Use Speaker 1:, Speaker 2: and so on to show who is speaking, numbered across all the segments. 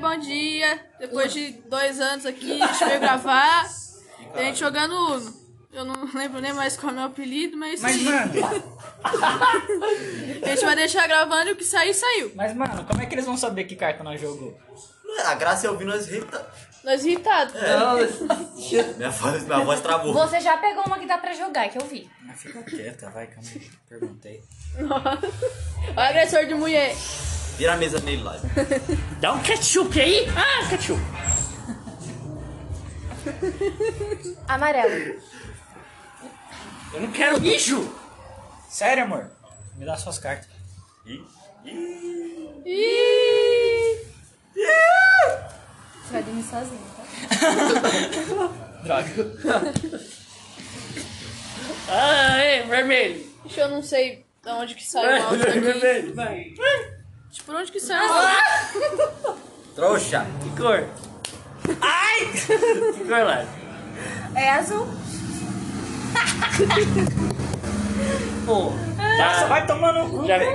Speaker 1: bom dia. Depois de dois anos aqui, a gente veio gravar. A gente jogando Uno. Eu não lembro nem mais qual é o meu apelido, mas,
Speaker 2: Mas, mano,
Speaker 1: a gente vai deixar gravando e o que sair, saiu.
Speaker 2: mas, mano, como é que eles vão saber que carta nós jogou?
Speaker 3: A graça é ouvir nós irritar.
Speaker 1: Nós irritados.
Speaker 2: É.
Speaker 3: Minha voz, minha voz travou.
Speaker 4: Você já pegou uma que dá pra jogar, que eu vi.
Speaker 2: Ah, fica quieta, vai, calma aí. Perguntei.
Speaker 1: O agressor de mulher.
Speaker 3: Vira a mesa nele lá.
Speaker 5: Dá um ketchup aí. Ah, ketchup.
Speaker 4: Amarelo.
Speaker 5: Eu não quero lixo.
Speaker 2: Sério, amor? Me dá suas cartas.
Speaker 3: Ih,
Speaker 1: Ih!
Speaker 4: Você vai dormir sozinho, tá?
Speaker 2: Droga.
Speaker 5: Ah, é, vermelho.
Speaker 1: Deixa Eu não sei de onde que saiu o áudio aqui.
Speaker 5: vermelho, vai.
Speaker 1: De por onde que saiu o áudio?
Speaker 3: Trouxa.
Speaker 5: Que cor? Ai! Que cor lá?
Speaker 4: É azul.
Speaker 2: Pô, nossa, vai tomando um.
Speaker 5: Já vem.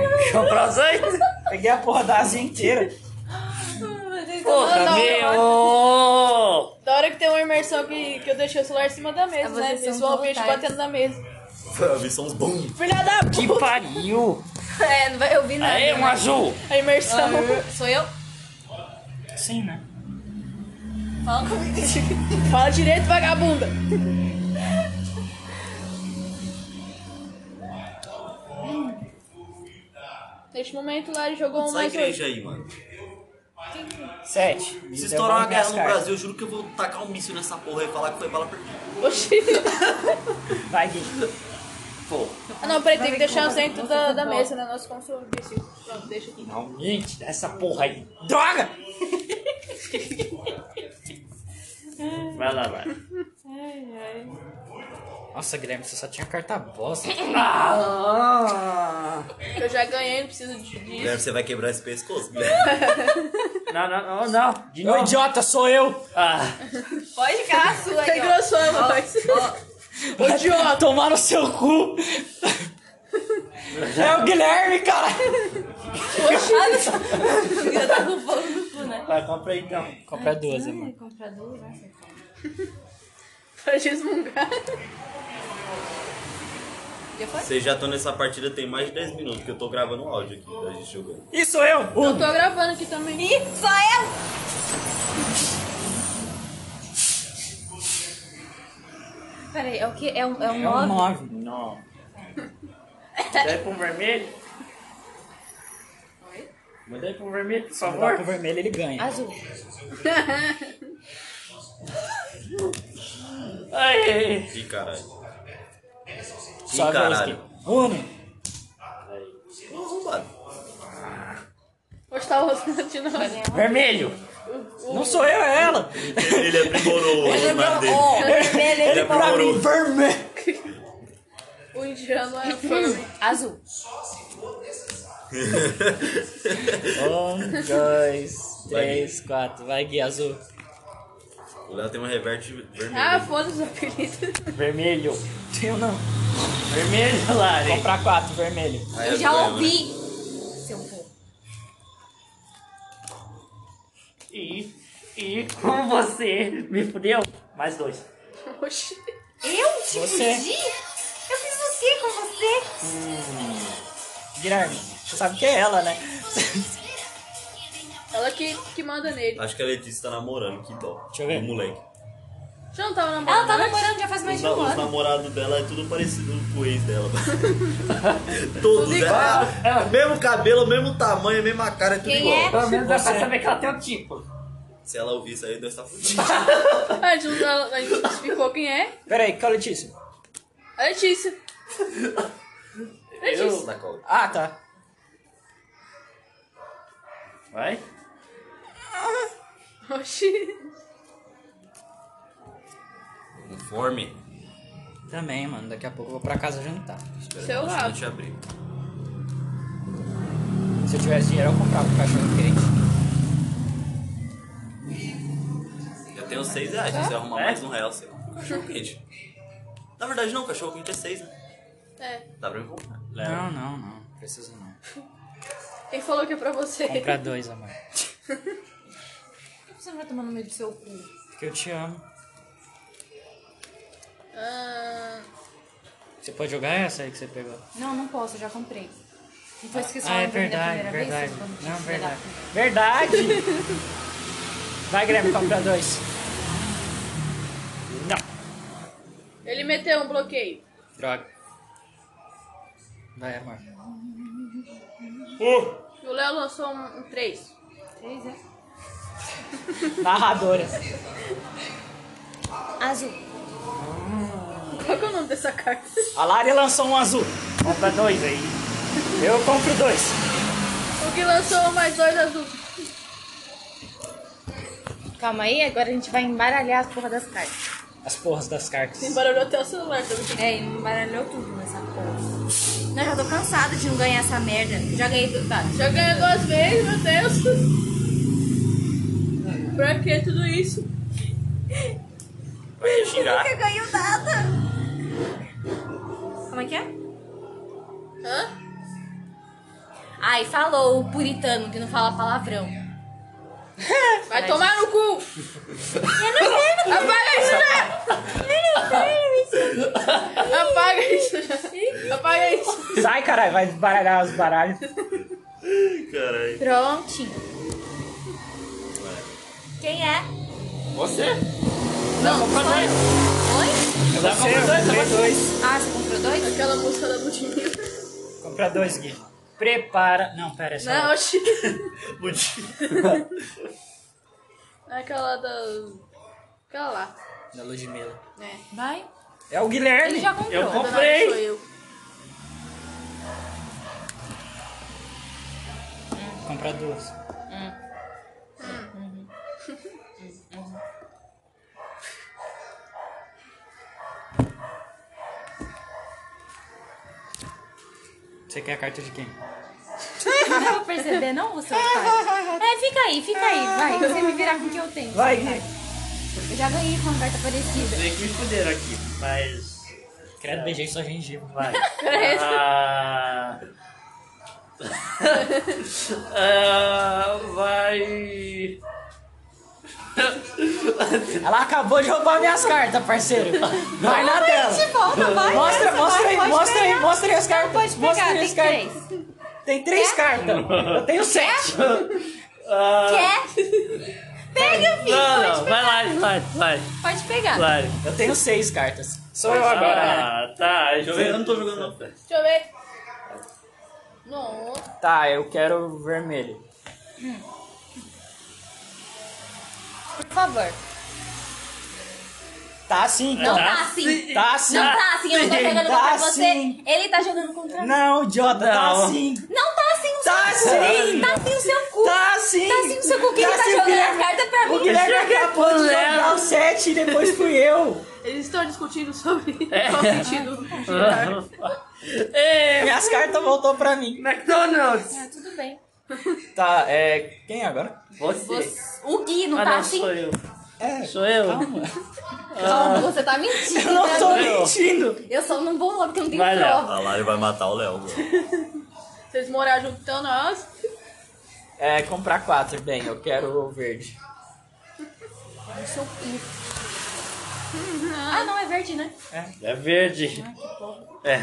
Speaker 5: pra vocês?
Speaker 2: Peguei a porra da asa inteira.
Speaker 5: Pô, também. Ô!
Speaker 1: Da hora que tem uma imersão que, que eu deixei o celular em cima da
Speaker 4: É,
Speaker 1: mesa,
Speaker 4: vocês
Speaker 1: né?
Speaker 4: são
Speaker 1: Visualmente
Speaker 4: voluntários.
Speaker 1: batendo na mesa.
Speaker 3: Eu vi só uns bum.
Speaker 1: Filha da
Speaker 5: Que
Speaker 1: puta!
Speaker 5: pariu.
Speaker 4: É, não vai- eu vi nada.
Speaker 5: Aê, um
Speaker 4: né?
Speaker 5: azul.
Speaker 1: A imersão.
Speaker 4: Ah, Sou eu?
Speaker 2: Sim, né?
Speaker 4: Fala comigo.
Speaker 1: Fala direito, vagabunda! Neste momento, Lari jogou um
Speaker 3: Sai
Speaker 1: mais hoje.
Speaker 3: igreja aí, mano.
Speaker 2: Sete. Me
Speaker 3: Se
Speaker 2: devolve
Speaker 3: estourar uma
Speaker 2: minhas
Speaker 3: guerra no
Speaker 2: cartas.
Speaker 3: Brasil, eu juro que eu vou tacar um míssil nessa porra e falar que foi bala perdida.
Speaker 1: Oxi!
Speaker 2: Vai, Gui.
Speaker 5: Pô,
Speaker 1: Ah, não, peraí, tem que deixar dentro da, da mesa, né? Nosso console. Pronto, deixa aqui.
Speaker 5: realmente, essa porra aí. Droga! Vai lá, vai.
Speaker 2: Nossa, Guilherme, você só tinha carta bosta.
Speaker 5: Ah.
Speaker 1: Eu já ganhei, não preciso de- disso.
Speaker 3: Guilherme, você vai quebrar esse pescoço, Guilherme.
Speaker 5: Não, não, não, não. De
Speaker 2: Ô,
Speaker 5: novo.
Speaker 2: idiota, sou eu.
Speaker 5: Ah,
Speaker 4: Pode ficar a sua
Speaker 1: Tá
Speaker 4: aí, ó.
Speaker 1: engrossando, rapaz.
Speaker 2: Idiota, tomar no seu cu. É o Guilherme, cara.
Speaker 4: Eu tava com fogo no cu, né?
Speaker 5: vai, compra aí então.
Speaker 2: Compra é duas, amor.
Speaker 4: Comprador, né?
Speaker 1: Pra desmungar.
Speaker 3: Vocês já estão nessa partida tem mais de 10 minutos, que eu tô gravando um áudio aqui da gente jogando.
Speaker 2: E sou eu.
Speaker 1: Eu
Speaker 2: Um.
Speaker 1: tô gravando aqui também.
Speaker 4: Ih, sou eu! Peraí, é o que? É um, é um
Speaker 2: É um
Speaker 4: nove?
Speaker 2: nove.
Speaker 5: Não. Mandei pro vermelho. Mandei pro vermelho, por
Speaker 2: Tá com o
Speaker 5: favor.
Speaker 2: vermelho, ele ganha.
Speaker 4: Azul.
Speaker 5: Ai.
Speaker 3: Ih, caralho. Ih,
Speaker 2: Só vez aqui.
Speaker 3: caralho.
Speaker 2: Uno.
Speaker 3: Ô, arrombado.
Speaker 1: Hoje tá rosnando de novo.
Speaker 5: Vermelho.
Speaker 2: Não sou eu, é ela.
Speaker 3: Ele aprimorou o
Speaker 4: é
Speaker 3: nome dele.
Speaker 4: Ó, vermelho,
Speaker 3: Ele
Speaker 4: ele falou.
Speaker 2: Pra
Speaker 3: aprimorou.
Speaker 2: mim, vermelho.
Speaker 1: O indiano é fogo.
Speaker 4: Azul.
Speaker 2: Um, dois,
Speaker 3: Vai,
Speaker 2: três, quatro. Vai, Gui, azul.
Speaker 3: O Léo tem uma reverte vermelha.
Speaker 1: Ah, foda-se o apelido.
Speaker 5: Vermelho.
Speaker 2: Eu um não.
Speaker 5: Vermelho, Lari.
Speaker 2: Comprar quatro, vermelho.
Speaker 3: Aí
Speaker 4: Eu
Speaker 3: é
Speaker 4: já
Speaker 3: problema, né?
Speaker 4: ouvi. Seu povo.
Speaker 5: E, e como você me fudeu? Mais dois.
Speaker 1: Oxi.
Speaker 4: Eu te
Speaker 2: Você.
Speaker 4: pedi? Eu fiz você com você.
Speaker 2: Guilherme, você sabe que é ela, né?
Speaker 1: Ela que, que manda nele.
Speaker 3: Acho que a Letícia tá namorando, que dó.
Speaker 2: Deixa eu ver.
Speaker 3: O moleque.
Speaker 1: Já não tava namorando.
Speaker 4: Ela tá
Speaker 1: antes?
Speaker 4: namorando já faz mais
Speaker 3: Os,
Speaker 4: de
Speaker 3: na-
Speaker 4: um
Speaker 3: os
Speaker 4: ano.
Speaker 3: namorados dela é tudo parecido com o ex dela. Todos
Speaker 1: igual.
Speaker 3: ela. Mesmo cabelo, mesmo tamanho, mesma cara, é tudo
Speaker 4: Quem é?
Speaker 3: igual.
Speaker 5: Pelo menos dá pra saber que ela tem um tipo.
Speaker 3: Se ela ouvir isso aí, Deus tá fudido.
Speaker 1: Ah, A gente, não, ela- a gente não explicou quem é.
Speaker 2: Peraí, qual é a Letícia?
Speaker 1: A Letícia. Letícia.
Speaker 3: Na cola.
Speaker 2: Ah, tá.
Speaker 5: Vai.
Speaker 1: Oxi.
Speaker 3: Conforme.
Speaker 2: Também, mano. Daqui a pouco eu vou pra casa jantar.
Speaker 1: Seu
Speaker 3: Deixa eu
Speaker 1: rabo.
Speaker 3: te abrir.
Speaker 2: Se eu tivesse dinheiro, eu comprava um cachorro quente.
Speaker 3: Eu tenho 6 reais, se você arrumar
Speaker 5: É?
Speaker 3: mais um real, você compra um cachorro quente. Na verdade não, cachorro quente é 6, né?
Speaker 1: É.
Speaker 3: Dá pra me comprar.
Speaker 2: Não, não, não. Preciso não.
Speaker 1: Quem falou que é pra você?
Speaker 2: Comprar dois, amor.
Speaker 4: você não vai tomar no meio do seu cu?
Speaker 2: Porque eu te amo.
Speaker 1: Ah,
Speaker 2: Você pode jogar essa aí que você pegou?
Speaker 4: Não, não posso, eu já comprei. Não foi esquecido
Speaker 2: Ah, é verdade, verdade.
Speaker 4: Vez, quando-
Speaker 2: Não,
Speaker 4: filha da
Speaker 2: verdade.
Speaker 4: puta.
Speaker 2: Verdade! Vai, Guilherme,
Speaker 5: tá um
Speaker 2: compra dois. Não.
Speaker 1: ele meteu um bloqueio.
Speaker 2: Droga. Vai, amor.
Speaker 1: E o Léo lançou um, um 3.
Speaker 4: Três, é?
Speaker 2: Narradora.
Speaker 4: Azul.
Speaker 1: Qual que é o nome dessa carta?
Speaker 2: A Lari lançou um azul. Compra dois aí. Eu compro dois.
Speaker 1: O que lançou um mais dois azul.
Speaker 4: Calma aí, agora a gente vai embaralhar as porra das cartas.
Speaker 2: As porras das cartas.
Speaker 1: Embaralhou até o celular tá também.
Speaker 4: É, embaralhou tudo nessa porra. Não, já tô cansada de não ganhar essa merda. Já ganhei tudo, tá?
Speaker 1: Já ganhou duas vezes, meu Deus. Pra que tudo isso?
Speaker 3: Vai te xingar.
Speaker 4: Nunca ganhou nada. Como é que é?
Speaker 1: Hã?
Speaker 4: Ai, falou o puritano que não fala palavrão.
Speaker 1: Vai tomar no cu!
Speaker 4: Eu não sei,
Speaker 1: Apaga isso já! Apaga isso já! Apaga isso!
Speaker 2: Sai, caralho, vai baralhar os baralhos.
Speaker 3: Caralho.
Speaker 4: Prontinho. Quem é?
Speaker 3: Você?
Speaker 4: Não, não foi. Oi?
Speaker 2: Eu
Speaker 5: Tá
Speaker 2: comprei dois.
Speaker 4: Ah, você comprou dois?
Speaker 1: Aquela música da Ludmilla.
Speaker 2: Compra dois, Gui. Prepara. Não, pera, essa é
Speaker 4: Né,
Speaker 1: Não, oxi.
Speaker 3: Budinho.
Speaker 1: Aquela da. Aquela lá.
Speaker 2: da Ludmilla.
Speaker 1: É.
Speaker 4: Vai.
Speaker 2: É o Guilherme.
Speaker 4: Ele já comprou.
Speaker 5: Eu compro.
Speaker 1: Na
Speaker 5: Comprei.
Speaker 1: verdade, sou eu.
Speaker 2: Compra duas.
Speaker 4: Hum.
Speaker 2: Você quer a carta de quem?
Speaker 4: Não deu pra perceber, não, você otário? É, fica aí, fica aí. Vai, você me virar com o que eu tenho.
Speaker 2: Vai, Gui.
Speaker 4: Eu já ganhei com uma carta parecida.
Speaker 5: Meio que me fuderam aqui, mas.
Speaker 2: Credo, beijei sua gengiva.
Speaker 5: Vai. Ah, Ah, vai.
Speaker 2: Ela acabou de roubar minhas cartas, parceiro. Vai na dela.
Speaker 4: De volta, vai.
Speaker 2: Mostra,
Speaker 4: vai,
Speaker 2: mostra aí,
Speaker 4: pode
Speaker 2: mostra aí,
Speaker 4: pegar.
Speaker 2: mostra aí as cartas.
Speaker 4: Pode
Speaker 2: mostra
Speaker 4: pegar,
Speaker 2: aí
Speaker 4: tem
Speaker 2: as cartas.
Speaker 4: três.
Speaker 2: Tem três
Speaker 4: É?
Speaker 2: cartas. Eu tenho sete.
Speaker 5: Ah,
Speaker 4: Quer? Pega, filho.
Speaker 5: não,
Speaker 4: pode,
Speaker 5: não, vai lá, vai, vai,
Speaker 4: pode pegar.
Speaker 5: vai.
Speaker 2: Eu tenho seis cartas. Sou eu agora.
Speaker 5: Ah, tá, joguei.
Speaker 3: Eu não tô jogando não.
Speaker 1: Deixa eu ver. Nossa.
Speaker 2: Tá, eu quero o vermelho.
Speaker 4: Por favor.
Speaker 2: Tá sim,
Speaker 4: Não
Speaker 2: então.
Speaker 4: tá assim.
Speaker 2: Tá sim.
Speaker 4: Não tá assim, eu não tô jogando
Speaker 2: Tá
Speaker 4: contra você.
Speaker 2: sim.
Speaker 4: Ele tá jogando contra mim.
Speaker 2: Não, idiota, tá
Speaker 5: Não.
Speaker 2: sim.
Speaker 4: Não tá assim o
Speaker 2: Tá
Speaker 4: seu
Speaker 2: sim.
Speaker 4: cu. Tá assim o seu cu.
Speaker 2: Tá sim.
Speaker 4: Tá assim o seu cu. Quem tá,
Speaker 2: sim, o
Speaker 4: jogando
Speaker 2: Guilherme-
Speaker 4: as cartas pra
Speaker 2: O
Speaker 4: mim?
Speaker 2: Guilherme
Speaker 5: Chega
Speaker 2: acabou de
Speaker 5: com
Speaker 2: jogar
Speaker 5: Léo.
Speaker 2: o sete e depois fui eu.
Speaker 1: Eles estão discutindo sobre
Speaker 4: É.
Speaker 1: qual sentido girar.
Speaker 5: Ei,
Speaker 2: Minhas cartas voltou pra mim.
Speaker 5: McDonald's!
Speaker 4: Ah, tudo bem.
Speaker 2: Tá, é... Quem agora?
Speaker 5: Você.
Speaker 4: O Gui não
Speaker 5: Ah,
Speaker 4: tá
Speaker 5: não,
Speaker 4: assim?
Speaker 5: sou eu.
Speaker 2: É...
Speaker 5: Sou eu.
Speaker 2: Calma.
Speaker 4: Calma, você tá mentindo.
Speaker 2: Eu não tô
Speaker 4: né?
Speaker 2: mentindo.
Speaker 4: Eu só não vou logo, porque eu não tenho
Speaker 5: Vai, Léo.
Speaker 4: prova.
Speaker 3: A Lari vai matar o Léo, mano.
Speaker 1: Vocês moraram junto, então nós.
Speaker 2: É, comprar quatro. Bem, eu quero o verde.
Speaker 4: Eu sou pi. Ah, não, é verde, né?
Speaker 5: É verde.
Speaker 4: Ai, que porra.
Speaker 5: É.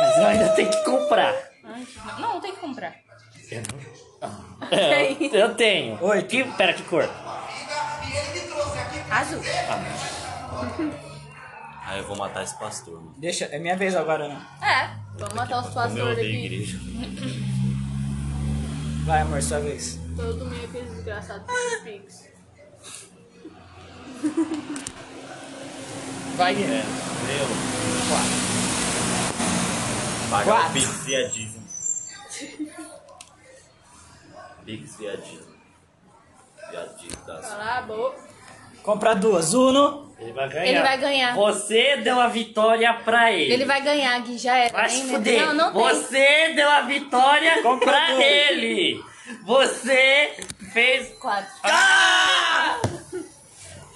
Speaker 5: Mas eu ainda tenho que comprar.
Speaker 4: Ai, que... Não, não tem que comprar.
Speaker 5: É, eu- eu tenho.
Speaker 2: Oi.
Speaker 5: Que, pera, que cor?
Speaker 4: Azul.
Speaker 3: Ah, eu vou matar esse pastor, mano.
Speaker 2: Deixa... É minha vez agora, né?
Speaker 4: É.
Speaker 1: Vamos matar os
Speaker 3: Como eu
Speaker 1: pastores
Speaker 3: odeio
Speaker 1: aqui.
Speaker 3: igreja.
Speaker 2: Vai, amor, sua vez.
Speaker 1: Todo é domingo aqueles desgraçados do Pix.
Speaker 2: Vai, Guilherme.
Speaker 3: É, meu. Pagar
Speaker 2: Quatro.
Speaker 3: o Pix e a dízimo. Pix e a dízimo. E a dízimo das...
Speaker 1: Cala a boca.
Speaker 2: Comprar duas. Uno.
Speaker 5: Ele vai ganhar.
Speaker 4: Ele vai ganhar.
Speaker 5: Você deu a vitória pra ele.
Speaker 4: Ele vai ganhar, Gui, já era.
Speaker 5: Vai se
Speaker 4: hein, né?
Speaker 5: fuder.
Speaker 4: Não, não tem.
Speaker 5: Você deu a vitória
Speaker 2: Compra
Speaker 5: pra
Speaker 2: tudo.
Speaker 5: ele. Você fez...
Speaker 4: Quatro.
Speaker 5: Ah!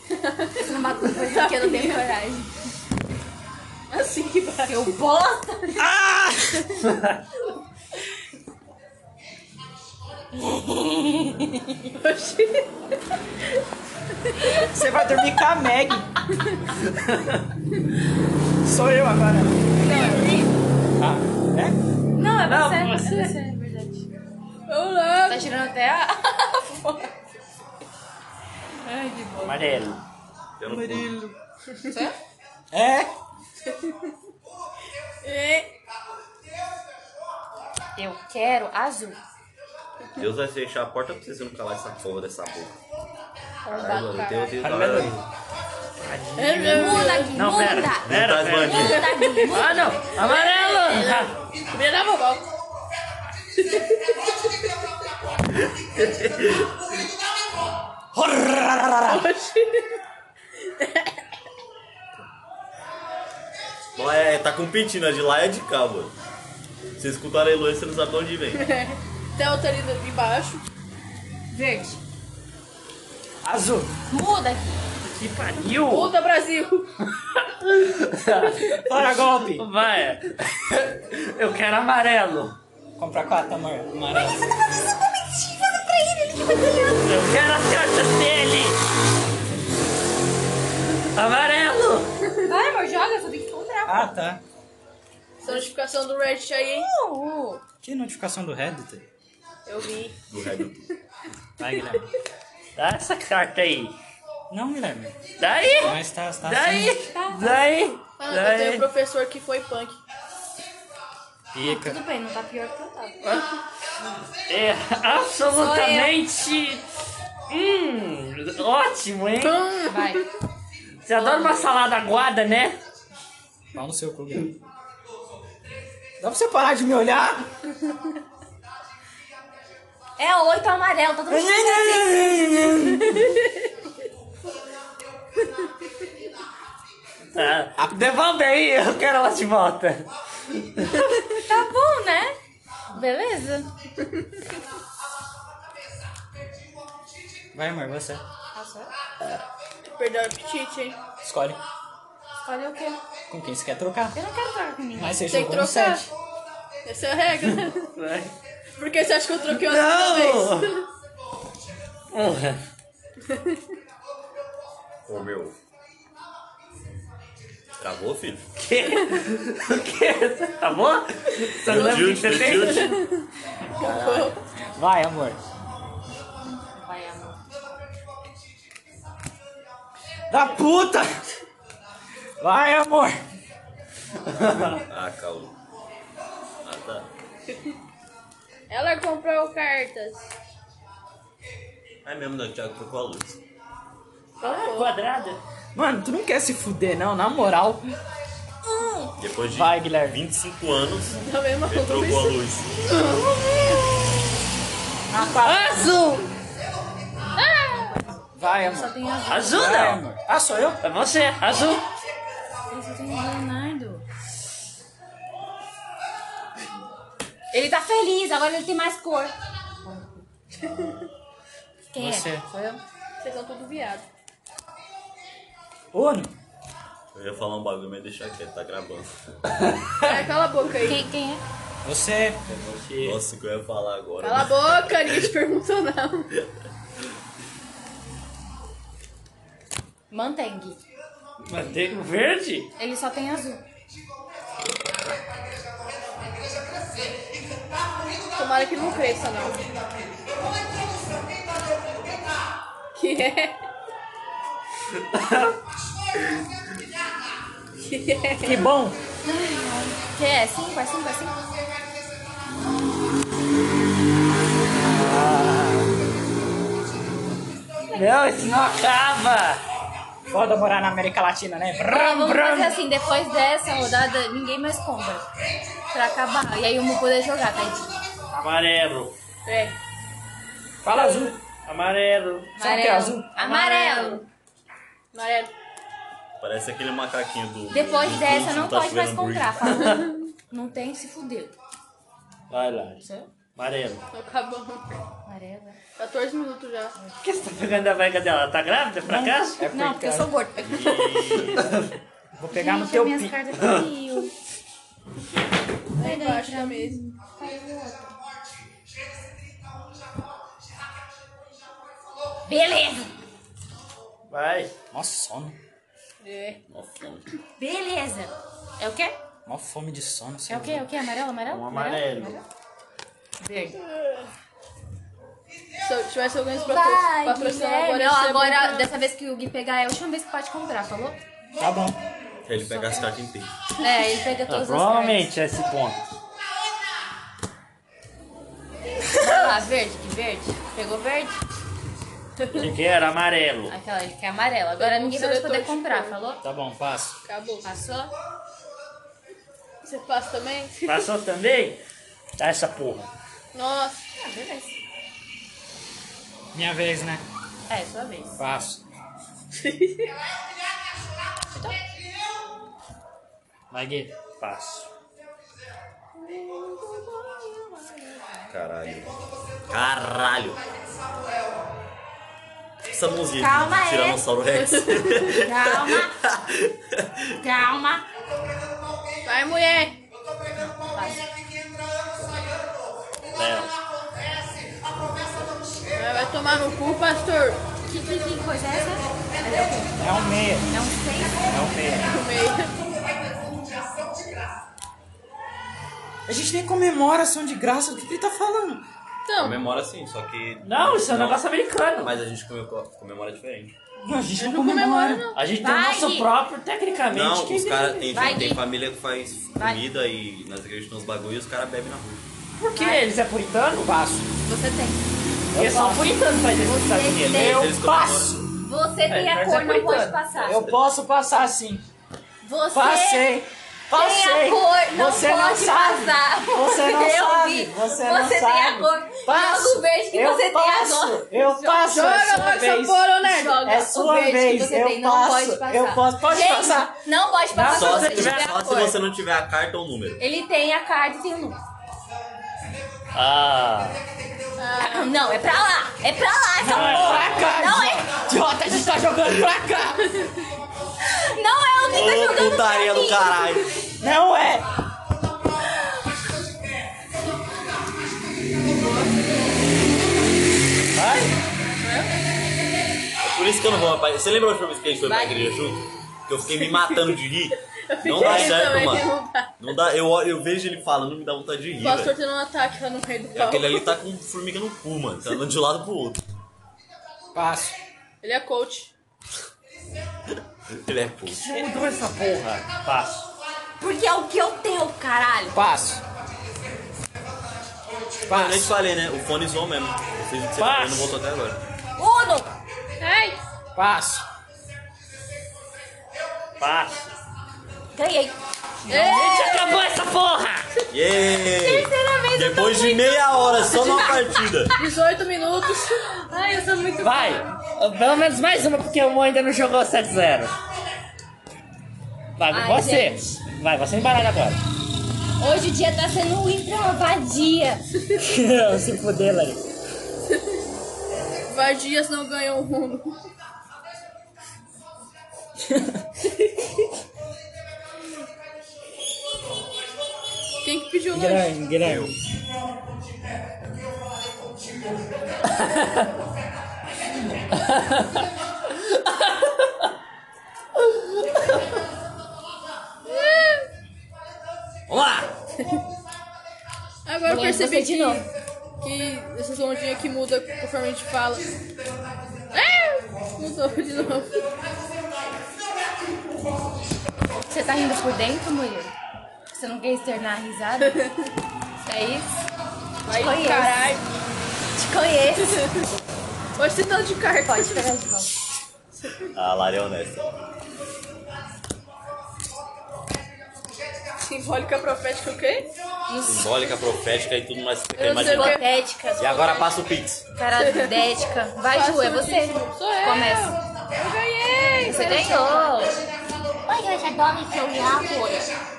Speaker 4: Você não bateu depois porque eu não tenho coragem.
Speaker 1: Assim que vai.
Speaker 4: Seu bosta!
Speaker 2: Ah! Você vai dormir com a Meg.
Speaker 6: Sou eu agora.
Speaker 2: Ah, é?
Speaker 4: Não, é
Speaker 5: Não,
Speaker 4: você.
Speaker 5: você.
Speaker 4: É você, é verdade.
Speaker 1: Eu lá.
Speaker 4: Tá tirando até a.
Speaker 1: Ai, que bom.
Speaker 5: Amarelo.
Speaker 3: Eu não curto.
Speaker 2: É?
Speaker 1: E...
Speaker 4: Eu quero azul.
Speaker 3: Deus vai fechar a porta pra vocês não calar essa porra dessa boca. Caralho, mano, eu tenho- eu tenho-
Speaker 5: Amarelo.
Speaker 4: Muda aqui,
Speaker 5: Não,
Speaker 4: muda.
Speaker 5: pera. Pera,
Speaker 3: Tá
Speaker 5: pera.
Speaker 3: esbandido.
Speaker 4: Muda aqui, muda.
Speaker 5: Ah, não. Amarelo.
Speaker 1: Primeira vovó.
Speaker 3: Lá é, tá competindo, a de lá é de cá, mano. Você escuta aleluia, você não sabe de onde vem.
Speaker 1: Tem outra ali embaixo.
Speaker 4: Verde.
Speaker 6: Azul.
Speaker 4: Muda aqui.
Speaker 5: Que pariu.
Speaker 1: Puta Brasil.
Speaker 2: Bora, golpe.
Speaker 5: Vai. Eu quero amarelo.
Speaker 2: Comprar quatro, amor. Amarelo.
Speaker 4: Você tá fazendo essa comitiva pra ele, ele que vai ganhar.
Speaker 5: Eu quero as cartas dele. Amarelo.
Speaker 4: Vai, amor, joga, só tem que encontrar.
Speaker 2: Ah, tá.
Speaker 1: Essa notificação do Reddit aí, hein?
Speaker 4: Uh,
Speaker 2: Que notificação do Reddit?
Speaker 1: Eu vi.
Speaker 3: Do Red
Speaker 2: Vai, Guilherme.
Speaker 5: Dá essa carta aí.
Speaker 2: Não, Guilherme.
Speaker 5: Daí.
Speaker 2: Mas tá, tá
Speaker 5: Daí.
Speaker 4: Tá.
Speaker 5: Daí.
Speaker 1: Ah, eu tenho um
Speaker 5: Daí.
Speaker 1: professor que foi punk.
Speaker 2: assim. Pica.
Speaker 4: tudo bem, não tá pior que eu tava.
Speaker 5: É absolutamente. Hum, ótimo, hein?
Speaker 4: Vai.
Speaker 5: Você adora uma salada aguada, né?
Speaker 2: Pau no seu cu, Guilherme. Dá pra você parar de me olhar?
Speaker 4: É oito amarelo, todo mundo fica assim.
Speaker 5: Tá. Devolve aí, eu quero ela de volta.
Speaker 4: Tá bom, né? Beleza.
Speaker 2: Vai, amor, você.
Speaker 1: Perdeu o apetite, hein?
Speaker 2: Escolhe
Speaker 4: Escolhe o quê?
Speaker 2: com quem você quer trocar.
Speaker 4: Eu não quero trocar comigo.
Speaker 2: Mas você
Speaker 1: Tem que
Speaker 2: jogou no
Speaker 1: trocar.
Speaker 2: 7.
Speaker 1: Essa é a regra.
Speaker 5: Vai.
Speaker 1: Por que você acha que eu troquei uma segunda
Speaker 5: Não!
Speaker 1: vez?
Speaker 5: Porra.
Speaker 3: Comeu. Travou, filho?
Speaker 5: Que? O que? Tá bom? Você não lembra o que você fez?
Speaker 3: Jude,
Speaker 2: Vai, amor.
Speaker 4: Vai, amor.
Speaker 2: Da puta! Vai, amor.
Speaker 3: Ah, calma. Ah, tá.
Speaker 1: Ela comprou cartas.
Speaker 3: É mesmo, não, Thiago trocou a luz.
Speaker 5: Quadrada.
Speaker 2: Mano, tu não quer se fuder, não, na moral.
Speaker 3: Depois de
Speaker 2: Vai, Guilherme.
Speaker 3: 25 anos,
Speaker 1: Tá bem maluco
Speaker 3: ele trocou
Speaker 1: isso.
Speaker 3: a luz.
Speaker 5: Azul!
Speaker 2: Vai, amor.
Speaker 4: Só tem azul.
Speaker 5: Azul
Speaker 2: Vai,
Speaker 5: não!
Speaker 2: amor. Ah, sou eu?
Speaker 5: É você, azul!
Speaker 4: Ele só tem Leonardo. Ele tá feliz, agora ele tem mais cor. Quem
Speaker 2: Você.
Speaker 4: é? Sou eu?
Speaker 1: Vocês são tudo viado.
Speaker 2: Uno.
Speaker 3: Eu ia falar um bagulho, mas deixar quieto, tá gravando.
Speaker 1: É, cala a boca aí.
Speaker 4: Quem, quem é?
Speaker 2: Você.
Speaker 3: Nossa, o que eu ia falar agora.
Speaker 1: Cala a boca, ninguém te perguntou não.
Speaker 4: Mantengue.
Speaker 5: Manteiga um verde?
Speaker 4: Ele só tem azul.
Speaker 1: Tomara que não cresça não. Que é? Que é?
Speaker 2: Que bom.
Speaker 4: Que é? Cinco? É cinco? É cinco?
Speaker 5: Não, isso não acaba!
Speaker 2: Foda morar na América Latina, né?
Speaker 4: Tá,
Speaker 2: Brum,
Speaker 4: vamos fazer
Speaker 2: brum.
Speaker 4: assim, depois dessa rodada, ninguém mais compra. Pra acabar. E aí eu vou poder jogar, tá? tadinho.
Speaker 5: Amarelo!
Speaker 1: É.
Speaker 2: Fala azul.
Speaker 5: Amarelo!
Speaker 2: Sabe o que é azul?
Speaker 4: Amarelo.
Speaker 1: Amarelo.
Speaker 3: Parece aquele macaquinho do.
Speaker 4: Depois
Speaker 3: do- tá
Speaker 4: dessa,
Speaker 3: do-
Speaker 4: não
Speaker 3: do-
Speaker 2: tá
Speaker 4: pode mais
Speaker 3: Hambúrguer.
Speaker 4: comprar. falou. Não tem, se fudeu.
Speaker 5: Vai lá. Amarelo.
Speaker 1: Acabou.
Speaker 4: Amarelo. é.
Speaker 1: 14 minutos já.
Speaker 5: Por que você tá pegando a barriga dela? Ela Tá grávida, por acaso?
Speaker 2: É
Speaker 4: Não, porque eu
Speaker 2: cara.
Speaker 4: sou gorda.
Speaker 2: Vou pegar no
Speaker 4: Gente,
Speaker 2: teu
Speaker 4: minhas
Speaker 2: pi.
Speaker 4: cartas caiu.
Speaker 1: é Lá embaixo da mesa.
Speaker 4: Caiu outra. Beleza.
Speaker 5: Vai.
Speaker 2: Mó sono.
Speaker 3: Mó fome.
Speaker 4: Beleza. É o quê?
Speaker 2: Mó fome de sono.
Speaker 4: É o quê? É o quê? Amarelo, amarelo?
Speaker 5: Um amarelo.
Speaker 4: Verde.
Speaker 1: Se eu tivesse alguém pra
Speaker 4: Vai,
Speaker 1: patrocinar agora,
Speaker 4: Guilherme.
Speaker 1: ia
Speaker 4: Não,
Speaker 1: ser
Speaker 4: agora,
Speaker 1: bom pra-
Speaker 4: dessa vez que o Gui pegar, é a última vez que pode comprar, falou?
Speaker 2: Tá bom.
Speaker 3: É, Ele pega as cartas inteiras.
Speaker 4: É, ele pega todas as
Speaker 5: Provavelmente é esse ponto.
Speaker 4: cartas. Olha lá, verde, que verde. Pegou verde?
Speaker 5: Ele que era amarelo.
Speaker 4: Aquela ali que é amarela. Agora ninguém vai
Speaker 1: Seletor
Speaker 4: poder
Speaker 1: de
Speaker 4: comprar,
Speaker 1: cor.
Speaker 4: falou?
Speaker 2: Tá bom, passo.
Speaker 1: Acabou.
Speaker 4: Passou?
Speaker 1: Você passa também?
Speaker 5: Passou também? Dá essa porra.
Speaker 1: Nossa.
Speaker 4: Ah, beleza.
Speaker 2: Minha vez, né?
Speaker 4: É, sua vez.
Speaker 2: Passo. Vai, Gui.
Speaker 5: Passo.
Speaker 3: Caralho. Caralho. Essa mãozinha
Speaker 4: Calma,
Speaker 3: de
Speaker 4: é.
Speaker 3: Tiranossauro Rex.
Speaker 4: Calma. Calma.
Speaker 1: Vai, mulher.
Speaker 5: Léo.
Speaker 1: Vai vai tomar no cu, pastor.
Speaker 4: Que, que, que coisa é essa?
Speaker 5: É um meia.
Speaker 4: É um seis?
Speaker 5: É um meia.
Speaker 1: No meio.
Speaker 2: A gente nem comemora ação de graça. O que que ele tá falando?
Speaker 1: Então,
Speaker 3: Comemora sim, só que.
Speaker 5: Não, isso é um negócio americano.
Speaker 3: Mas a gente come- comemora diferente.
Speaker 2: Não, a gente não,
Speaker 1: não comemora, não.
Speaker 5: A gente tem o
Speaker 4: Vai,
Speaker 5: nosso
Speaker 4: Gui.
Speaker 5: próprio, tecnicamente.
Speaker 3: Não,
Speaker 5: que
Speaker 3: os
Speaker 5: é
Speaker 3: caras tem,
Speaker 4: Vai,
Speaker 3: gente- tem
Speaker 4: Gui.
Speaker 3: família que faz
Speaker 4: Vai.
Speaker 3: comida e nas igrejas tem uns bagulho e os caras bebem na rua.
Speaker 5: Por que eles é puritano? Passo.
Speaker 4: Você tem.
Speaker 5: Porque só puritano faz isso nos Estados Unidos.
Speaker 4: tem.
Speaker 5: Eu
Speaker 3: Eles comemoram.
Speaker 5: passo.
Speaker 4: Você tem
Speaker 5: É,
Speaker 4: a
Speaker 5: mas
Speaker 4: cor,
Speaker 5: é
Speaker 4: não pode
Speaker 5: coitado.
Speaker 4: passar.
Speaker 2: Eu posso passar sim.
Speaker 4: Você
Speaker 2: Passei. Passei.
Speaker 4: tem a cor, não
Speaker 2: Você
Speaker 4: pode
Speaker 2: não sabe.
Speaker 4: passar.
Speaker 2: Você não
Speaker 4: Eu
Speaker 2: sabe.
Speaker 4: vi.
Speaker 2: Você não
Speaker 4: tem
Speaker 2: sabe.
Speaker 4: a cor.
Speaker 2: Passo.
Speaker 4: Joga o verde que
Speaker 2: eu
Speaker 4: você
Speaker 2: passo.
Speaker 4: tem agora.
Speaker 2: Eu passo. é
Speaker 1: joga
Speaker 2: sua
Speaker 1: logo essa
Speaker 2: vez.
Speaker 1: porra, né?
Speaker 4: Joga
Speaker 2: É
Speaker 4: o
Speaker 2: sua
Speaker 4: verde
Speaker 2: vez,
Speaker 4: que você
Speaker 2: eu
Speaker 4: tem,
Speaker 2: passo,
Speaker 4: não pode passar.
Speaker 2: eu posso- pode
Speaker 4: Gente,
Speaker 2: passar?
Speaker 4: Não pode passar
Speaker 2: Não,
Speaker 4: se
Speaker 3: Só
Speaker 4: você
Speaker 3: se,
Speaker 4: tiver a
Speaker 3: só se
Speaker 4: cor.
Speaker 3: você não tiver a carta ou o número.
Speaker 4: Ele tem a carta e tem o número.
Speaker 5: Ah.
Speaker 4: Não, é pra lá. É pra lá essa
Speaker 5: Vai,
Speaker 4: porra.
Speaker 2: Pra cá,
Speaker 4: Não é.
Speaker 2: idiota, a gente tá jogando pra cá.
Speaker 4: Não é o que tá
Speaker 3: Ô,
Speaker 4: jogando
Speaker 3: putaria
Speaker 4: pra
Speaker 3: do
Speaker 4: mim.
Speaker 3: caralho.
Speaker 2: Não é.
Speaker 3: Por isso que eu não vou aparecer. Você lembra a última vez que a gente foi pra
Speaker 4: Vai.
Speaker 3: igreja junto? Que eu fiquei me matando de rir. Não dá
Speaker 1: fiquei
Speaker 3: certo,
Speaker 1: também,
Speaker 3: mano.
Speaker 1: não dá.
Speaker 3: Não dá. Eu, eu vejo ele falando, não me dá vontade de rir.
Speaker 1: tá- o pastor
Speaker 3: velho.
Speaker 1: tendo um ataque lá no meio do
Speaker 3: E
Speaker 1: pau.
Speaker 3: Aquele
Speaker 4: um?
Speaker 3: ali tá com formiga no cu, mano. Tá andando de um lado pro outro.
Speaker 2: Passo.
Speaker 1: Ele é coach.
Speaker 3: Ele é coach.
Speaker 5: Ele mudou essa porra. Passo.
Speaker 4: Porque é o que eu tenho, caralho.
Speaker 2: Passo.
Speaker 3: Eu nem te
Speaker 2: Passo.
Speaker 3: falei, né? O fone zoou mesmo. Eu fiz o que você falou e não voltou até agora.
Speaker 4: Uno.
Speaker 1: Ai,
Speaker 2: Passo.
Speaker 5: Passo.
Speaker 4: Ganhei. É,
Speaker 5: Gente, acabou essa porra!
Speaker 3: Yeah!
Speaker 4: Terceira vez eu tô
Speaker 3: Depois de
Speaker 4: muito
Speaker 3: meia hora, só
Speaker 4: de
Speaker 3: numa
Speaker 4: matar.
Speaker 3: partida.
Speaker 1: 18 minutos.
Speaker 4: Ai, eu sou muito
Speaker 5: Vai! Pelo menos mais uma, porque o Mo ainda não jogou 7-0. Vai,
Speaker 4: Ai,
Speaker 5: você. Vai, você embaralha agora.
Speaker 4: Hoje o dia tá sendo ultra vadia.
Speaker 5: Se fuder, Larissa.
Speaker 1: Vadias não ganhou o rumo. Quem que pediu o lanche?
Speaker 5: Grande, grande.
Speaker 3: Vamos lá!
Speaker 1: Agora eu
Speaker 4: Mulher,
Speaker 1: percebi
Speaker 4: você de
Speaker 1: que,
Speaker 4: novo.
Speaker 1: que esses ondinhas que muda conforme a gente fala. Ah! Mudou de novo.
Speaker 4: Você tá rindo por dentro, Murilo? Você não quer externar a risada? É isso?
Speaker 1: Aí,
Speaker 4: Conheço.
Speaker 1: caralho.
Speaker 4: Te conheço.
Speaker 1: Hoje você tá de carta.
Speaker 4: Pode pegar de volta.
Speaker 3: Ah, Lari é honesta.
Speaker 1: Simbólica profética, o quê?
Speaker 3: Simbólica, profética e tudo mais que você quer
Speaker 1: Eu não sei o
Speaker 3: imaginar.
Speaker 1: que-
Speaker 4: Hipotética.
Speaker 3: E agora passa o Pix.
Speaker 4: Característica. Vai, Ju, é você.
Speaker 1: Sou eu.
Speaker 4: Começa.
Speaker 1: Eu ganhei.
Speaker 4: Você ganhou.
Speaker 7: Oi, eu já dorme que eu já vou.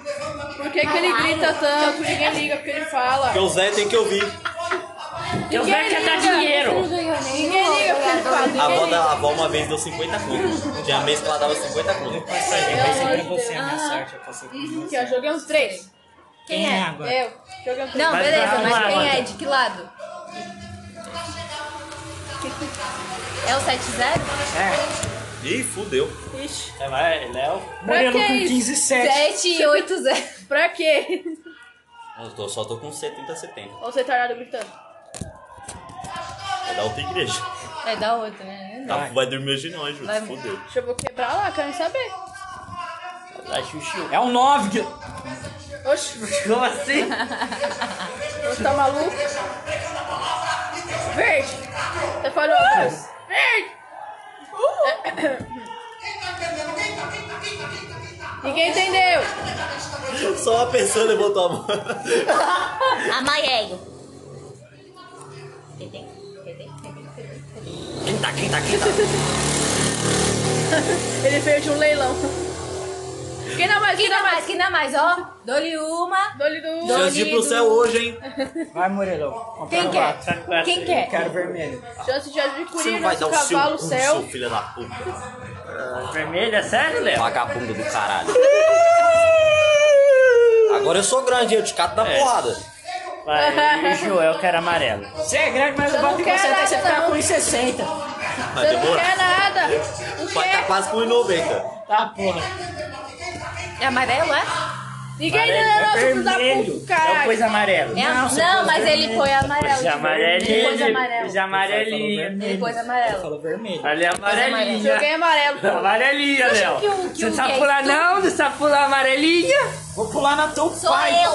Speaker 1: Por que, que ele grita tanto? Ninguém liga porque ele fala.
Speaker 3: Porque o Zé tem que ouvir.
Speaker 5: Eu quero que dar dinheiro.
Speaker 1: Ninguém liga porque ele fala.
Speaker 3: A avó,
Speaker 1: Ninguém
Speaker 3: da, a avó uma vez deu 50 conto. Tinha mês que ela dava 50 conto.
Speaker 1: amor
Speaker 2: Agora
Speaker 1: de
Speaker 2: você,
Speaker 1: Deus.
Speaker 2: a minha sorte, eu passei por
Speaker 1: liga. Aqui, ó, jogamos três.
Speaker 2: Quem é agora?
Speaker 1: Eu. Jogamos três.
Speaker 4: Não,
Speaker 5: Mas
Speaker 4: beleza,
Speaker 5: vai,
Speaker 4: mas
Speaker 5: vai,
Speaker 4: quem
Speaker 5: vai.
Speaker 4: é? De que lado?
Speaker 1: esse aqui.
Speaker 4: É o 7-0?
Speaker 6: É,
Speaker 3: Ih, fudeu.
Speaker 1: Ixi.
Speaker 5: É, mas ele é o...
Speaker 6: Murilo
Speaker 1: que
Speaker 6: com
Speaker 1: isso?
Speaker 6: 15 e 7.
Speaker 4: 7-8-0.
Speaker 1: Pra quê?
Speaker 3: Eu tô- só tô com 70, 70.
Speaker 1: Olha o retardado gritando.
Speaker 3: Vai dar outra igreja.
Speaker 4: É da outra, né?
Speaker 3: Tá, vai dormir hoje não, hein, Júlio?
Speaker 4: Vai.
Speaker 3: Fudeu.
Speaker 1: Deixa eu vou quebrar lá, quero saber.
Speaker 5: Tá, Xuxu.
Speaker 2: É um 9. Que...
Speaker 1: Oxi,
Speaker 5: Como assim?
Speaker 1: você tá maluco? Verde! Você falou. Verde!
Speaker 3: Uh.
Speaker 1: Ninguém entendeu!
Speaker 3: Só uma pessoa levantou a mão.
Speaker 7: Amarelo.
Speaker 3: Quinta, quinta, quinta.
Speaker 1: Ele veio de um leilão. Quem dá mais? Quem
Speaker 4: Quem dá
Speaker 1: dá
Speaker 4: mais? Quem dá mais? Ó, dou-lhe uma.
Speaker 1: Dole do.
Speaker 4: Dole.
Speaker 3: Chance de ir pro céu hoje, hein?
Speaker 1: É
Speaker 2: Vai, Murilo. Compra
Speaker 4: Quem
Speaker 2: um
Speaker 4: quer?
Speaker 2: quatro.
Speaker 5: Tá com essa
Speaker 4: Quem
Speaker 5: aí.
Speaker 4: quer?
Speaker 2: Quero vermelho.
Speaker 1: Chance de
Speaker 3: Você
Speaker 1: adquirir
Speaker 3: não vai dar
Speaker 1: nosso
Speaker 3: o seu,
Speaker 1: cavalo
Speaker 3: cu,
Speaker 1: céu.
Speaker 3: seu filho da puta.
Speaker 5: Vermelha, sério, é Léo?
Speaker 3: É Vagabundo do caralho. Agora eu sou grande, eu te cato na
Speaker 5: É.
Speaker 3: porrada.
Speaker 5: Vai, Joel, quero amarelo.
Speaker 2: Você é grande, mas eu
Speaker 1: Eu não
Speaker 2: bato em você
Speaker 1: quero
Speaker 2: até você
Speaker 1: essa,
Speaker 2: ficar
Speaker 1: não.
Speaker 2: com 1,60.
Speaker 3: Vai
Speaker 1: Você não
Speaker 3: demorar.
Speaker 1: quer nada! O
Speaker 3: Vai tá
Speaker 1: quê?
Speaker 3: quase com 1,90.
Speaker 2: Tá, porra.
Speaker 4: É amarelo, é?
Speaker 1: Ninguém entendeu nosso
Speaker 5: Amarelo,
Speaker 1: filho da
Speaker 5: é
Speaker 1: puta,
Speaker 4: vermelho.
Speaker 5: vermelho. É o
Speaker 1: caralho!
Speaker 5: coisa amarelo.
Speaker 4: É a-
Speaker 2: Não,
Speaker 4: Não,
Speaker 2: você pôs
Speaker 4: mas ele
Speaker 2: vermelho.
Speaker 4: foi amarelo.
Speaker 5: Já
Speaker 4: Depois
Speaker 5: é amarelinho.
Speaker 4: amarelo.
Speaker 5: Já
Speaker 2: Falou
Speaker 5: amarelinho.
Speaker 2: vermelho.
Speaker 4: Ele pôs amarelo.
Speaker 2: Falou vermelho.
Speaker 5: Olha,
Speaker 4: amarelinho.
Speaker 5: amarelinha.
Speaker 1: Joguei amarelo, pô.
Speaker 5: Amarelinha,
Speaker 4: Você
Speaker 5: Léo.
Speaker 4: acha que o- que é
Speaker 5: Você
Speaker 4: o
Speaker 5: sabe
Speaker 4: gay
Speaker 5: pular
Speaker 4: tudo-
Speaker 5: não? Você sabe pular amarelinha?
Speaker 2: Vou pular na tua
Speaker 7: Sou
Speaker 2: pai.
Speaker 7: eu.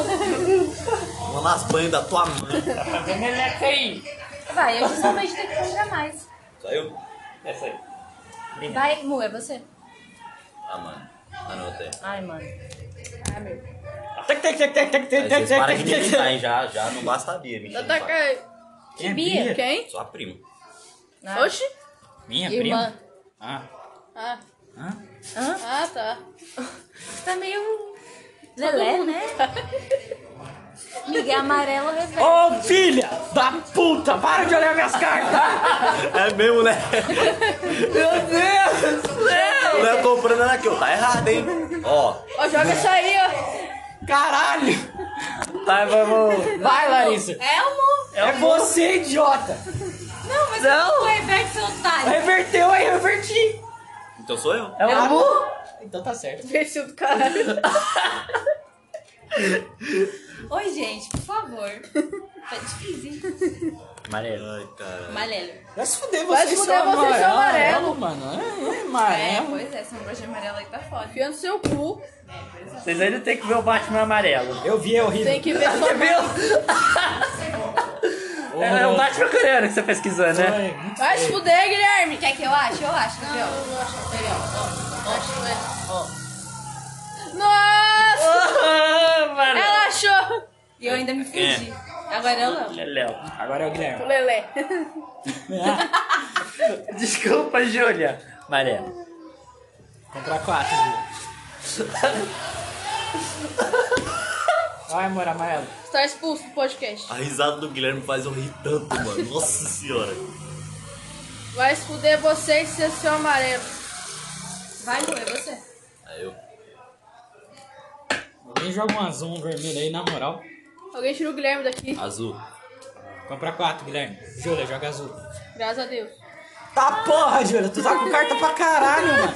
Speaker 3: Uma nas banhas da tua mãe.
Speaker 5: Tá fazendo essa aí.
Speaker 4: Vai, eu justamente tenho que comprar mais.
Speaker 3: Saiu? É
Speaker 5: Essa aí.
Speaker 4: Vai, Mu, é você.
Speaker 3: Ah, mano. Ah, não, até.
Speaker 4: Ai, mano.
Speaker 2: Tec, tec, tec, tec, tec, tec,
Speaker 3: Aí
Speaker 2: tec,
Speaker 3: vocês param de
Speaker 2: tec,
Speaker 3: me
Speaker 2: tec,
Speaker 3: imitar,
Speaker 2: tec.
Speaker 3: hein? Já, já não bastaria me encher no
Speaker 1: Ataca
Speaker 3: saco.
Speaker 1: aí.
Speaker 2: Quem é
Speaker 4: Bia?
Speaker 1: Quem?
Speaker 3: Sua prima.
Speaker 4: Ah,
Speaker 1: Oxi!
Speaker 2: Minha
Speaker 4: Irmã.
Speaker 2: prima. Ah.
Speaker 1: Ah,
Speaker 2: Hã?
Speaker 1: ah tá.
Speaker 4: Você tá meio. Lelé, né? Miguel amarelo é revela.
Speaker 2: Ô, filha da puta, para de olhar minhas cartas.
Speaker 3: É mesmo, né?
Speaker 2: Meu Deus do céu.
Speaker 3: Não é comprando ela aqui, ó. Tá errado, hein? Ó,
Speaker 1: Ó, joga isso aí, ó.
Speaker 2: Caralho.
Speaker 3: Tá,
Speaker 2: Vai, vamos. Vai, Larissa.
Speaker 4: É o Mu.
Speaker 2: É você, idiota.
Speaker 4: Não, mas não. o reverte, seu otário.
Speaker 2: Reverteu aí, reverti. Ah,
Speaker 3: então sou eu.
Speaker 5: É o Mu?
Speaker 2: Então tá certo.
Speaker 1: Imbecil do caralho.
Speaker 4: Oi, gente, por favor. Tá difícil, hein?
Speaker 5: Amarelo.
Speaker 3: Ai, cara.
Speaker 4: Amarelo.
Speaker 2: Vai se fuder,
Speaker 1: Vai
Speaker 2: vocês
Speaker 1: se
Speaker 2: são
Speaker 1: fuder, vocês são
Speaker 2: amarelo, mano. É, é
Speaker 4: É,
Speaker 2: amarelo.
Speaker 4: pois é, essa bruxa amarela aí tá foda.
Speaker 1: Enfia no seu cu.
Speaker 5: Vocês ainda tem que ver o Batman amarelo.
Speaker 2: Eu vi, é horrível.
Speaker 1: Tem que ver sua mão.
Speaker 5: É, é o Batman coreano que você pesquisou, né?
Speaker 2: Ai,
Speaker 1: Vai se fuder, Guilherme.
Speaker 4: Quer que eu ache? Eu acho, Gabriel.
Speaker 1: Nossa!
Speaker 5: Oh, mano.
Speaker 1: Ela achou.
Speaker 4: E eu ainda me fingi. Agora eu não.
Speaker 5: É Léo.
Speaker 2: Agora é o Guilherme.
Speaker 1: Lelé.
Speaker 5: Desculpa, Júlia. Amarelo.
Speaker 2: Comprar quatro, Gil. Vai, amor, amarelo.
Speaker 1: Você tá expulso do podcast.
Speaker 3: A risada do Guilherme faz eu rir tanto, mano. Nossa senhora.
Speaker 1: Vai se fuder você e seu, seu amarelo.
Speaker 4: Vai, Lu, é você.
Speaker 3: Aí eu.
Speaker 2: Alguém joga um azul, um vermelho aí, na moral.
Speaker 1: Alguém tira o Guilherme daqui.
Speaker 3: Azul.
Speaker 2: Comprar quatro, Guilherme. Júlia, joga azul.
Speaker 1: Graças a Deus.
Speaker 2: Tá porra, Júlia. Tu tá com carta pra caralho, mano.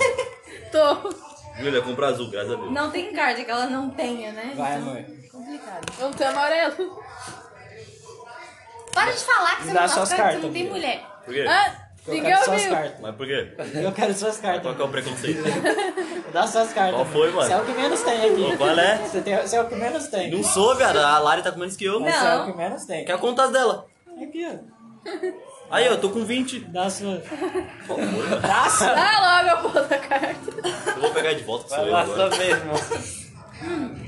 Speaker 1: Tô.
Speaker 3: Júlia, compra é azul, graças a Deus.
Speaker 4: Não tem card que ela não tenha, né?
Speaker 2: Vai,
Speaker 4: Então,
Speaker 2: amor.
Speaker 4: Complicado.
Speaker 1: Eu não tenho amarelo.
Speaker 4: Para de falar que
Speaker 2: Me
Speaker 4: você
Speaker 2: dá
Speaker 4: não
Speaker 2: suas
Speaker 4: tá ficando,
Speaker 2: cartas,
Speaker 4: você não tem
Speaker 2: amiga.
Speaker 4: mulher.
Speaker 3: Por quê?
Speaker 1: Ah,
Speaker 2: Eu
Speaker 1: ninguém
Speaker 2: quero suas
Speaker 1: ouviu.
Speaker 2: cartas.
Speaker 3: Mas por quê?
Speaker 2: Eu quero suas cartas.
Speaker 3: Qual que é o preconceito?
Speaker 2: Me Dá suas cartas.
Speaker 3: Qual foi, mano?
Speaker 2: Você é o que menos tem aqui.
Speaker 3: Ô, qual é?
Speaker 2: Você, tem- você é o que menos tem.
Speaker 3: Não sou, viado. A Lari tá com menos que eu.
Speaker 2: Mas Você é o
Speaker 4: Não.
Speaker 2: que menos tem.
Speaker 3: Quer contas dela?
Speaker 2: Aqui, ó.
Speaker 3: Aí, eu tô com 20.
Speaker 2: Dá sua.
Speaker 3: Por favor, mano.
Speaker 2: Dá sua.
Speaker 1: Dá Ah, logo a porra da carta.
Speaker 3: Eu vou pegar de volta que sou
Speaker 5: Vai
Speaker 3: eu
Speaker 5: lá
Speaker 3: agora.
Speaker 5: só mesmo.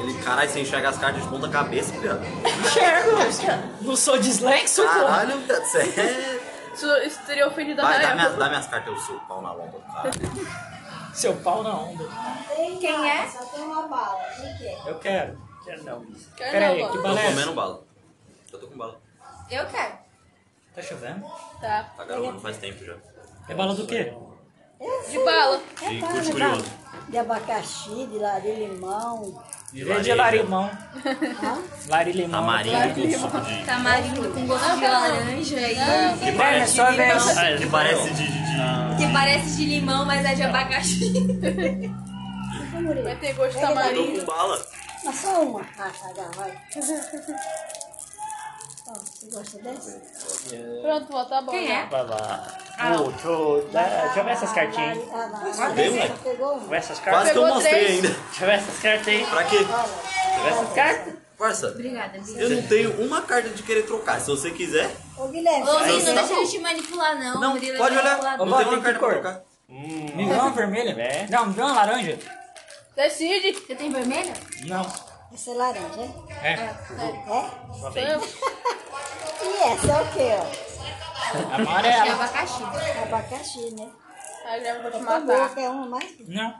Speaker 3: Ele, caralho, você enxerga as cartas de ponta cabeça, viado.
Speaker 2: Enxergo, velho. Não sou dislexo, porra.
Speaker 3: Caralho, viado, você é...
Speaker 1: Isso, isso teria ofendido a
Speaker 3: Vai, dá
Speaker 1: Rael.
Speaker 3: minhas, dá minhas cartas, eu sou o pau na lomba do cara.
Speaker 2: Seu pau na onda.
Speaker 4: Quem é?
Speaker 2: Eu quero. um
Speaker 5: Não.
Speaker 1: Quero
Speaker 2: Pera aí,
Speaker 1: não,
Speaker 2: que
Speaker 1: mano.
Speaker 3: Tô
Speaker 2: balé.
Speaker 3: comendo bala. Eu tô com bala.
Speaker 4: Eu quero.
Speaker 2: Tá chovendo?
Speaker 1: Tá.
Speaker 3: Tá gravando faz tempo já.
Speaker 2: É bala do quê?
Speaker 1: De bala.
Speaker 3: E curte curioso.
Speaker 8: de abacaxi, de, la- de limão,
Speaker 6: Vem
Speaker 2: é
Speaker 6: de larimão. Larilimão.
Speaker 3: Amarinho com suco de.
Speaker 4: Tamarindo com gosto de laranja aí.
Speaker 3: Que
Speaker 6: É,
Speaker 3: parece,
Speaker 6: só vem.
Speaker 3: que parece de. de- de-
Speaker 4: Que parece de limão, mas é de abacaxi.
Speaker 1: Vai ter gosto de tamarindo.
Speaker 3: Tô com bala.
Speaker 7: Mas só uma. Ah, tá, dá, vai. Ó, você gosta dessa?
Speaker 1: Pronto, ó, tá bom.
Speaker 4: Quem é?
Speaker 6: Vai lá.
Speaker 4: Ah.
Speaker 6: Oh, deixa, eu, dá- deixa eu ver essas cartinhas aí.
Speaker 7: Ah, vai.
Speaker 3: Vê, moleque.
Speaker 7: Só
Speaker 6: Deixa
Speaker 7: pegou uma.
Speaker 6: eu ver essas
Speaker 3: Quase
Speaker 6: cartas.
Speaker 3: que eu
Speaker 1: Pegou
Speaker 3: mostrei
Speaker 1: três.
Speaker 3: ainda.
Speaker 6: Deixa eu ver essas cartas aí.
Speaker 3: Pra quê?
Speaker 6: Deixa eu ver essas cartas.
Speaker 3: Força.
Speaker 4: Obrigada, Bia.
Speaker 3: Eu não tenho uma carta de querer trocar. Se você quiser.
Speaker 7: Ô, Guilherme,
Speaker 4: Ô,
Speaker 3: Aí
Speaker 4: Murilo,
Speaker 3: você
Speaker 4: não
Speaker 3: tá
Speaker 4: deixa
Speaker 3: bom.
Speaker 4: ele te manipular, não.
Speaker 3: Não,
Speaker 4: Murilo é
Speaker 3: pode olhar.
Speaker 4: manipulador.
Speaker 2: Ô,
Speaker 3: Não tem
Speaker 2: Bob,
Speaker 3: uma
Speaker 2: que
Speaker 3: carta pra
Speaker 2: cor?
Speaker 3: trocar.
Speaker 2: Me deu uma vermelha?
Speaker 6: É.
Speaker 2: Não, me deu uma laranja?
Speaker 1: Decide.
Speaker 4: Você tem vermelha?
Speaker 2: Não.
Speaker 7: essa é laranja, é?
Speaker 2: É.
Speaker 7: É?
Speaker 1: Eu-
Speaker 7: E essa é o quê,
Speaker 4: É
Speaker 2: Amarela.
Speaker 4: abacaxi.
Speaker 7: ó? Abacaxi, né?
Speaker 1: A Guilherme vai te
Speaker 7: É tão boa
Speaker 1: matar.
Speaker 7: que é uma mais.
Speaker 2: Não.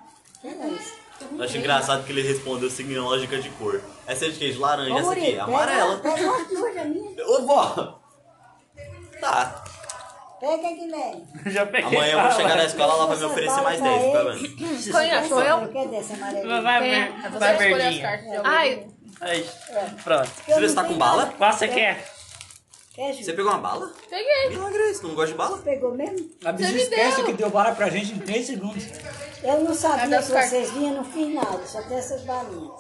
Speaker 3: Eu acho engraçado que ele respondeu seguindo a lógica de cor. Essa é de queijo laranja, essa aqui é
Speaker 7: pega-
Speaker 3: amarela.
Speaker 7: Pega uma cuja minha.
Speaker 3: Ô, vó! Tá.
Speaker 7: Pega, Guilherme.
Speaker 6: Já peguei.
Speaker 3: Amanhã eu vou chegar na
Speaker 6: bala.
Speaker 3: escola, ela vai me oferecer mais 10, fica vendo?
Speaker 1: Escolha, sou eu.
Speaker 7: Quer dessa amarelinha?
Speaker 6: Vai,
Speaker 4: É,
Speaker 6: ver-
Speaker 4: você
Speaker 6: vai
Speaker 1: Escolha as
Speaker 6: verdinha.
Speaker 1: cartas de alguém.
Speaker 4: Ai,
Speaker 6: Aí,
Speaker 4: É.
Speaker 6: pronto.
Speaker 3: Você está com bala?
Speaker 6: Qual você quer?
Speaker 7: Quer, Ju?
Speaker 3: Você pegou uma bala?
Speaker 1: Peguei.
Speaker 3: Milagre isso, não gosta de bala?
Speaker 7: Pegou mesmo?
Speaker 2: A bicha
Speaker 1: Você me
Speaker 2: esquece
Speaker 1: deu.
Speaker 2: que deu bala pra gente em 3 segundos.
Speaker 7: Eu não
Speaker 1: Cadê
Speaker 7: sabia
Speaker 1: as
Speaker 7: que vocês vinham, não fiz nada. Só tem essas balinhas.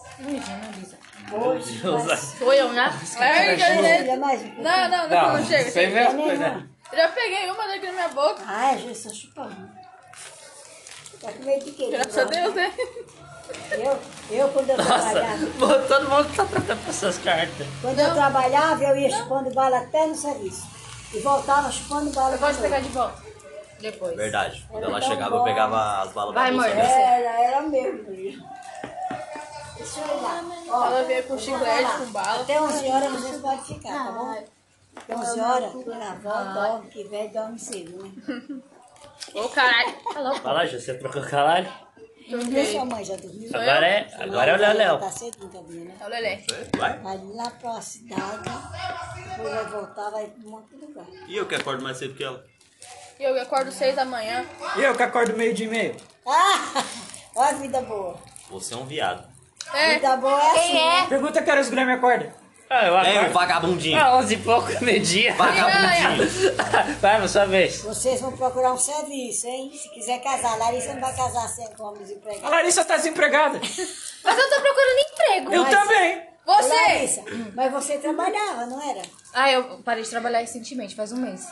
Speaker 7: Hoje, mas...
Speaker 1: Sou eu, né? Larga,
Speaker 7: Olha,
Speaker 1: né?
Speaker 7: mais um
Speaker 1: Não, não, não, não chega.
Speaker 2: Sem
Speaker 1: chega.
Speaker 2: ver as
Speaker 7: pouquinho.
Speaker 2: coisas.
Speaker 7: Nenhuma.
Speaker 1: Eu Já peguei uma daqui na minha boca.
Speaker 7: Ai, Ju, Ah, é, só chupando. Tá com medo de quê?
Speaker 1: Graças a Deus, né?
Speaker 7: Eu, eu quando eu trabalhava,
Speaker 6: Nossa, todo mundo tá tratando com essas cartas.
Speaker 7: quando eu trabalhava, eu ia chupando bala até no serviço. E voltava chupando bala.
Speaker 4: eu posso
Speaker 7: de novo.
Speaker 4: pegar de volta. Depois.
Speaker 3: Verdade. Quando ela chegava, eu pegava as balas
Speaker 4: Vai,
Speaker 3: da bolsa
Speaker 4: amor.
Speaker 3: dela.
Speaker 7: Era, era mesmo. Ju. Deixa eu olhar. Ó,
Speaker 1: Ela veio com chiclete, com bala.
Speaker 7: Até 11 horas vocês podem ficar, tá
Speaker 1: é.
Speaker 7: bom? Até 11 horas, tu na volta, dorme, que velho dorme cedo, né?
Speaker 1: Ô, caralho.
Speaker 6: Vai lá, Ju, você trocou com a Lari?
Speaker 7: Dormiu sua mãe, já dormiu?
Speaker 6: Agora é, agora é o Léo Léo.
Speaker 7: Tá cedo, nunca viu, né?
Speaker 1: É o Lelé.
Speaker 3: Vai.
Speaker 7: Vai lá pra cidade, depois vai voltar, vai pra um monte de lugar.
Speaker 3: E eu que acordo mais cedo que ela.
Speaker 1: E eu acordo seis da manhã.
Speaker 2: E eu que acordo meio dia e meio?
Speaker 7: Ah! Olha a vida boa.
Speaker 3: Você é um viado.
Speaker 1: É,
Speaker 7: Vida boa é assim, Quem é? né?
Speaker 2: Pergunta que horas o Grêmio acorda.
Speaker 6: Ah, eu
Speaker 3: É, um
Speaker 6: acordo.
Speaker 3: vagabundinho.
Speaker 6: Ah, onze e pouco, meio-dia.
Speaker 3: Vagabundinho.
Speaker 6: Vai, sua vez.
Speaker 7: Vocês vão procurar um serviço, hein? Se quiser casar, Larissa não vai casar sem com homens
Speaker 2: A
Speaker 7: empregados.
Speaker 2: Larissa tá desempregada.
Speaker 4: Mas eu tô procurando emprego.
Speaker 2: Eu também.
Speaker 1: você.
Speaker 7: Larissa, mas você trabalhava, não era?
Speaker 4: Ah, eu parei de trabalhar recentemente, faz um mês.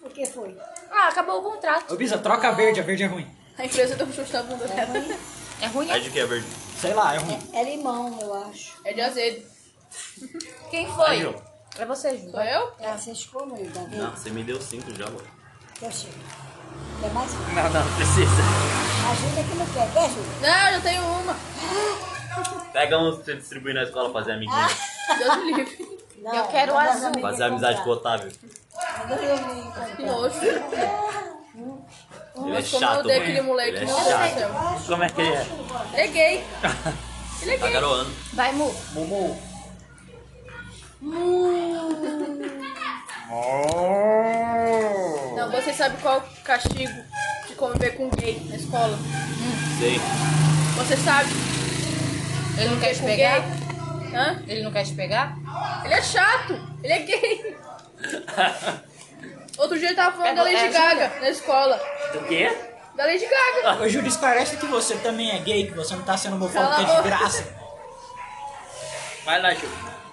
Speaker 7: Por que foi?
Speaker 4: Ah, acabou o contrato.
Speaker 2: Ô, Bisa, troca a verde, a verde é ruim.
Speaker 1: A empresa do puxando a bunda dela.
Speaker 4: É ruim?
Speaker 3: É de que é verde?
Speaker 2: Sei lá, é ruim.
Speaker 7: É limão, eu acho.
Speaker 1: É de azedo.
Speaker 4: Quem
Speaker 6: Vai,
Speaker 4: foi?
Speaker 6: Ju.
Speaker 4: É você, Ju.
Speaker 1: Sou eu?
Speaker 7: É, você escolheu, tá vendo?
Speaker 3: Não, você me deu cinco já, amor.
Speaker 7: Eu chego. Quer mais?
Speaker 6: Não, não, precisa.
Speaker 7: Ajuda que não quer, quer ajuda?
Speaker 1: Não, eu tenho uma.
Speaker 3: Pega um pra você distribuir na escola, fazer
Speaker 1: Ah,
Speaker 3: amiguinho.
Speaker 1: Deus me livre.
Speaker 7: Não,
Speaker 4: Eu quero
Speaker 7: não dá
Speaker 4: azul.
Speaker 7: pra
Speaker 3: Fazer
Speaker 7: ninguém
Speaker 3: amizade com o
Speaker 7: comprar.
Speaker 3: Otávio.
Speaker 7: Não dá pra ninguém
Speaker 1: Que
Speaker 7: comprar.
Speaker 1: nojo. Mas
Speaker 3: Ele é
Speaker 1: como eu
Speaker 3: chato,
Speaker 1: odeio aquele
Speaker 3: mano.
Speaker 1: moleque.
Speaker 3: Ele é
Speaker 1: Meu Deus do
Speaker 3: chato.
Speaker 1: céu.
Speaker 6: Como é que ele é?
Speaker 1: Ele é gay. Ele é
Speaker 3: Tá
Speaker 1: gay.
Speaker 3: garoando.
Speaker 4: Vai, Mu.
Speaker 6: Mumu.
Speaker 1: Não, você sabe qual é o castigo de conviver com gay na escola?
Speaker 3: Sei.
Speaker 1: Você sabe
Speaker 4: Ele não quer te
Speaker 1: com
Speaker 4: pegar?
Speaker 1: gay? Hã?
Speaker 4: Ele não quer te pegar?
Speaker 1: Ele é chato. Ele é gay. Outro dia eu tava falando da
Speaker 4: Pegou- é,
Speaker 1: Lady
Speaker 4: ajuda.
Speaker 1: Gaga na escola.
Speaker 6: Do quê?
Speaker 1: Da Lady Gaga.
Speaker 2: Ô, Júlio, esclarece que você também é gay, que você não tá sendo
Speaker 1: Cala a
Speaker 2: homofóbico
Speaker 1: boca.
Speaker 2: de graça.
Speaker 6: Vai lá, Ju.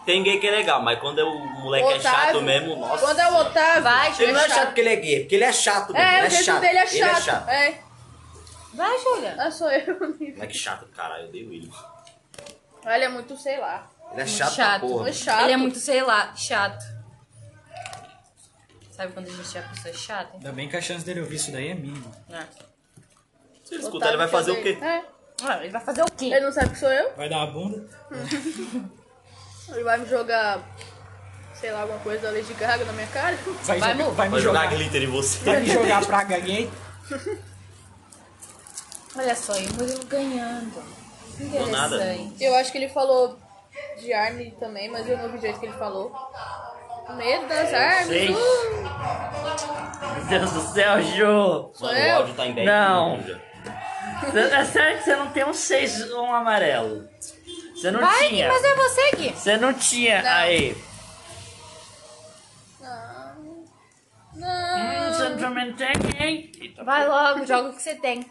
Speaker 3: Tem gay que é legal, mas quando é o moleque é chato mesmo, nossa.
Speaker 1: Quando é o Otávio. Vai,
Speaker 3: Ele não é chato porque ele é gay, porque ele é chato mesmo.
Speaker 1: É,
Speaker 3: ele
Speaker 1: o jeito
Speaker 3: chato.
Speaker 1: dele é
Speaker 3: Ele é
Speaker 1: chato.
Speaker 3: chato.
Speaker 1: É.
Speaker 4: Vai, Júlia.
Speaker 1: Ah, sou eu.
Speaker 3: Moleque chato, caralho, eu odeio ele.
Speaker 1: Olha, é muito, sei lá.
Speaker 3: Ele é chato,
Speaker 4: chato.
Speaker 3: pra porra.
Speaker 1: Muito É chato.
Speaker 4: Ele é muito, sei lá, chato. Sabe quando a gente é uma pessoa chata?
Speaker 2: Ainda bem que a chance dele ouvir isso daí é mínima.
Speaker 4: Ah.
Speaker 3: Se ele escutar, ele vai fazer o quê?
Speaker 1: É.
Speaker 4: Ah, ele vai fazer o quê?
Speaker 1: Ele não sabe que sou eu.
Speaker 2: Vai dar a bunda.
Speaker 1: Ele vai me jogar, sei lá, alguma coisa da Lady Gaga na minha cara.
Speaker 2: Vai,
Speaker 4: Vai,
Speaker 2: jogar,
Speaker 4: Mu.
Speaker 2: vai me
Speaker 3: Vai jogar
Speaker 2: jogar.
Speaker 3: glitter em você.
Speaker 2: Vai me jogar praga gay.
Speaker 4: Olha só, e o Murilo ganhando.
Speaker 3: Do nada.
Speaker 4: Interessante.
Speaker 1: Eu acho que ele falou de Arne também, mas eu não ouvi o jeito que ele falou. Medo das
Speaker 6: sei.
Speaker 1: armas.
Speaker 6: Meu
Speaker 1: uh!
Speaker 6: Deus do céu, Ju.
Speaker 1: Sou
Speaker 3: Mano, o
Speaker 1: eu?
Speaker 3: áudio tá em 10
Speaker 6: Não.
Speaker 3: minutos já.
Speaker 6: É sério que você não tem um seis, um amarelo.
Speaker 5: Você não
Speaker 4: Vai, Gui,
Speaker 5: tinha.
Speaker 4: mas é você, Gui.
Speaker 5: Você não tinha. Aí. Hum, você não tinha mentec, hein? Então
Speaker 4: Vai logo, joga o que você tem.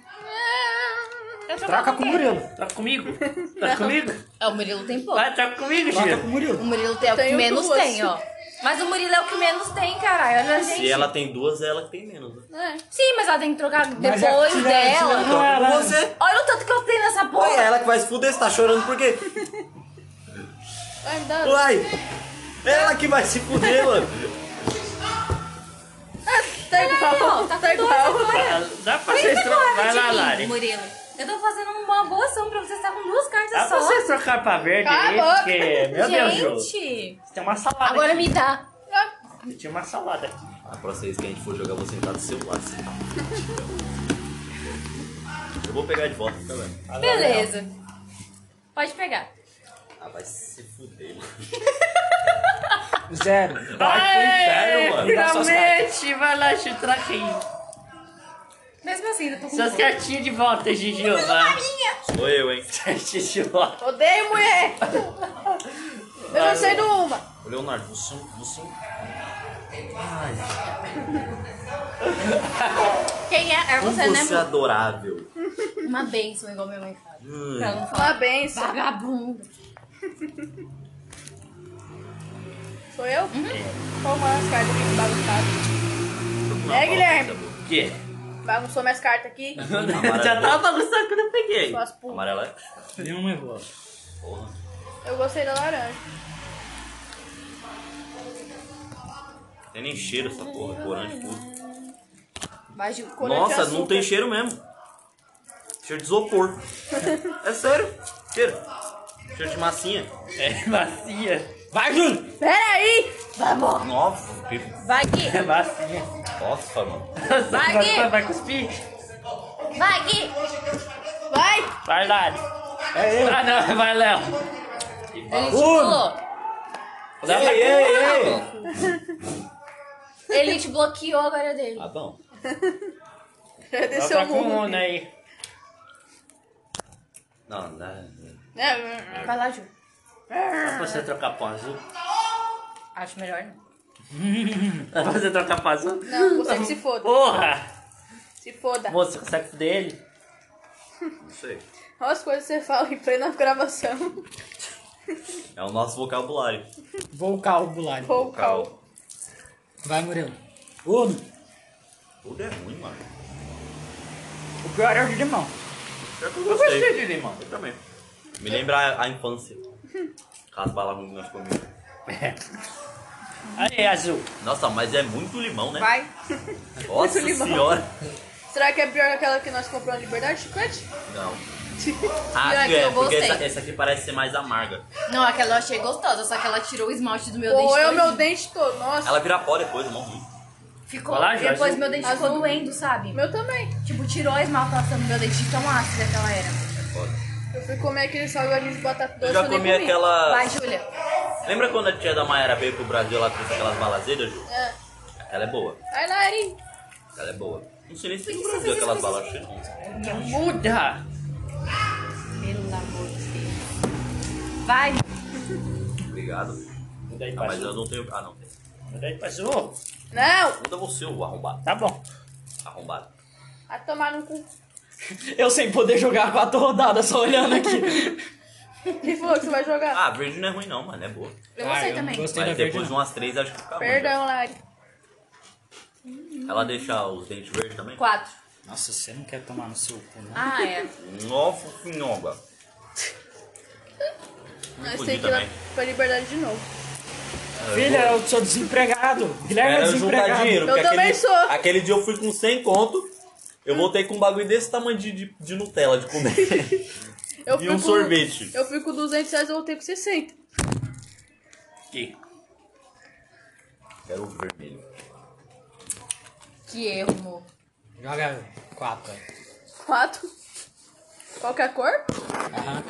Speaker 4: Quer jogar
Speaker 2: Troca
Speaker 4: o
Speaker 2: com o
Speaker 4: quê?
Speaker 2: Murilo.
Speaker 5: Tá comigo? Tá comigo?
Speaker 4: É, o Murilo tem pouco.
Speaker 5: Vai, tá comigo,
Speaker 2: Troca com
Speaker 5: Gil.
Speaker 2: o
Speaker 4: O
Speaker 2: Murilo.
Speaker 4: Murilo tem é o que
Speaker 1: Tenho
Speaker 4: menos
Speaker 1: duas.
Speaker 4: tem, ó. Mas o Murilo é o que menos tem, caralho. Olha a
Speaker 3: Se
Speaker 4: gente.
Speaker 3: ela tem duas, é ela que tem menos. né?
Speaker 4: Sim, mas ela tem que trocar
Speaker 2: Mas é
Speaker 4: depois
Speaker 2: tirando,
Speaker 4: dela.
Speaker 2: tirando.
Speaker 3: Troca com
Speaker 2: Caralho.
Speaker 3: você.
Speaker 4: Olha o tanto que eu tenho nessa
Speaker 3: Pô, é
Speaker 4: porra.
Speaker 3: ela que vai se fuder, você tá chorando por quê?
Speaker 1: Vai, me dá.
Speaker 3: Uai! Ela que vai se fuder, mano.
Speaker 1: Tá
Speaker 4: Aí, ó,
Speaker 1: igual,
Speaker 4: tá
Speaker 1: tá,
Speaker 4: com dois
Speaker 1: igual.
Speaker 4: agora.
Speaker 5: Dá pra
Speaker 4: Pensa
Speaker 5: vocês trocar.
Speaker 4: agora
Speaker 5: Vai
Speaker 4: de
Speaker 5: lá,
Speaker 4: mim,
Speaker 5: Lari.
Speaker 4: é Murilo. Eu tô fazendo uma boa ação pra você estar com duas cartas
Speaker 5: Dá pra
Speaker 4: é só.
Speaker 5: vocês trocar pra verde aí,
Speaker 1: Cala a boca.
Speaker 5: porque. Tá Meu Deus, Jô.
Speaker 4: gente,
Speaker 5: Tem uma salada.
Speaker 4: agora
Speaker 5: aqui.
Speaker 4: me dá.
Speaker 5: Tinha uma salada aqui.
Speaker 3: A próxima vez que a gente for jogar, vou sentar do seu lado. assim. Eu vou pegar de volta, fica vendo?
Speaker 4: Beleza. Pode pegar.
Speaker 3: Ah, vai se fuder, mano.
Speaker 2: Zero.
Speaker 3: Vai pro
Speaker 5: Aê,
Speaker 3: inferno, mano.
Speaker 5: Finalmente, vai lá chutar aqui.
Speaker 4: Mesmo assim, eu tô com
Speaker 5: Suas
Speaker 4: pouco.
Speaker 5: cartinhas de volta, Gigi. Vai.
Speaker 3: Sou eu, hein?
Speaker 5: Cartinhas de volta.
Speaker 1: Odeio mulher. Eu já sei de uma.
Speaker 3: Ô, Leonardo, você, é um, você
Speaker 4: Quem é? É
Speaker 3: Como
Speaker 4: você, né?
Speaker 3: você é adorável.
Speaker 4: amor? Uma benção, igual minha mãe fala. Pra ela não falar.
Speaker 1: Parabéns.
Speaker 4: Vagabundo.
Speaker 1: Sou eu?
Speaker 4: Uhum.
Speaker 1: Qual foi as cartas aqui bagunçadas?
Speaker 3: Não,
Speaker 1: É, Guilherme.
Speaker 3: fala,
Speaker 5: O quê?
Speaker 1: Bagunçou minhas cartas aqui.
Speaker 3: Amarelo.
Speaker 5: Já tava bagunçando quando eu peguei.
Speaker 1: Suas
Speaker 3: tá bom.
Speaker 1: putas.
Speaker 3: Amarelo tá. é?
Speaker 2: Nenhuma é boa.
Speaker 3: Porra.
Speaker 1: Eu gostei da laranja.
Speaker 3: Tem nem cheiro essa porra, corante tudo.
Speaker 1: Mas de cor de
Speaker 3: Nossa, não
Speaker 1: açúcar.
Speaker 3: tem cheiro mesmo. Cheiro de isopor. é sério. Cheiro. Cheiro de massinha.
Speaker 5: É macia.
Speaker 2: Vai, Júlio.
Speaker 1: Pera aí.
Speaker 3: Nossa, que
Speaker 4: Vai, Gui.
Speaker 5: É macia.
Speaker 3: bosta, mano.
Speaker 5: Vai,
Speaker 4: Gui.
Speaker 5: vai, vai cuspir.
Speaker 4: Vai, Gui.
Speaker 1: Vai.
Speaker 5: Vai, Lari.
Speaker 2: É eu.
Speaker 5: Ah, não, vai, Léo.
Speaker 4: Ele titulou.
Speaker 5: Dá pra-
Speaker 4: Ele te bloqueou agora dele.
Speaker 3: Ah, bom.
Speaker 5: Dá
Speaker 1: Agradeceu o
Speaker 3: tá
Speaker 5: pra tá com
Speaker 1: mundo.
Speaker 3: um,
Speaker 5: Uno aí.
Speaker 3: Não, não. né?
Speaker 1: É,
Speaker 4: Vai lá, Ju.
Speaker 5: Dá pra você trocar pão azul?
Speaker 4: Acho melhor não.
Speaker 5: Dá pra você trocar pão azul?
Speaker 1: Não, você que se foda.
Speaker 5: Porra!
Speaker 1: Se foda.
Speaker 5: Moço, você consegue fuder ele?
Speaker 3: Não sei.
Speaker 1: Olha as coisas que você fala em plena gravação.
Speaker 3: É o nosso vocabulário.
Speaker 2: Vou calcular.
Speaker 1: Pô, cal.
Speaker 2: Vai, Murilo. Uno.
Speaker 3: Tudo é ruim, mano.
Speaker 2: O pior é o de limão.
Speaker 3: Pior que eu
Speaker 5: Eu
Speaker 3: gostei.
Speaker 5: gostei de limão.
Speaker 3: É Eu também. Me lembra a, a infância. Raspar lá no nós comemos.
Speaker 5: Aí, azul.
Speaker 3: Nossa, mas é muito limão, né?
Speaker 1: Vai.
Speaker 3: Nossa
Speaker 1: muito limão.
Speaker 3: senhora.
Speaker 1: Será que é pior que aquela que nós compramos na Liberdade Chiclete?
Speaker 3: Não.
Speaker 4: Pior
Speaker 3: Acho
Speaker 4: que
Speaker 3: que é,
Speaker 4: eu
Speaker 3: porque
Speaker 4: gostei.
Speaker 3: essa, essa aqui parece ser mais amarga.
Speaker 4: Não, aquela eu achei gostosa, só que ela tirou o esmalte do meu dente. tá
Speaker 1: Ou é o
Speaker 4: todinho.
Speaker 1: meu dente todo. Nossa.
Speaker 3: Ela vira pó depois, mão ruim.
Speaker 4: Ficou.
Speaker 5: Vai lá, Jorge.
Speaker 4: Depois meu dente ficou doendo, sabe?
Speaker 1: Meu também.
Speaker 4: Tipo, tirou a esmaltação do meu dente de tão ácida que ela era.
Speaker 3: É foda.
Speaker 1: Eu fui comer aquele salgadinho de batata doce.
Speaker 3: Eu já
Speaker 1: eu nem
Speaker 3: comi
Speaker 1: comi
Speaker 3: aquela.
Speaker 4: Vai, Júlia.
Speaker 3: Lembra quando a tia da Maera veio pro Brasil ela trouxe aquelas balazeiras, Ju?
Speaker 1: É.
Speaker 3: Aquela é boa.
Speaker 1: Vai, Lari.
Speaker 3: Aquela é boa. Não sei nem se tem no Brasil aquelas balas cheirantes.
Speaker 5: Muda!
Speaker 4: Pelo amor de Deus. Vai.
Speaker 3: Obrigado.
Speaker 5: Muda aí
Speaker 3: Ah,
Speaker 5: pra
Speaker 3: mas eu
Speaker 5: azul.
Speaker 3: não tenho. Ah, não. tem.
Speaker 5: Muda aí pra azul.
Speaker 1: Não.
Speaker 3: Muda você, o arrombado.
Speaker 5: Tá bom.
Speaker 3: Arrombado.
Speaker 1: A tomar no cu.
Speaker 2: Eu sem poder jogar quatro rodadas, só olhando aqui.
Speaker 1: Quem falou que você vai jogar?
Speaker 3: Ah, verde não é ruim, não, mano. É boa.
Speaker 4: Eu gostei
Speaker 2: eu não
Speaker 4: também.
Speaker 2: gostei da
Speaker 3: Mas
Speaker 2: verde,
Speaker 3: depois de
Speaker 2: não.
Speaker 3: umas três, acho que fica ruim.
Speaker 1: Perdão, Lari.
Speaker 3: já. Ela deixa os dentes verdes também?
Speaker 4: Quatro.
Speaker 3: um-
Speaker 2: Nossa, você não quer tomar no seu cu, né?
Speaker 4: Ah, é.
Speaker 3: Nossa senhora.
Speaker 1: Mas
Speaker 3: fudi
Speaker 1: tem que ir lá
Speaker 3: também.
Speaker 1: pra Liberdade de novo.
Speaker 4: Ah.
Speaker 2: Filha, eu sou desempregado. Guilherme é
Speaker 3: Era eu juntar
Speaker 2: desempregado.
Speaker 3: dinheiro.
Speaker 1: Eu
Speaker 3: porque
Speaker 1: também
Speaker 3: aquele,
Speaker 1: sou.
Speaker 3: Aquele dia eu fui com 100 conto. Eu voltei com um bagulho desse tamanho de, de, de Nutella de comer.
Speaker 1: Eu
Speaker 3: e
Speaker 1: fui
Speaker 3: um
Speaker 1: com-
Speaker 3: sorvete.
Speaker 1: Eu fui com 200 reais, eu voltei com 60.
Speaker 5: Aqui.
Speaker 3: Quero o vermelho.
Speaker 4: Que erro, amor.
Speaker 2: Joga quatro. aí.
Speaker 1: 4. Qual que é a cor?
Speaker 2: Aham.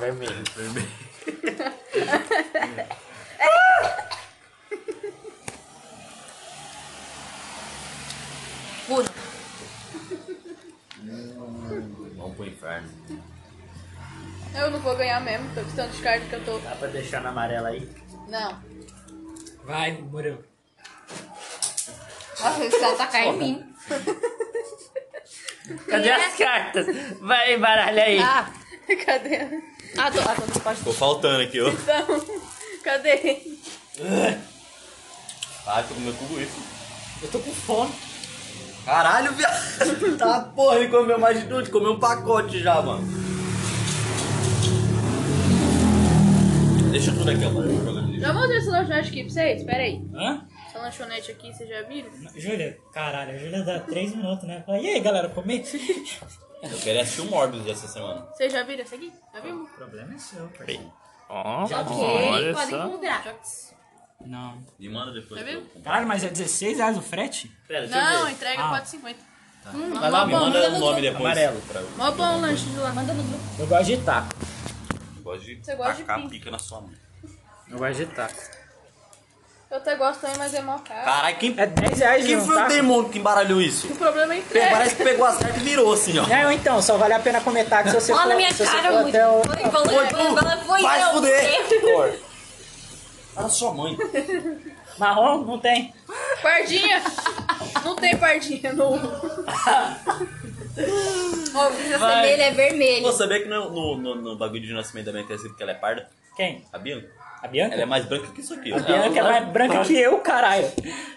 Speaker 5: Vermelho.
Speaker 3: Vermelho.
Speaker 4: Uno.
Speaker 3: Vamos pro inferno.
Speaker 1: Eu não vou ganhar ganhar mesmo, tô com tanto de carne que eu tô.
Speaker 5: Dá pra deixar na amarela aí.
Speaker 1: Não.
Speaker 2: Vai, Murilo.
Speaker 4: Nossa, esse cara atacar em mim.
Speaker 5: Cadê as cartas? Vai, embaralha aí.
Speaker 4: Ah,
Speaker 1: Cadê?
Speaker 4: ah, tô, ah, tô, não pode.
Speaker 3: Ficou faltando aqui, ó.
Speaker 1: Então, cadê?
Speaker 3: Ah, tô comendo tudo isso.
Speaker 2: Eu tô com fome.
Speaker 3: Caralho, viado. Tá, porra, ele comeu mais de tudo. Comeu um pacote já, mano. Deixa tudo aqui, ó. pra eu jogar ali.
Speaker 1: Já mostrei essa lanchonete aqui pra vocês? Pera aí.
Speaker 2: Hã?
Speaker 1: Essa lanchonete aqui, vocês já viram?
Speaker 2: Júlia, caralho, a Júlia dá três minutos, né? Fala, e aí, galera, comi?
Speaker 3: Eu quero assistir o Morbius essa semana.
Speaker 1: Vocês já viram essa aqui? Já viu?
Speaker 2: o problema é seu, pai.
Speaker 6: Ó,
Speaker 4: Ok,
Speaker 6: olha
Speaker 4: podem
Speaker 6: só.
Speaker 4: comprar.
Speaker 2: Não.
Speaker 3: Me manda depois. Tá
Speaker 1: Já viu?
Speaker 2: Caralho, mas é 16 reais o frete?
Speaker 5: Pera, deixa eu
Speaker 1: Não,
Speaker 5: ver.
Speaker 1: entrega
Speaker 2: Ah.
Speaker 1: 4,50.
Speaker 3: Vai lá, me
Speaker 4: Bom, manda
Speaker 3: manda o
Speaker 4: no
Speaker 3: nome depois.
Speaker 5: Amarelo.
Speaker 3: Pra eu...
Speaker 1: Mó bom o lanche de lá.
Speaker 4: Manda no grupo.
Speaker 2: Eu gosto de taco.
Speaker 3: Gosto de
Speaker 1: Você gosta de
Speaker 3: tacar
Speaker 1: pinto.
Speaker 3: pica na sua mão.
Speaker 2: Eu gosto de taco.
Speaker 1: Eu até gosto também, mas é mó
Speaker 5: Tá.
Speaker 1: caro.
Speaker 3: Caralho, quem,
Speaker 2: É 10 reais
Speaker 3: quem
Speaker 2: um
Speaker 3: foi o
Speaker 2: taco?
Speaker 3: demônio que embaralhou isso?
Speaker 1: O problema é
Speaker 3: Pe-
Speaker 1: entrega.
Speaker 3: Parece que pegou as cartas e virou assim, ó.
Speaker 2: Não, então, só vale a pena comer taco se você
Speaker 4: Olha
Speaker 2: for,
Speaker 4: na minha
Speaker 2: se você
Speaker 4: cara,
Speaker 2: for
Speaker 4: muito.
Speaker 2: até o...
Speaker 4: Foi, falou,
Speaker 3: tu,
Speaker 4: falou, falou, foi,
Speaker 3: vai
Speaker 4: eu.
Speaker 3: fuder. Para sua mãe.
Speaker 2: Marrom? Não tem.
Speaker 1: Pardinha! Não tem pardinha no.
Speaker 4: Ó, o vermelho é vermelho.
Speaker 3: Pô, sabia que no, no, no, no bagulho de nascimento da minha criança que ela é parda?
Speaker 2: Quem?
Speaker 3: A Bianca?
Speaker 2: A Bianca?
Speaker 3: Ela é mais branca que isso aqui. ó.
Speaker 2: A Bianca é mais branca que eu, caralho.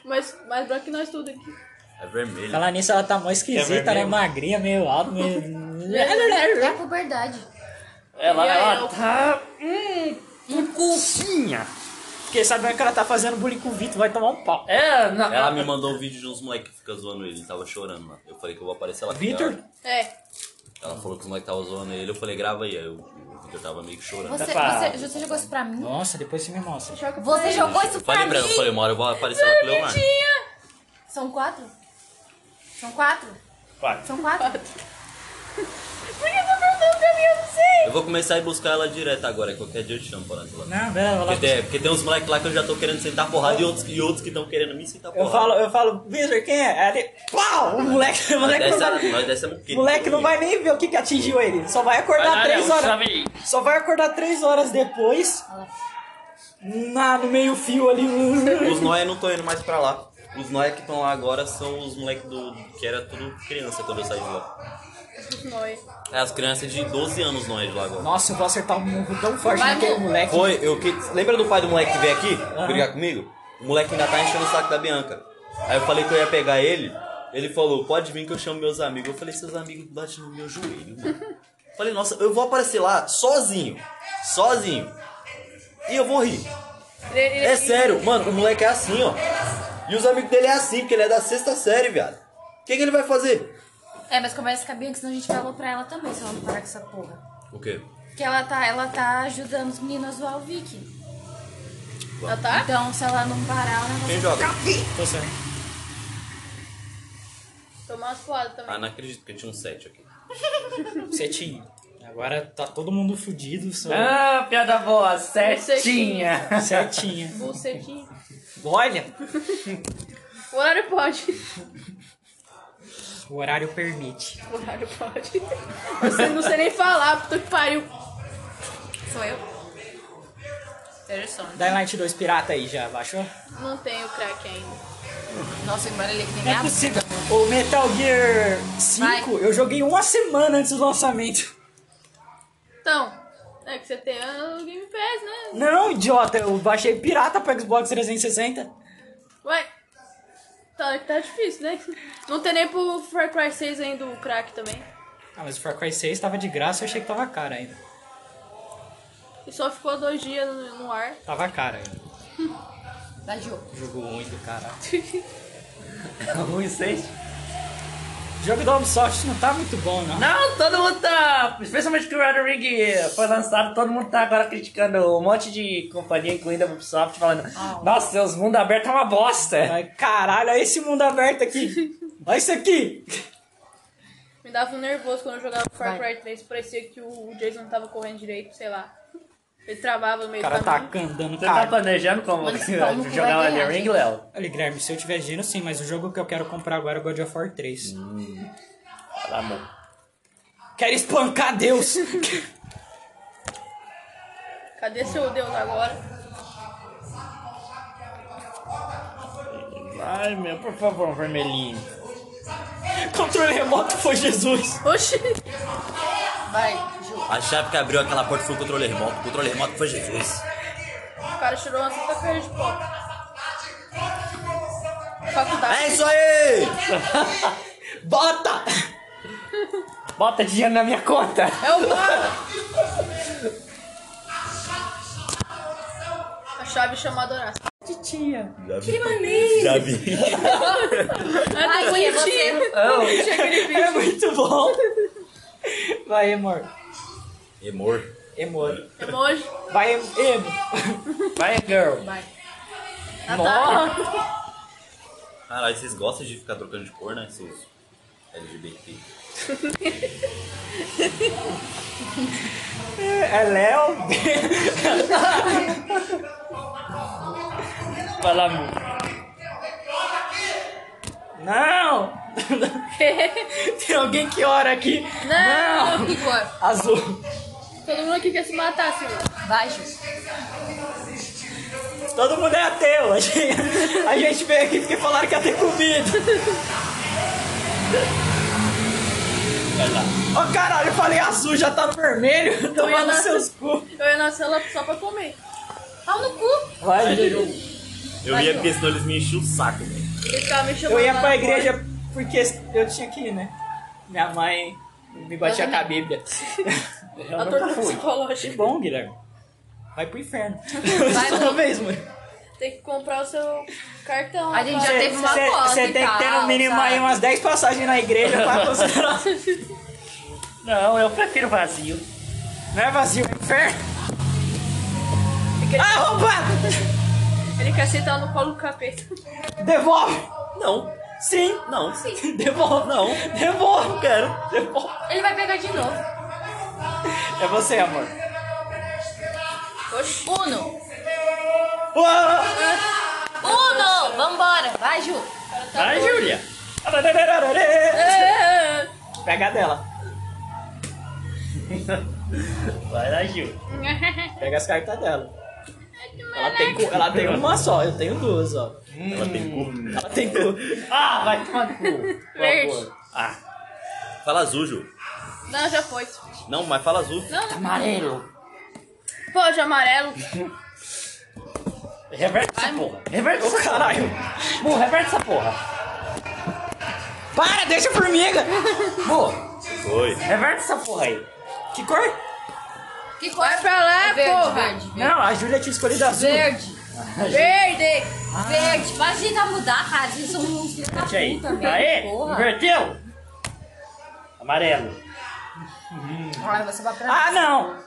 Speaker 1: Mas mais branco que nós tudo aqui.
Speaker 3: É vermelha.
Speaker 2: Falar nisso, ela tá mó esquisita, né?
Speaker 5: vermelho.
Speaker 2: Magrinha, meio alta, meio...
Speaker 4: É a puberdade.
Speaker 5: Ela,
Speaker 1: E aí,
Speaker 5: ela
Speaker 1: eu-
Speaker 5: tá.
Speaker 2: Cursinha. Fiquei sabendo que ela tá fazendo bullying com o Vitor, vai tomar um pau.
Speaker 5: É, não.
Speaker 3: Ela me mandou um vídeo de uns moleques que fica zoando ele, ele tava chorando, mano. Eu falei que eu vou aparecer lá.
Speaker 2: Vitor?
Speaker 1: É.
Speaker 3: Ela falou que os moleques tava zoando ele, eu falei, grava aí. Aí eu- o Vitor tava meio que chorando.
Speaker 4: Você,
Speaker 5: Opa.
Speaker 4: você, você jogou isso pra mim?
Speaker 2: Nossa, depois você me mostra.
Speaker 1: Choca
Speaker 4: Você
Speaker 1: já.
Speaker 4: jogou isso
Speaker 3: Eu
Speaker 4: pra
Speaker 3: falei pra ela, eu
Speaker 4: mim?
Speaker 3: falei, uma hora eu vou aparecer lá com o Leonardo.
Speaker 4: São quatro? São quatro?
Speaker 5: Quatro.
Speaker 4: São quatro?
Speaker 1: Por que eu tô perguntando pra mim? Eu não sei.
Speaker 3: Eu vou começar a ir buscar ela direto agora, qualquer dia eu te chamo pra nós ir lá.
Speaker 2: Não, beleza, vai lá.
Speaker 3: Porque tem, porque tem uns moleques lá que eu já tô querendo sentar porrada e outros, e outros que estão querendo me sentar porrada.
Speaker 2: Eu falo, eu falo, Vitor, quem é? Aí ele, pau! O moleque, o moleque, não
Speaker 3: Nós
Speaker 2: vai,
Speaker 3: desce- nós é descemos o quê?
Speaker 2: o moleque não vai nem ver o que, que atingiu ele. Só vai né? acordar
Speaker 5: Olha,
Speaker 2: três
Speaker 5: olha,
Speaker 2: horas.
Speaker 5: sabe?
Speaker 2: Só vai acordar três horas depois. Na, no meio fio ali. um-
Speaker 3: Os Noé não estão indo mais pra lá. Os Noé que estão lá agora são os moleques do. que era tudo criança quando eu saí de lá.
Speaker 1: Nós.
Speaker 3: É, as crianças de 12 anos Noé de lá agora.
Speaker 2: Nossa, eu vou acertar um murro tão forte
Speaker 1: Vai,
Speaker 2: naquele
Speaker 1: mano.
Speaker 2: moleque.
Speaker 3: Foi, eu que. Lembra do pai do moleque que veio aqui brigar comigo? O moleque ainda tá enchendo o saco da Bianca. Aí eu falei que eu ia pegar ele. Ele falou, pode vir que eu chamo meus amigos. Eu falei, seus amigos batem no meu joelho, mano. falei, nossa, eu vou aparecer lá sozinho. Sozinho. E eu vou rir.
Speaker 1: Ele- ele-
Speaker 3: É sério, mano, o moleque é assim, ó. E os amigos dele é assim, porque ele é da sexta série, viado. O que, que ele vai fazer?
Speaker 4: É, mas conversa com a Bianca, senão a gente falou pra ela também, se ela não parar com essa porra.
Speaker 3: O quê?
Speaker 4: Que ela tá, ela tá ajudando os meninos a zoar o Vicky.
Speaker 1: Ela tá?
Speaker 4: Então, se ela não parar, o negócio...
Speaker 3: Quem joga?
Speaker 2: Tô certo.
Speaker 1: Tomar umas poadas também.
Speaker 3: Ah, não acredito que eu tinha um 7 aqui.
Speaker 2: Setinho. Agora tá todo mundo fudido. Só...
Speaker 5: Ah, piada boa,
Speaker 1: Certinha.
Speaker 5: certinha.
Speaker 2: Setinha.
Speaker 1: Bucetinho.
Speaker 2: Olha,
Speaker 1: O horário pode.
Speaker 2: o horário permite.
Speaker 1: O horário pode. Você não sei nem falar, puta que pariu.
Speaker 4: Sou eu? Seja só.
Speaker 2: Dying Light 2 pirata aí já, baixou?
Speaker 1: Não tenho crack ainda.
Speaker 4: Nossa, embora ele que nem
Speaker 2: Não é
Speaker 4: a-
Speaker 2: possível. O Metal Gear 5
Speaker 4: Vai.
Speaker 2: eu joguei uma semana antes do lançamento.
Speaker 1: Então, é que você tem ah, o Game Pass, né?
Speaker 2: Não, idiota, eu baixei pirata pro Xbox 360.
Speaker 1: Ué. Tá, tá difícil, né? Não tem nem pro Far Cry 6 ainda o crack também.
Speaker 2: Ah, mas o Far Cry 6 tava de graça, eu achei que tava caro ainda.
Speaker 1: E só ficou dois dias no, no ar.
Speaker 2: Tava caro ainda.
Speaker 4: da Gil.
Speaker 2: Jogo ruim do caralho.
Speaker 5: Um seis.
Speaker 2: O jogo da Ubisoft não tá muito bom, não.
Speaker 5: Não, todo mundo tá. Especialmente que o Red Ring foi lançado, todo mundo tá agora criticando um monte de companhia, incluindo a Ubisoft, falando: Nossa, seus mundos abertos é uma bosta.
Speaker 2: Ai, caralho, olha esse mundo aberto aqui. Olha isso aqui.
Speaker 1: Me dava um nervoso quando eu jogava Far
Speaker 2: Vai.
Speaker 1: Cry 3. Parecia que o o Jason não tava correndo direito, sei lá. Ele travava no
Speaker 2: O
Speaker 1: meio
Speaker 2: cara
Speaker 1: do
Speaker 2: tá
Speaker 1: caminho.
Speaker 2: andando,
Speaker 5: Você tá
Speaker 2: cara.
Speaker 5: planejando como
Speaker 4: Mas esse pau no cu vai
Speaker 5: jogar o
Speaker 4: ganhar,
Speaker 5: Elden Ring,
Speaker 4: gente.
Speaker 5: Léo?
Speaker 2: Olha, Guilherme, se eu tiver dinheiro, sim, mas o jogo que eu quero comprar agora é God of War 3.
Speaker 5: Tá Fala, amor.
Speaker 2: Quero espancar Deus.
Speaker 1: Cadê seu Deus agora?
Speaker 5: Ai, meu, por favor, vermelhinho.
Speaker 6: Controle remoto foi Jesus.
Speaker 1: Oxi!
Speaker 4: Vai, Ju.
Speaker 3: A chave que abriu aquela porta foi o controle remoto. O controle remoto foi Jesus.
Speaker 1: O cara tirou uma cinta verde, pô. Faculdade.
Speaker 3: É isso aí!
Speaker 2: Bota!
Speaker 5: Bota dinheiro na minha conta.
Speaker 1: É o mano! A chave chama adoração.
Speaker 3: Já vi. Que maneiro! Já vi.
Speaker 1: É
Speaker 4: Ai,
Speaker 1: tão
Speaker 4: que é
Speaker 1: bonitinho! Tinha aquele vídeo.
Speaker 2: É muito bom! Vai, amor.
Speaker 3: Emor.
Speaker 2: Emor.
Speaker 1: Emoji.
Speaker 2: Vai, em- emo.
Speaker 5: Vai, girl.
Speaker 1: Natália.
Speaker 3: Caralho, vocês gostam de ficar trocando de cor, né? Seus LGBT.
Speaker 2: É Léo?
Speaker 5: Vai lá, meu.
Speaker 2: Não! Tem alguém que ora aqui.
Speaker 1: Não, que cor.
Speaker 2: Azul.
Speaker 1: Todo mundo aqui quer se matar, Silvio.
Speaker 4: Vai, Ju.
Speaker 2: Todo mundo é ateu. A gente, a gente veio aqui porque falaram que ia ter comida.
Speaker 3: Vai lá.
Speaker 2: Ô caralho, eu falei azul, já tá no vermelho. Tomando
Speaker 1: nasci-
Speaker 2: seus cu.
Speaker 1: Eu ia na cela só pra comer.
Speaker 4: Pau no cu.
Speaker 2: Vai, Ju.
Speaker 3: Eu ia porque senão eles me enchiam o saco, velho.
Speaker 1: Ele ficava me chamando
Speaker 2: Eu ia
Speaker 1: lá
Speaker 2: pra
Speaker 1: na
Speaker 2: igreja porque eu tinha que ir, né? Minha mãe me batia com a Bíblia.
Speaker 1: porta. A tortura psicológica.
Speaker 2: Bom, Guilherme. Vai pro inferno.
Speaker 4: Vai,
Speaker 2: Só
Speaker 4: mano.
Speaker 2: uma vez, mano.
Speaker 1: Tem que comprar o seu cartão.
Speaker 4: A gente
Speaker 1: rapaz.
Speaker 4: já teve uma cota
Speaker 2: Você
Speaker 4: e
Speaker 2: tem que ter
Speaker 4: tal,
Speaker 2: no mínimo
Speaker 4: sabe?
Speaker 2: aí umas 10 passagens na igreja pra considerar.
Speaker 5: Não, eu prefiro vazio.
Speaker 2: Não é vazio, é inferno. Ah, Arrombado!
Speaker 1: Ele quer sentar no colo do capeta.
Speaker 2: Devolve!
Speaker 3: Não.
Speaker 2: Sim!
Speaker 3: Não.
Speaker 2: Devolve!
Speaker 3: Não.
Speaker 2: Devolve!
Speaker 3: Não quero.
Speaker 2: Devolve!
Speaker 4: Ele vai pegar de novo.
Speaker 2: É você, amor.
Speaker 1: Oxi.
Speaker 4: Uno.
Speaker 2: Uau!
Speaker 4: Uno. Vambora. Vai, Ju.
Speaker 5: Vai, Júlia.
Speaker 1: É.
Speaker 2: Pega dela.
Speaker 5: Vai lá, Gil.
Speaker 2: Pega as cartas dela. Ela tem, cu- ela tem uma só, eu tenho duas, ó.
Speaker 3: Ela tem cu.
Speaker 2: Ela tem cu.
Speaker 5: Ah, vai tomar no cu.
Speaker 1: Verde.
Speaker 5: Ah,
Speaker 3: Fala azul, Ju.
Speaker 1: Não, já foi.
Speaker 3: Não, mas fala azul.
Speaker 5: amarelo.
Speaker 1: Pô, de amarelo.
Speaker 5: Reverte essa porra. Reverte
Speaker 2: Ô,
Speaker 5: essa
Speaker 2: caralho.
Speaker 5: porra. Burro, reverte essa porra.
Speaker 2: Para, deixa a formiga.
Speaker 5: Burro,
Speaker 3: Foi.
Speaker 5: reverte essa porra aí.
Speaker 2: Que cor?
Speaker 4: Que cor?
Speaker 1: Vai pra lá,
Speaker 4: É verde,
Speaker 1: porra.
Speaker 4: verde, verde.
Speaker 2: Não, a Júlia tinha escolhido azul.
Speaker 4: Verde.
Speaker 1: Verde.
Speaker 4: Verde. Para de tentar mudar, cara. Vocês são uns filhos da
Speaker 5: Ah. Deixa aí.
Speaker 4: puta, velho.
Speaker 5: Aê,
Speaker 4: Porra.
Speaker 5: inverteu. Amarelo.
Speaker 4: Ai, você vai pra...
Speaker 2: Ah, não.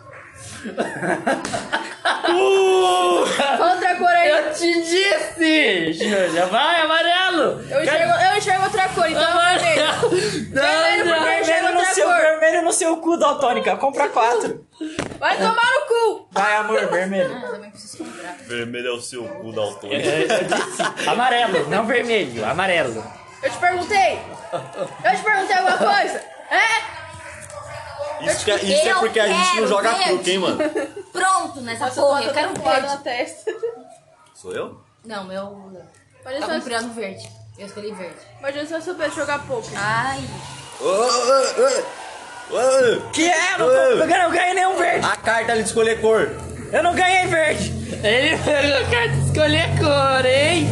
Speaker 1: Outra cor aí.
Speaker 5: Eu te disse, Júlia. Vai, amarelo.
Speaker 1: Eu enxergo, eu enxergo outra cor, então eu vermelho. Vermelho,
Speaker 5: não,
Speaker 1: porque eu enxergo
Speaker 2: Vermelho no,
Speaker 1: outra
Speaker 2: seu,
Speaker 1: cor.
Speaker 2: vermelho no seu cu, Daltônica. Compra quatro.
Speaker 1: Vai tomar no cu.
Speaker 2: Vai, amor, vermelho.
Speaker 4: Eu também preciso comprar.
Speaker 3: Vermelho é o seu cu da altura.
Speaker 5: Amarelo, não vermelho. Amarelo.
Speaker 1: Eu te perguntei. Eu te perguntei alguma coisa. É?
Speaker 3: Isso, que- isso é
Speaker 4: Eu
Speaker 3: porque a gente não
Speaker 4: quero
Speaker 3: joga
Speaker 4: verde.
Speaker 3: truque, hein, mano?
Speaker 4: Pronto nessa
Speaker 1: Nossa,
Speaker 4: porra.
Speaker 1: tô
Speaker 4: Eu quero um
Speaker 1: com
Speaker 4: verde.
Speaker 1: na testa.
Speaker 3: Sou eu?
Speaker 4: Não, meu...
Speaker 1: Olha
Speaker 4: Tá
Speaker 1: só, se-
Speaker 4: comprando verde. Eu escolhi verde.
Speaker 1: imagina se eu soubesse jogar pouco.
Speaker 4: Ai.
Speaker 3: Ô, ô, ô, ô. Ô.
Speaker 2: Que é? Eu não, eu não, ganhei nenhum verde.
Speaker 3: A carta ali de escolher cor.
Speaker 2: Eu não ganhei verde.
Speaker 5: Ele quer escolher cor, hein?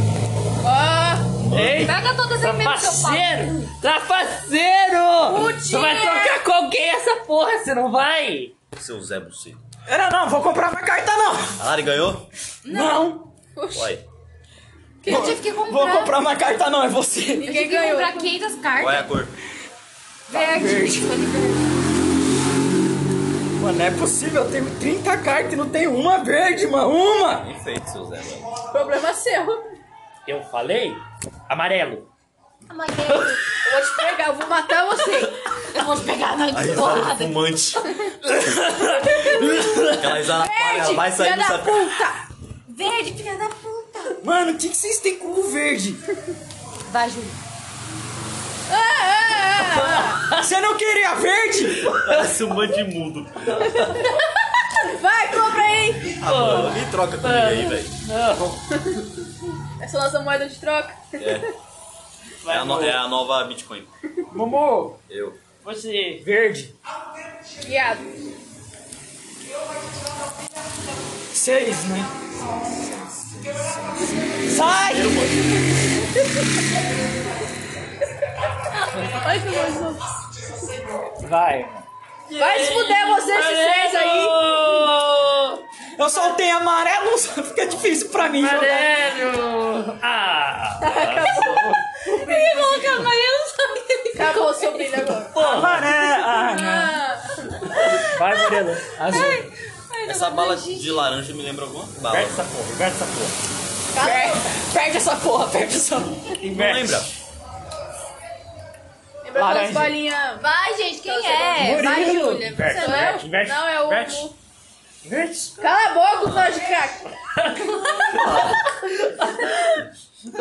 Speaker 5: Ó, tá hein?
Speaker 4: Pega todas
Speaker 2: tá
Speaker 4: as mesmo que eu falo.
Speaker 5: Trapaceiro! Trapaceiro!
Speaker 4: Putinha!
Speaker 5: Você Tá vai trocar com alguém essa porra, você não vai?
Speaker 3: Seu Zé Buceta.
Speaker 2: Eu não, não, vou comprar uma carta, não.
Speaker 3: A Lari ganhou?
Speaker 2: Não.
Speaker 3: Uai.
Speaker 4: Eu tive que comprar.
Speaker 2: Vou comprar uma carta, não, é você.
Speaker 4: Eu tive
Speaker 1: Ninguém
Speaker 4: que
Speaker 1: ganhou.
Speaker 4: comprar 500
Speaker 3: Qual é
Speaker 4: cartas.
Speaker 3: a cor?
Speaker 4: Verde. Eu escolhi verde.
Speaker 2: Mano, não é possível. Eu tenho 30 cartas e não tenho uma verde, mano. Uma.
Speaker 3: Bem feito, seu Zé, mano.
Speaker 1: Problema seu.
Speaker 5: Eu falei? Amarelo.
Speaker 4: Amarelo.
Speaker 1: Eu vou te pegar, eu vou matar você.
Speaker 4: Eu vou te pegar na
Speaker 3: Aí fala
Speaker 4: porrada.
Speaker 3: fumante. Aquela esarapalha, ela vai sair
Speaker 1: filha da
Speaker 3: dessa
Speaker 1: puta.
Speaker 4: Verde, filha da puta.
Speaker 2: Mano, o que, que vocês têm com o verde?
Speaker 4: Vai, Júlio.
Speaker 1: Ah, ah,
Speaker 2: Você não queria verde?
Speaker 3: Parece um bando de mudo.
Speaker 1: ah. Vai, compra aí.
Speaker 3: Ah, me troca comigo aí, velho.
Speaker 5: Não.
Speaker 1: Essa é a nossa moeda de troca.
Speaker 3: É, a no- é a nova Bitcoin.
Speaker 5: Momo,
Speaker 3: Eu.
Speaker 5: você. Verde.
Speaker 1: Viado.
Speaker 5: Seis, né?
Speaker 2: Sai!
Speaker 1: Olha que gostoso.
Speaker 5: Vai.
Speaker 1: Vai se fuder vocês esses seis aí.
Speaker 5: Oh!
Speaker 2: Eu soltei amarelo, fica difícil pra mim jogar.
Speaker 5: Amarelo! Ah!
Speaker 1: Acabou o seu brilho agora.
Speaker 2: Amarelo! Ah, não.
Speaker 5: Vai, Morelo. Azul.
Speaker 3: Essa bala de laranja me lembra alguma bala.
Speaker 5: Inverte essa porra, inverte essa porra.
Speaker 2: Per- Perde essa porra, perde essa
Speaker 3: Não lembra?
Speaker 1: Lembra aquelas bolinhas.
Speaker 4: Vai, gente, quem é? Vai,
Speaker 5: Murilo.
Speaker 4: Júlia.
Speaker 5: Inverte,
Speaker 1: Não é
Speaker 5: inverte,
Speaker 1: o.
Speaker 5: inverte.
Speaker 1: Não, é
Speaker 5: inverte.
Speaker 1: o.
Speaker 5: Inverte.
Speaker 1: Cala a boca, nós de crack.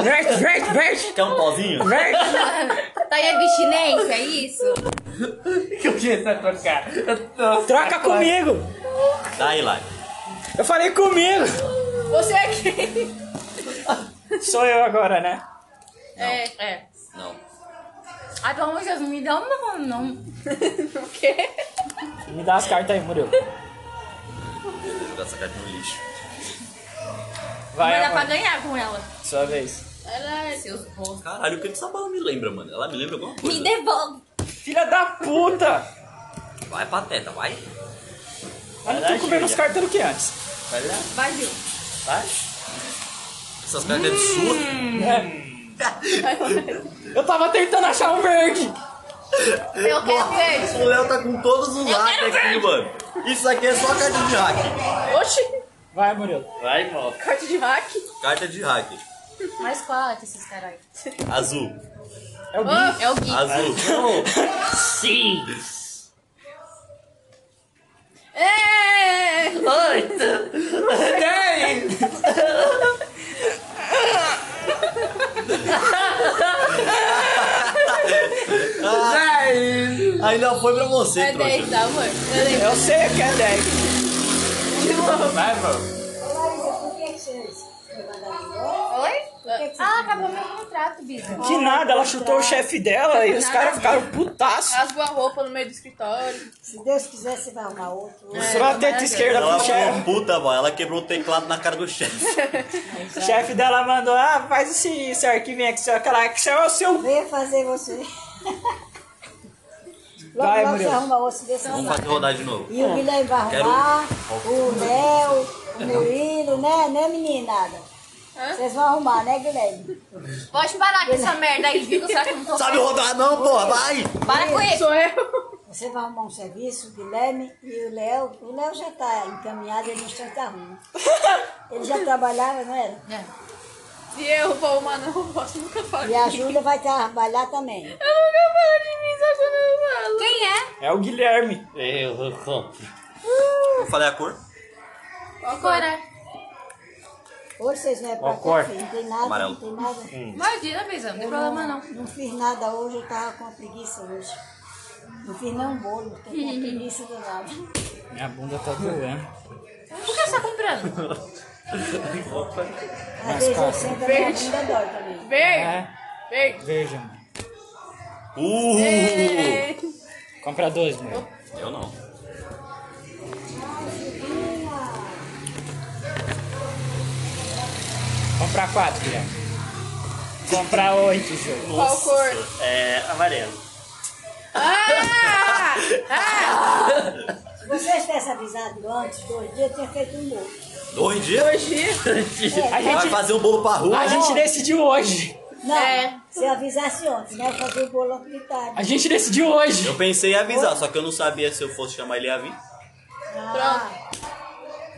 Speaker 2: Verde, verde, verde!
Speaker 3: Quer um pozinho?
Speaker 2: Verde!
Speaker 4: Tá aí a abstinência, é isso?
Speaker 5: Que eu tinha essa trocar.
Speaker 2: Troca comigo!
Speaker 3: Dá aí, lá.
Speaker 2: Eu falei comigo!
Speaker 1: Você é quem?
Speaker 2: Sou eu agora, né?
Speaker 1: É.
Speaker 4: É.
Speaker 3: Não.
Speaker 4: Ai, pelo amor de Deus, Então, não me dá uma não.
Speaker 1: O quê?
Speaker 2: Me dá as cartas aí, Murilo.
Speaker 3: Eu vou jogar essa carta no lixo.
Speaker 2: Vai,
Speaker 4: Mas dá
Speaker 2: amor.
Speaker 4: pra ganhar com ela.
Speaker 2: Sua vez.
Speaker 1: Caralho.
Speaker 4: Seus rostos.
Speaker 3: Caralho, o que que essa bala me lembra, mano? Ela me lembra alguma coisa.
Speaker 4: Me devolve.
Speaker 2: Filha da puta!
Speaker 3: Vai, pateta, vai.
Speaker 2: Olha, tu comendo as cartas do que antes.
Speaker 3: Vai lá.
Speaker 4: Vai, Ju.
Speaker 3: Essas cartas é de sua.
Speaker 2: Eu tava tentando achar um verde!
Speaker 4: Eu quero verde.
Speaker 3: O Léo tá com todos os hacks aqui, mano. Isso aqui é só carta de hack.
Speaker 1: Oxi.
Speaker 2: Vai, Murilo.
Speaker 5: Vai, Mo.
Speaker 1: Carta de hack.
Speaker 3: Carta de hack.
Speaker 4: Mas qual é que esses caras aí?
Speaker 3: Azul.
Speaker 2: É o Gui.
Speaker 1: Ah,
Speaker 4: É o Gui.
Speaker 3: Azul.
Speaker 5: Sim.
Speaker 1: É.
Speaker 5: Oito.
Speaker 3: Ainda foi pra você,
Speaker 1: É 10,
Speaker 3: trouxa.
Speaker 1: tá, amor? Eu lembro.
Speaker 2: Eu sei que é 10.
Speaker 5: Vai, Mo.
Speaker 7: Larissa, por que que vocês me mandaram embora?
Speaker 4: Oi?
Speaker 7: Por que que vocês
Speaker 4: Ah, acabou meu contrato, Bisa.
Speaker 2: Que nada, ela chutou o chefe dela e os
Speaker 4: Nada
Speaker 2: caras ficaram putaço.
Speaker 1: Rasgou a roupa no meio do escritório.
Speaker 7: Se Deus quiser, você vai arrumar outro.
Speaker 2: Só a teta esquerda
Speaker 3: Ela
Speaker 2: pro
Speaker 3: ficou
Speaker 2: chefe.
Speaker 3: puta, mano. Ela quebrou o teclado na cara do chefe.
Speaker 2: O chefe dela mandou, ah, faz esse, esse arquivinho Excel, aquela Excel é o seu.
Speaker 7: Venha fazer você. Logo,
Speaker 2: Vai,
Speaker 7: logo você
Speaker 2: Murilo. Então
Speaker 7: arruma outro desse
Speaker 3: Vamos
Speaker 7: lado.
Speaker 3: fazer rodar de novo.
Speaker 7: E o Guilherme vai
Speaker 3: Quero-
Speaker 7: arrumar, o Léo, o Murilo, né, né, meninada? Vocês vão arrumar, né, Guilherme?
Speaker 4: Pode parar com essa merda aí, viu? Será que eu não tô
Speaker 3: Sabe rodar não, porra, vai!
Speaker 4: Para com isso.
Speaker 1: Sou eu.
Speaker 7: Você vai arrumar um serviço, o Guilherme e o Léo. O Léo já está encaminhado, ele não está ruim. Ele já trabalhava, não era?
Speaker 4: É.
Speaker 1: E eu vou arrumar, não. Eu posso nunca falar.
Speaker 7: E a Júlia vai trabalhar também.
Speaker 1: Eu nunca falo de mim, só quando eu falo.
Speaker 4: Quem é?
Speaker 2: É o Guilherme.
Speaker 5: Eu vou comprar.
Speaker 3: Eu falei a cor?
Speaker 1: é
Speaker 4: Agora.
Speaker 7: Hoje vocês vêm
Speaker 5: Qual
Speaker 7: para cá,
Speaker 5: cor?
Speaker 7: filho, não tem nada,
Speaker 3: Amarelo.
Speaker 7: não tem nada.
Speaker 1: Hum.
Speaker 4: Imagina, Bisa. Não tem problema, não.
Speaker 7: Não fiz nada hoje, eu estava com uma preguiça hoje. Não fiz nem um bolo, estou com uma preguiça do nada.
Speaker 2: Minha bunda tá doendo.
Speaker 4: Por que você tá comprando?
Speaker 7: Às vezes eu sento a minha bunda dói também.
Speaker 1: Verde.
Speaker 2: É,
Speaker 1: Verde.
Speaker 2: veja, mano.
Speaker 3: Uh!
Speaker 4: É.
Speaker 1: Ei.
Speaker 2: Compra dois, mano.
Speaker 3: Eu não.
Speaker 2: Compra quatro, Guilherme. Compra oito, Júlio.
Speaker 1: Qual cor?
Speaker 5: É, amarelo.
Speaker 1: Ah!
Speaker 7: Se vocês tivessem avisado antes, dois dias, eu tinha feito um bolo.
Speaker 3: Dois dias?
Speaker 2: A
Speaker 3: Vai
Speaker 2: gente,
Speaker 3: fazer um bolo pra rua?
Speaker 2: a gente decidiu hoje.
Speaker 7: Não,
Speaker 1: É.
Speaker 7: se eu avisasse ontem, né? Eu fazia o bolo ontem de tarde.
Speaker 2: A gente decidiu hoje.
Speaker 3: Eu pensei em avisar, só que eu não sabia se eu fosse chamar ele a vir.
Speaker 7: Ah,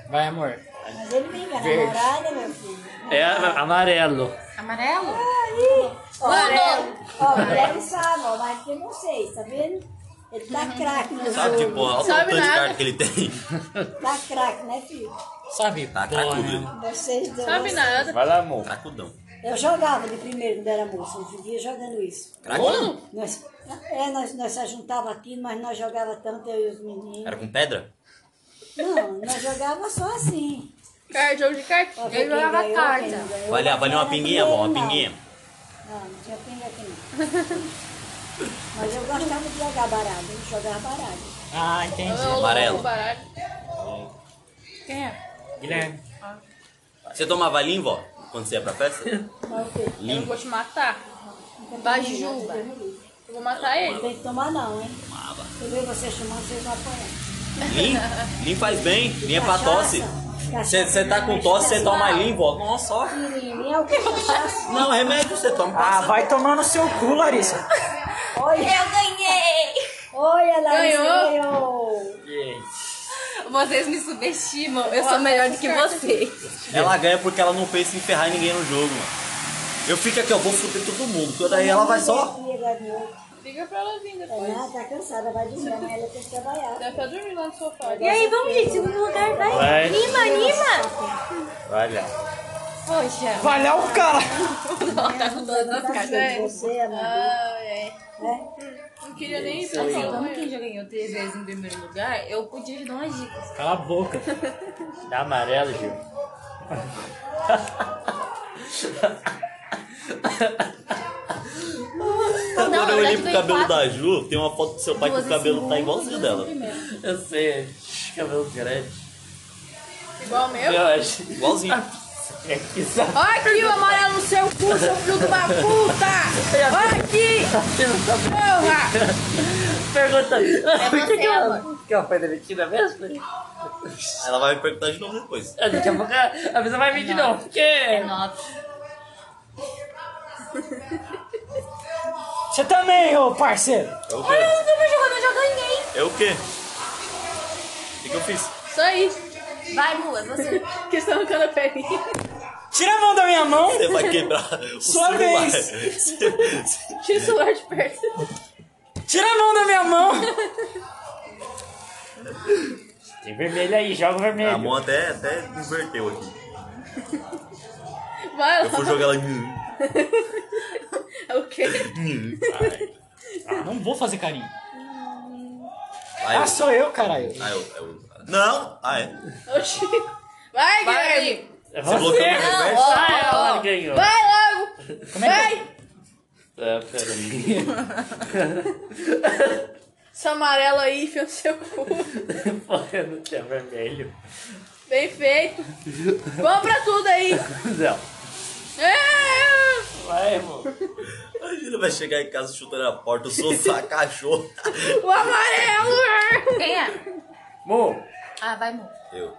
Speaker 2: Vai, amor.
Speaker 7: mas ele me engana,
Speaker 2: Verde.
Speaker 7: namorada, meu filho.
Speaker 5: É amarelo.
Speaker 4: Amarelo?
Speaker 7: Aí, ó,
Speaker 4: Mano.
Speaker 7: ó, o Guilherme sabe, ó, mas eu não sei, tá vendo? Ele tá craque no
Speaker 3: Sabe, tipo,
Speaker 7: jogo.
Speaker 3: olha o
Speaker 1: Sabe
Speaker 3: tanto de
Speaker 1: nada.
Speaker 3: carta que ele tem.
Speaker 7: Tá craque, né, filho?
Speaker 2: Sabe,
Speaker 3: Tá
Speaker 2: porra,
Speaker 3: cracudo.
Speaker 2: né?
Speaker 7: Vocês dois.
Speaker 1: Sabe nada.
Speaker 5: Vai lá, amor.
Speaker 3: Cracudão.
Speaker 7: Eu jogava de primeiro quando era moça, eu vivia jogando isso.
Speaker 3: Cracudão?
Speaker 7: Nós, é, nós, nós se juntava aqui, mas nós jogava tanto, eu e os meninos.
Speaker 3: Era com pedra?
Speaker 7: Não, nós jogava só assim.
Speaker 1: Card, jogo de carta.
Speaker 7: Pra ver
Speaker 4: Eu
Speaker 7: quem
Speaker 4: jogava
Speaker 7: ganhou,
Speaker 4: carta.
Speaker 7: quem não ganhou.
Speaker 3: Valeu, valeu uma
Speaker 7: Não,
Speaker 3: pinguinha, bom, uma
Speaker 7: não.
Speaker 3: pinguinha.
Speaker 7: Não, não tinha pinga aqui não. Mas eu gostava de jogar baralho, eu jogava baralho.
Speaker 2: Ah, entendi.
Speaker 1: Eu
Speaker 3: Amarelo.
Speaker 1: louco, baralho. Quem é?
Speaker 5: Guilherme.
Speaker 3: Você tomava limbo, ó, quando você ia pra festa?
Speaker 7: Mas o quê?
Speaker 1: Eu
Speaker 3: Limbo.
Speaker 1: vou te matar.
Speaker 7: Nunca tomei nada,
Speaker 4: Bajuba.
Speaker 7: Deus me livre.
Speaker 1: Eu vou matar
Speaker 7: Não
Speaker 1: ele.
Speaker 7: tem que tomar não, hein? Eu vejo vocês chamando, vocês vão apanhar.
Speaker 3: Lim? Lim faz bem, lim é pra tosse. Você
Speaker 7: Cachaça.
Speaker 3: você tá com tosse, você toma limbo, ó. Nossa, ó.
Speaker 7: Piriri é o que? Cachaça.
Speaker 3: Não, remédio você toma.
Speaker 2: Ah,
Speaker 3: passa.
Speaker 2: vai tomar no seu cu, Larissa.
Speaker 7: Oi,
Speaker 4: ganhei!
Speaker 7: oi, ela
Speaker 1: Ganhou.
Speaker 7: ganhou.
Speaker 4: Vocês me subestimam, eu sou melhor do que vocês.
Speaker 3: Ela ganha porque ela não pensa em ferrar ninguém no jogo, mano. Eu fico aqui, eu vou foder todo mundo. Toda aí ela vai só.
Speaker 7: Minha ganhou.
Speaker 1: Liga pra ela vir
Speaker 4: É.
Speaker 1: depois.
Speaker 7: Ela tá cansada, vai dormir, amanhã ela tem que trabalhar.
Speaker 1: Deve estar dormindo lá no sofá.
Speaker 4: E aí, vamos, gente, segundo lugar, vai.
Speaker 6: Vai.
Speaker 5: Hum?
Speaker 4: Anima, anima!
Speaker 3: Olha.
Speaker 4: Poxa,
Speaker 2: Valeu o cara.
Speaker 4: tá com todas as
Speaker 7: Tá
Speaker 4: cartas.
Speaker 7: cheio de você, Ana.
Speaker 1: Ah, é.
Speaker 7: né?
Speaker 1: Não queria nem ir pra
Speaker 4: Assim,
Speaker 1: sala.
Speaker 4: como quem já ganhou três vezes em primeiro lugar, eu podia te dar umas dicas.
Speaker 6: Cala a boca. Dá amarelo, Gil.
Speaker 4: Não,
Speaker 3: Quando eu
Speaker 4: na
Speaker 3: olhei
Speaker 4: verdade,
Speaker 3: pro
Speaker 4: ganhei
Speaker 3: cabelo
Speaker 4: quatro,
Speaker 3: da Ju, tem uma foto do seu pai que
Speaker 4: duas
Speaker 3: o
Speaker 4: em
Speaker 3: cabelo
Speaker 4: segundo,
Speaker 3: tá igualzinho
Speaker 4: duas em
Speaker 3: dela.
Speaker 4: primeiro.
Speaker 5: Eu sei, é cabelo grande.
Speaker 1: Igual o meu.
Speaker 5: Eu acho.
Speaker 3: Igualzinho.
Speaker 5: É que isso não
Speaker 1: Olha aqui o amarelo no seu cu, seu filho de uma puta! Olha aqui!
Speaker 5: tá
Speaker 1: Porra!
Speaker 5: perguntando. Por que,
Speaker 4: É você,
Speaker 5: que, ela,
Speaker 4: amor.
Speaker 5: que ela foi demitida mesmo?
Speaker 3: Ela vai me perguntar de novo depois.
Speaker 5: Daqui a é um pouco a pessoa vai vir de novo.
Speaker 4: É
Speaker 5: Porque.
Speaker 4: nove.
Speaker 2: Você também, ô parceiro.
Speaker 3: É o quê?
Speaker 4: Mas eu jogando, eu já ganhei.
Speaker 3: É o quê? O que, que eu fiz?
Speaker 1: Isso aí!
Speaker 4: Vai, Mula, você.
Speaker 1: Que estão arrancando a perninha.
Speaker 2: Tira a mão da minha mão.
Speaker 3: Você vai quebrar o
Speaker 2: Sua
Speaker 3: celular.
Speaker 2: vez.
Speaker 3: Você-
Speaker 1: Tira o celular de perto.
Speaker 2: Tira a mão da minha mão.
Speaker 6: Tem vermelho aí, joga o
Speaker 3: A
Speaker 6: vermelho.
Speaker 3: mão até, até inverteu aqui.
Speaker 1: Vai
Speaker 3: Eu
Speaker 1: lá. É
Speaker 3: fui jogar ela. em-
Speaker 1: O quê?
Speaker 6: Ah, não vou fazer carinho.
Speaker 3: Aí eu.
Speaker 2: Ah, sou eu, caralho.
Speaker 3: Aí eu, aí eu- Não! Ah, é.
Speaker 1: Oxi! Vai,
Speaker 4: Vai,
Speaker 1: Guilherme!
Speaker 4: amigo.
Speaker 6: É
Speaker 3: Você bloqueou meu
Speaker 6: você?
Speaker 3: reverso?
Speaker 6: Ah, ela
Speaker 4: Ó, ó,
Speaker 6: ganhou.
Speaker 1: Vai logo!
Speaker 2: Como é que
Speaker 1: Vai!
Speaker 6: Ah, peraí.
Speaker 1: Esse amarelo aí, enfia no seu cu.
Speaker 6: Porra, não tinha vermelho.
Speaker 1: Bem feito. Vamos pra tudo aí.
Speaker 6: Não.
Speaker 1: É,
Speaker 6: Vai, irmão.
Speaker 3: Imagina, vai chegar em casa chutando a porta, eu sou um cachorro.
Speaker 1: O amarelo.
Speaker 4: Quem é?
Speaker 6: Mo,
Speaker 4: Ah, vai, Mula.
Speaker 3: Eu.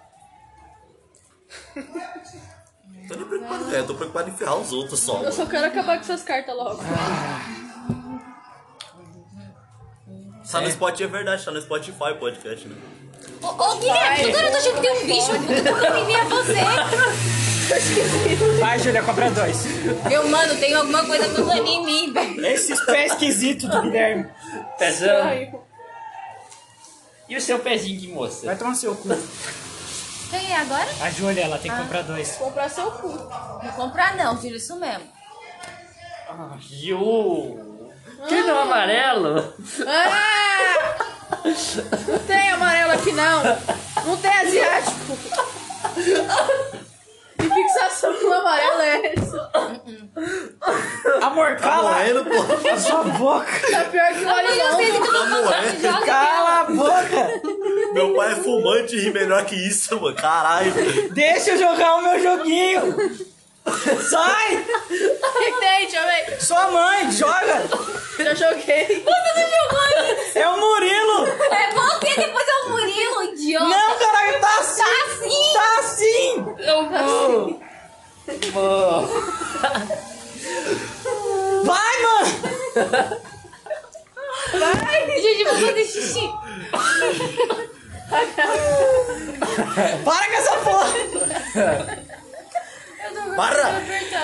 Speaker 3: Tô nem preocupado, velho. Eu tô preocupado em ferrar os outros só.
Speaker 1: Eu
Speaker 3: mano.
Speaker 1: só quero acabar com essas cartas logo.
Speaker 3: Tá no Spotify, é verdade, tá no Spotify o podcast, né?
Speaker 4: Ô, ô Guilherme, agora eu tô achando que tem um bicho que eu me é você.
Speaker 2: Vai, Júlia, cobra dois.
Speaker 4: Meu mano, tem alguma coisa pulando em mim, velho.
Speaker 2: Esses pés esquisitos do Guilherme.
Speaker 5: Pezão.
Speaker 1: Ai,
Speaker 5: E o seu pezinho de moça?
Speaker 2: Vai tomar seu cu.
Speaker 4: Quem é agora?
Speaker 2: A Júlia, ela tem que comprar dois.
Speaker 1: Comprar seu cu.
Speaker 4: Não comprar não, filho, isso mesmo.
Speaker 5: Ju! Que não amarelo?
Speaker 1: Ah! Não tem amarelo aqui não. Não tem asiático. E fixação no amarelo é essa.
Speaker 2: Amor,
Speaker 3: Tá
Speaker 2: cala
Speaker 3: morrendo, pô.
Speaker 2: a sua boca.
Speaker 1: Tá pior que o
Speaker 4: Eu
Speaker 1: horizonte.
Speaker 4: sei que
Speaker 3: Tá
Speaker 4: tu não
Speaker 3: morrendo.
Speaker 4: joga.
Speaker 2: Cala a boca.
Speaker 3: Meu pai é fumante e ri melhor que isso, mano. Caralho.
Speaker 2: Deixa eu jogar o meu joguinho. Sai!
Speaker 1: O que tem? Deixa eu ver.
Speaker 2: Sua mãe, joga!
Speaker 1: Já joguei.
Speaker 2: É o Murilo!
Speaker 4: É você, depois é o Murilo, idiota.
Speaker 2: Não, caralho, tá assim!
Speaker 4: Tá assim. tá
Speaker 2: Tá assim!
Speaker 5: Pô. Pô.
Speaker 2: Vai, mano!
Speaker 4: Ai, gente, vou fazer xixi.
Speaker 2: Para com essa porra!
Speaker 3: Para!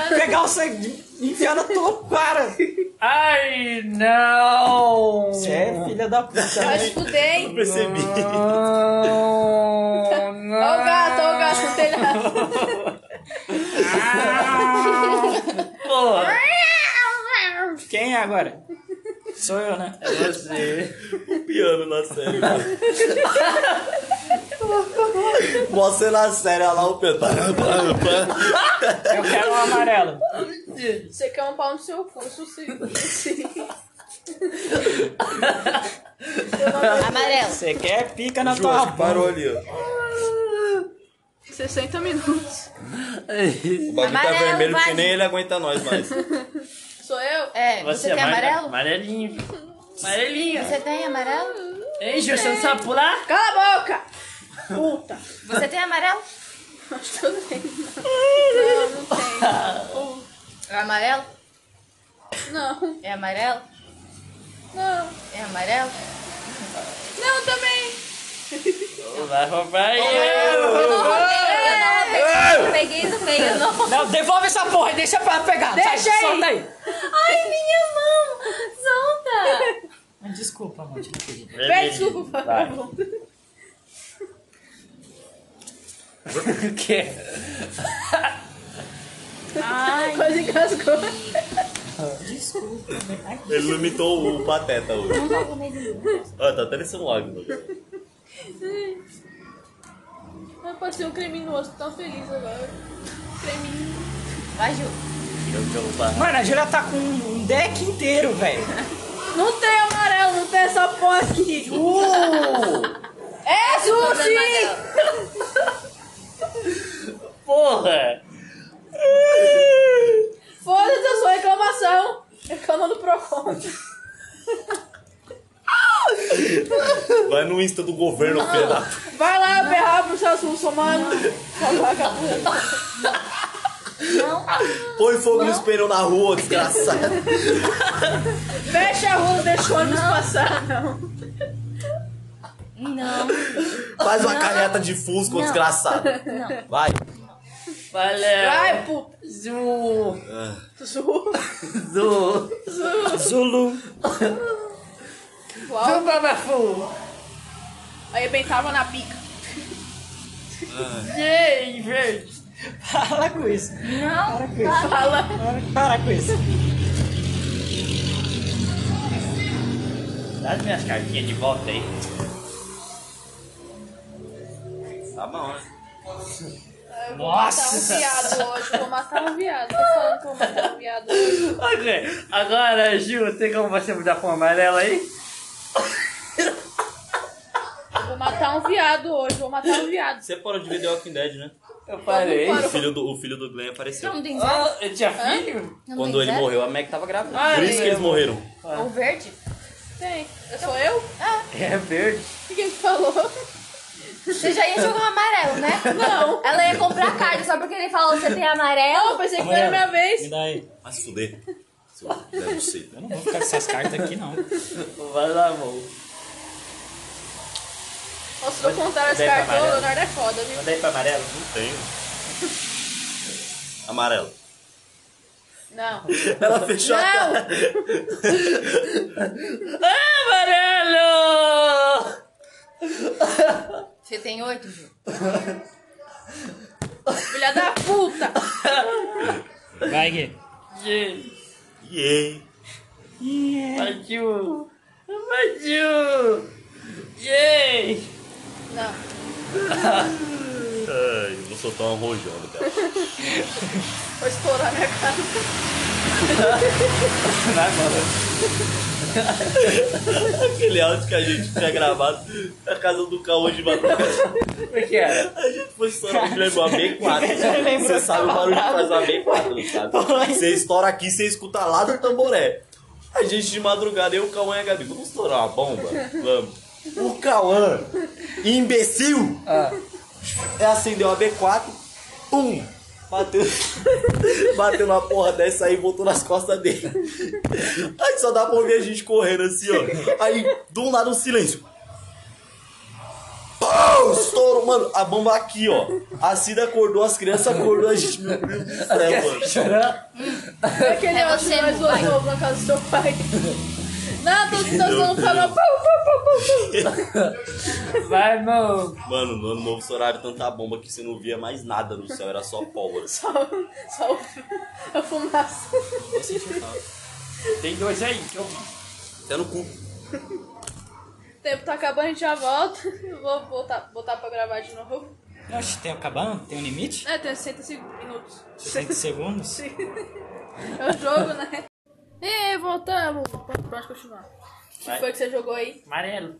Speaker 2: Pegar o sangue, enfiar na tua cara! Você
Speaker 5: Ai, não!
Speaker 2: é filha da puta!
Speaker 1: Mas fudei.
Speaker 3: Eu percebi.
Speaker 5: Não, não.
Speaker 1: Olha o gato, olha o gato no telhado.
Speaker 5: Porra.
Speaker 2: Quem é agora? Sou eu, né?
Speaker 5: É
Speaker 3: Um
Speaker 5: você.
Speaker 3: né? Piano na série. Você na série, olha lá o Pedro.
Speaker 5: Eu quero um amarelo.
Speaker 1: Você quer um pau no seu cu, isso sim. Sim.
Speaker 4: Amarelo.
Speaker 5: Você quer pica na
Speaker 3: Ju, acho
Speaker 5: tua
Speaker 3: que parou ali, ó.
Speaker 1: 60 minutos.
Speaker 3: O bagulho tá
Speaker 4: Amarelo,
Speaker 3: vermelho porque
Speaker 4: vai.
Speaker 3: nem ele aguenta nós mais.
Speaker 1: Sou eu?
Speaker 4: É, você, tem amarelo?
Speaker 5: Amarelinho. Amarelinha.
Speaker 4: Você tem amarelo?
Speaker 5: Ei, Ju, você não sabe pular?
Speaker 1: Cala a boca! Puta!
Speaker 4: Você tem amarelo?
Speaker 1: Acho que eu tenho. Não, não tenho.
Speaker 4: É amarelo?
Speaker 1: Não,
Speaker 4: É amarelo?
Speaker 1: não.
Speaker 4: É amarelo?
Speaker 1: Não, também.
Speaker 5: Vai roubar eu.
Speaker 4: Eu não roubei, eu não roubei. Eu peguei no meio, eu não roubei.
Speaker 5: Não, devolve essa porra e deixa pra pegar.
Speaker 1: Deixa
Speaker 5: Sai,
Speaker 1: aí.
Speaker 5: solta aí.
Speaker 4: Ai, minha mão! Solta!
Speaker 2: Desculpa, amor.
Speaker 1: Pede desculpa, por
Speaker 5: Vai.
Speaker 1: favor.
Speaker 5: O quê?
Speaker 1: Quase engasgou.
Speaker 3: Ele não imitou o Pateta hoje.
Speaker 4: Não vou comer de novo.
Speaker 3: Ó, tá até nesse lágrima.
Speaker 1: Mas pode ser um creminho no rosto, tão feliz agora. Creminho.
Speaker 4: Vai, Ju.
Speaker 2: Mano, a Júlia tá com um deck inteiro, velho.
Speaker 1: Não tem amarelo, não tem é essa porra aqui. É sushi!
Speaker 5: Porra.
Speaker 1: Foda-se a sua reclamação. Reclama do Procon.
Speaker 3: Vai no Insta do governo, filho da puta.
Speaker 1: Vai lá berrar pro seu assunto, mano.
Speaker 4: Não,
Speaker 3: Põe fogo no espelho na rua, desgraçado.
Speaker 1: Fecha a rua, deixa o ônibus passar, não.
Speaker 4: não,
Speaker 3: Faz uma carreta de fusco, desgraçado.
Speaker 4: não.
Speaker 3: Vai.
Speaker 5: Valeu.
Speaker 1: Vai, puta.
Speaker 5: Zu.
Speaker 1: Zu.
Speaker 5: Zu. Zulu.
Speaker 1: Uau.
Speaker 5: Zulu Babafu.
Speaker 1: Aí bem tava na pica.
Speaker 3: Ah.
Speaker 5: Ei, gente.
Speaker 2: Para com isso.
Speaker 4: Não,
Speaker 1: Fala.
Speaker 2: Para com isso.
Speaker 5: Dá as minhas cartinhas de volta aí.
Speaker 3: Tá bom, né?
Speaker 1: Tá um
Speaker 5: Nossa.
Speaker 1: viado hoje, vou matar um viado. Tô falando que eu vou matar um viado hoje.
Speaker 5: Ok, agora, Ju, tem como você mudar pra um amarelo aí?
Speaker 1: Vou matar um viado hoje, vou matar um viado.
Speaker 3: Você parou de ver The Walking Dead, né?
Speaker 5: Eu parei.
Speaker 3: O filho do, o filho do Glenn apareceu.
Speaker 4: não tem zero.
Speaker 5: Ah, eu tinha filho?
Speaker 4: Não
Speaker 3: Quando
Speaker 4: tem
Speaker 3: ele
Speaker 4: zero.
Speaker 3: morreu, a Meg tava grávida.
Speaker 5: Ah,
Speaker 3: Por isso que eles
Speaker 5: eu-
Speaker 3: morreram.
Speaker 4: O verde?
Speaker 1: Tem. Eu sou eu?
Speaker 5: É verde.
Speaker 1: Quem que falou?
Speaker 4: Você já ia jogar um amarelo, né?
Speaker 1: Não.
Speaker 4: Ela ia comprar carne só porque ele falou você tem
Speaker 1: Não,
Speaker 4: amarelo.
Speaker 1: eu pensei que foi a minha
Speaker 2: Me
Speaker 1: vez.
Speaker 2: dá aí.
Speaker 3: Mas fuder. Seu debuceiro.
Speaker 2: Eu não vou ficar com essas cartas aqui, não.
Speaker 5: Vai lá, amor.
Speaker 1: Nossa, se eu contar as
Speaker 5: Deve
Speaker 1: cartas, o
Speaker 5: amarelo.
Speaker 1: Leonardo é foda, viu?
Speaker 5: Manda aí pra amarelo.
Speaker 3: Não tenho. Amarelo.
Speaker 1: Não.
Speaker 3: Ela fechou a
Speaker 1: Não!
Speaker 3: cara.
Speaker 5: Amarelo!
Speaker 4: Você tem oito, Ju.
Speaker 1: Filha da puta!
Speaker 2: Vai, Gui.
Speaker 5: Gente,
Speaker 3: Yay.
Speaker 5: partiu. Partiu. Yay!
Speaker 1: Não.
Speaker 3: Ai, eu vou soltar uma rojona dela.
Speaker 1: Vou estourar minha cara.
Speaker 3: Aquele áudio que a gente tinha gravado na casa do Caô de madrugada.
Speaker 5: Por é que era?
Speaker 3: A gente foi estourar, a gente levou a B4. Você sabe o barulho que faz uma B4, sabe? né, Você estoura aqui, você escuta lá do tamboré. A gente de madrugada, eu, o Cauã e a Gabi, vamos estourar uma bomba? Vamos. O Cauã, imbecil, acendeu a B4, pum, bateu, bateu na porra dessa aí e voltou nas costas dele. Aí só dá pra ouvir a gente correndo assim, ó. Aí, do lado, um silêncio. Pau! Estouro, mano, a bomba aqui, ó. A Cida acordou, as crianças acordou, a gente. Meu Deus do céu, né, mano.
Speaker 5: Chorando?
Speaker 1: É aquele
Speaker 4: É
Speaker 1: áudio
Speaker 4: você,
Speaker 1: que nós
Speaker 4: pai.
Speaker 1: duas na casa do seu pai. Não, tô dançando pra meu pau, pau, pau, pau, pau.
Speaker 5: Vai, amor.
Speaker 3: Mano, no ano novo estouraram tanta bomba que você não via mais nada no céu, era só pólvora.
Speaker 1: Só, só o- a fumaça.
Speaker 5: Tem dois aí que eu vi.
Speaker 3: Até no cu.
Speaker 1: O tempo tá acabando, a gente já volta. Eu vou voltar, voltar pra gravar de novo.
Speaker 2: Oxe, tem acabando? Tem um limite?
Speaker 1: É, tem 65 minutos.
Speaker 2: 60 segundos?
Speaker 1: É o jogo, né? E voltamos. Pode, pode continuar. O que foi que você jogou aí?
Speaker 5: Amarelo.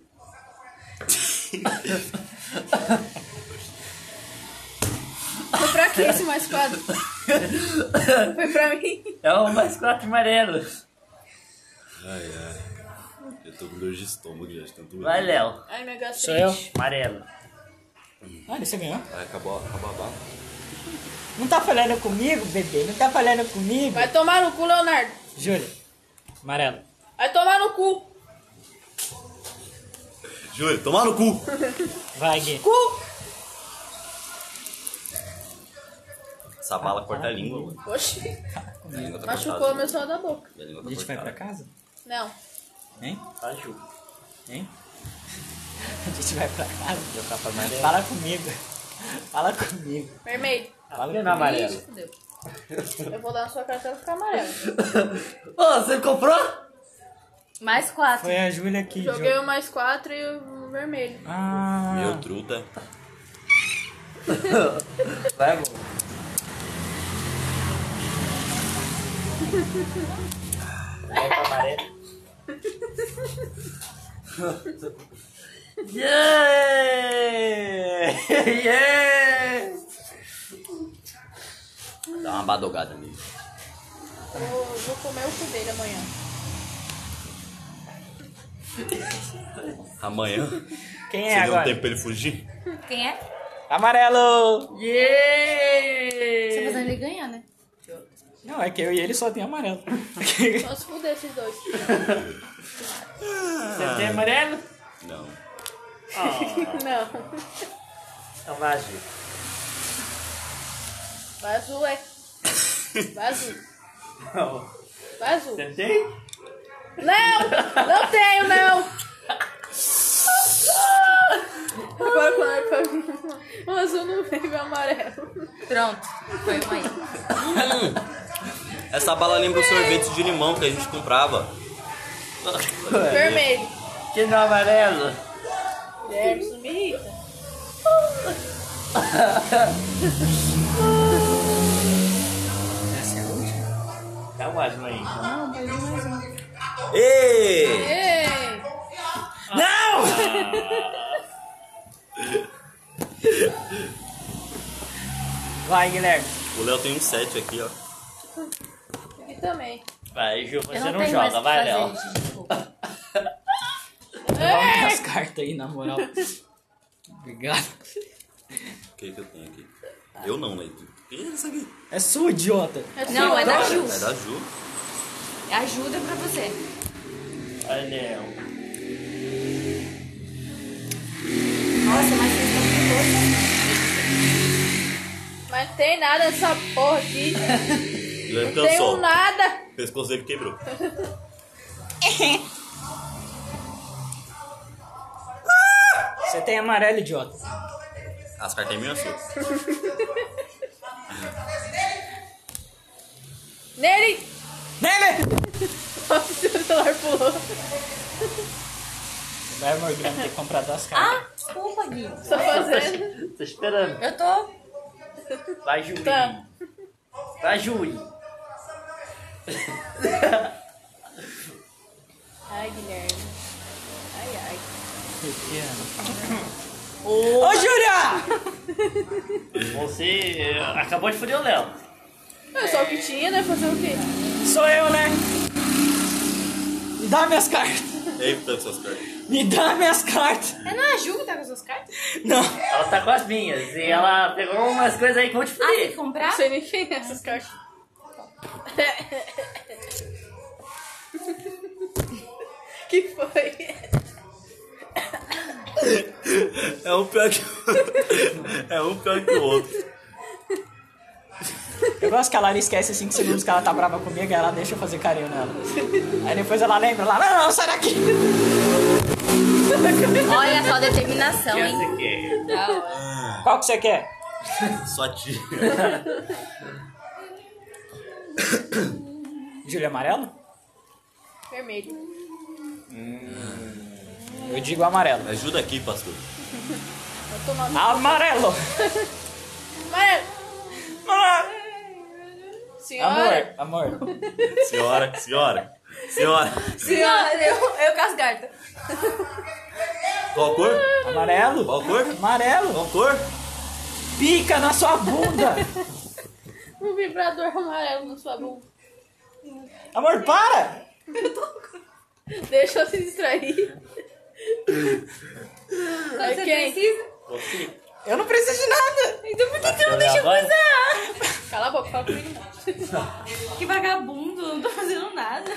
Speaker 1: Foi pra que esse mais quatro? foi pra mim?
Speaker 5: É o mais quatro amarelo.
Speaker 3: Ai, ai. Eu tô com dor de estômago já, de tanto
Speaker 5: Vai, Léo.
Speaker 1: Ai, minha gastrite.
Speaker 2: Sou eu?
Speaker 5: Amarelo.
Speaker 2: Olha, você ganhou.
Speaker 3: Vai, acabou, acabou a bala.
Speaker 2: Não tá falando comigo, bebê? Não tá falando comigo?
Speaker 1: Vai tomar no cu, Leonardo.
Speaker 2: Júlia, amarelo.
Speaker 1: Vai tomar no cu.
Speaker 3: Júlio, tomar no cu!
Speaker 2: Vai, Gui.
Speaker 3: Essa bala corta a língua, mano.
Speaker 1: Oxi.
Speaker 3: Minha língua tá
Speaker 1: Machucou
Speaker 3: cortada.
Speaker 1: o meu céu da boca.
Speaker 3: Minha língua
Speaker 2: A
Speaker 3: tá
Speaker 2: gente vai pra
Speaker 3: cortada.
Speaker 2: casa?
Speaker 1: Não.
Speaker 2: Hein?
Speaker 5: Tá, Ju.
Speaker 2: Hein? A gente vai pra casa? Fala comigo. Fala comigo.
Speaker 1: Vermelho.
Speaker 5: Tá vendo amarelo?
Speaker 1: Ih, fudeu. Eu vou dar na sua cara pra ela ficar amarela.
Speaker 5: Ô, você comprou?
Speaker 4: Mais quatro.
Speaker 2: Foi a Júlia que
Speaker 1: Joguei
Speaker 2: jogou.
Speaker 1: o mais quatro e o vermelho.
Speaker 2: Ah,
Speaker 3: Meu truta.
Speaker 5: Vai, amor. Volta amarelo. yeah! yeah!
Speaker 3: Dá uma badogada nele.
Speaker 1: Vou, vou comer o cu dele amanhã.
Speaker 3: Amanhã.
Speaker 2: quem
Speaker 3: Você
Speaker 2: é
Speaker 3: deu um
Speaker 2: agora?
Speaker 3: tempo pra ele fugir?
Speaker 4: Quem é?
Speaker 2: Amarelo!
Speaker 4: Você fazendo ele ganhar, né?
Speaker 2: Não, é que eu e ele só tem amarelo.
Speaker 1: Só se fuder esses dois.
Speaker 5: Você tem amarelo?
Speaker 3: Não.
Speaker 1: Não.
Speaker 5: Então vai, Ju.
Speaker 1: Vai azul, é. Vai azul.
Speaker 5: Não.
Speaker 1: Vai azul.
Speaker 5: Você tem?
Speaker 1: Não! Não tenho, não! Agora quando é pra O azul não veio, o amarelo.
Speaker 4: Pronto. Foi uma aí.
Speaker 3: Essa bala lembra o sorvete de limão que a gente comprava.
Speaker 1: Vermelho.
Speaker 5: Que não amarelo?
Speaker 1: É, isso me irrita.
Speaker 5: Dá mais uma aí. então.
Speaker 3: Ei!
Speaker 1: Ei!
Speaker 2: Vai, Guilherme.
Speaker 3: O Léo tem um set aqui, ó.
Speaker 1: Aqui também.
Speaker 5: Vai, Ju, você
Speaker 4: Eu
Speaker 5: não,
Speaker 4: não tenho mais o
Speaker 5: joga,
Speaker 4: que
Speaker 5: vai,
Speaker 4: fazer,
Speaker 5: Léo.
Speaker 4: gente, desculpa. É.
Speaker 2: Toma minhas cartas aí, na moral. Obrigado.
Speaker 3: O que, que eu tenho aqui? Eu não, né? O que é isso aqui?
Speaker 2: É sua, idiota.
Speaker 1: É
Speaker 4: Não, é da
Speaker 1: sua.
Speaker 4: Ju.
Speaker 3: É da Ju.
Speaker 4: Ajuda pra você.
Speaker 5: Vai, Léo.
Speaker 4: Nossa, mas vocês estão com
Speaker 1: Mas não tem nada nessa porra aqui.
Speaker 3: Já
Speaker 1: Não tem
Speaker 3: cansou.
Speaker 1: um nada.
Speaker 3: O pescoço dele quebrou.
Speaker 2: Você tem amarelo, idiota.
Speaker 3: As cartas é minha sua.
Speaker 1: Nele!
Speaker 2: Nele!
Speaker 1: Nossa, o celular pulou.
Speaker 2: Vai, Morgana, tem que comprar duas cartas.
Speaker 4: Ah, desculpa, Gui.
Speaker 1: Só fazendo.
Speaker 5: Tô esperando.
Speaker 4: Eu tô.
Speaker 5: Vai, Ju.
Speaker 1: Tá.
Speaker 5: Vai, Ju.
Speaker 1: Ai, Guilherme. Ai, ai.
Speaker 2: Ô, Júlia!
Speaker 5: Você eh, acabou de foder o Léo.
Speaker 1: É só o que tinha, né? Fazer o quê?
Speaker 2: Sou eu, né? Me dá minhas cartas.
Speaker 3: Eita, suas cartas.
Speaker 2: Me dá minhas cartas.
Speaker 4: É não é a Ju que tá com as suas cartas?
Speaker 2: Não.
Speaker 5: Ela tá com as minhas e ela pegou umas coisas aí que eu vou te
Speaker 4: Ah, tem que
Speaker 5: foder.
Speaker 4: comprar?
Speaker 1: Não sei nem quem é essas cartas. que foi?
Speaker 3: É um pior que É um pior que o outro.
Speaker 2: Eu gosto que a Lara esquece 5 segundos que ela tá brava comigo e ela deixa eu fazer carinho nela. Aí depois ela lembra, ela, não, não, sai daqui!
Speaker 4: Olha só a determinação,
Speaker 5: Que
Speaker 4: hein?
Speaker 5: você quer?
Speaker 4: Da hora.
Speaker 2: Qual que você quer?
Speaker 3: Só tira.
Speaker 2: Júlia Amarelo? Hum,
Speaker 1: Vermelho.
Speaker 2: Eu digo amarelo.
Speaker 3: Ajuda aqui, pastor.
Speaker 1: Vai tomar no.
Speaker 2: Amarelo.
Speaker 1: Amarelo. Ah. Senhora.
Speaker 2: Amor, amor.
Speaker 3: Senhora, senhora, senhora.
Speaker 1: Senhora, eu, eu casgarta.
Speaker 3: Qual cor?
Speaker 2: Amarelo.
Speaker 3: Qual cor?
Speaker 2: Amarelo.
Speaker 3: Qual cor?
Speaker 2: Pica na sua bunda.
Speaker 1: Um vibrador amarelo na sua bunda.
Speaker 2: Amor, para.
Speaker 1: Deixa eu se distrair. Aí quem?
Speaker 2: Eu não preciso de nada.
Speaker 4: Então por que você não deixa eu
Speaker 5: Agora?
Speaker 4: coisar?
Speaker 1: Cala a boca, fala comigo não.
Speaker 4: Que vagabundo, eu não tô fazendo nada.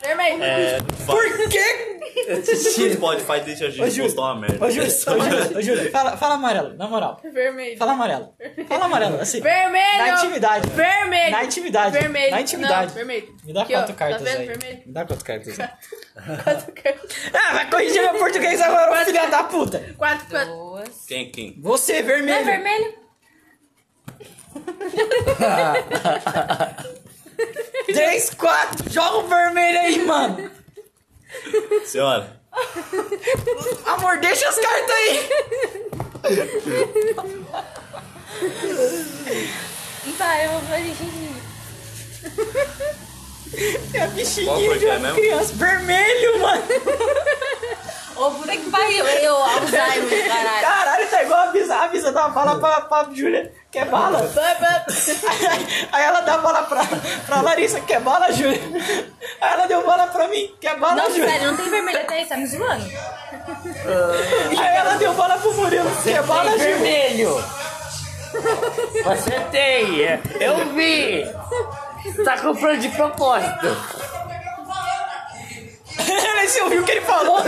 Speaker 1: Vermelho.
Speaker 3: é,
Speaker 4: É.
Speaker 2: Por quê?
Speaker 3: Esse Spotify deixa a
Speaker 2: Ô,
Speaker 3: gente
Speaker 2: Júlio.
Speaker 3: postar uma merda.
Speaker 2: Ô,
Speaker 1: é.
Speaker 2: Júlio, ô,
Speaker 4: um
Speaker 2: Júlio, ô, Júlio. Fala, fala amarelo, na moral.
Speaker 1: Vermelho.
Speaker 2: Fala amarelo. Fala amarelo, assim.
Speaker 1: Vermelho.
Speaker 2: Na intimidade.
Speaker 1: Vermelho.
Speaker 2: Na intimidade.
Speaker 1: Vermelho.
Speaker 2: Na intimidade.
Speaker 1: Não, vermelho.
Speaker 2: Me dá
Speaker 1: Aqui,
Speaker 2: quatro
Speaker 1: ó,
Speaker 2: cartas
Speaker 1: tá vendo?
Speaker 2: aí.
Speaker 1: Vermelho.
Speaker 2: Me dá quatro cartas aí.
Speaker 1: Quatro cartas.
Speaker 2: Ah, vai corrigir meu português agora, ô filha da puta.
Speaker 1: Quatro, quatro.
Speaker 4: Boas.
Speaker 3: Quem, quem?
Speaker 2: Você,
Speaker 4: Não é
Speaker 2: vermelho.
Speaker 4: vermelho?
Speaker 2: Três, quatro. Joga o vermelho aí, mano.
Speaker 3: Senhora.
Speaker 2: Amor, deixa as cartas aí.
Speaker 4: Não tá, eu vou fazer xixi.
Speaker 2: É
Speaker 3: Qual foi
Speaker 2: bexiguinha
Speaker 3: que
Speaker 2: de
Speaker 3: é
Speaker 2: uma
Speaker 3: mesmo?
Speaker 2: criança. Vermelho, mano.
Speaker 4: Ô, puta que pariu. Eu, Alzheimer, caralho.
Speaker 2: Caralho, tá igual a Bisa. A Bisa dá bala pra, pra Júlia. Quer bala? Aí- Aí ela dá bala pra, pra Larissa. Quer bala, Júlia? Aí ela deu bala pra mim. Quer bala,
Speaker 4: Não,
Speaker 2: Júlia?
Speaker 4: sério, não tem vermelho até isso, tá me zoando?
Speaker 2: Aí ela deu bala pro Murilo. Quer bala,
Speaker 5: Tem
Speaker 2: Júlia?
Speaker 5: vermelho. Você tem. é. Eu vi. Tá comprando de propósito.
Speaker 2: Você ouviu o que ele falou?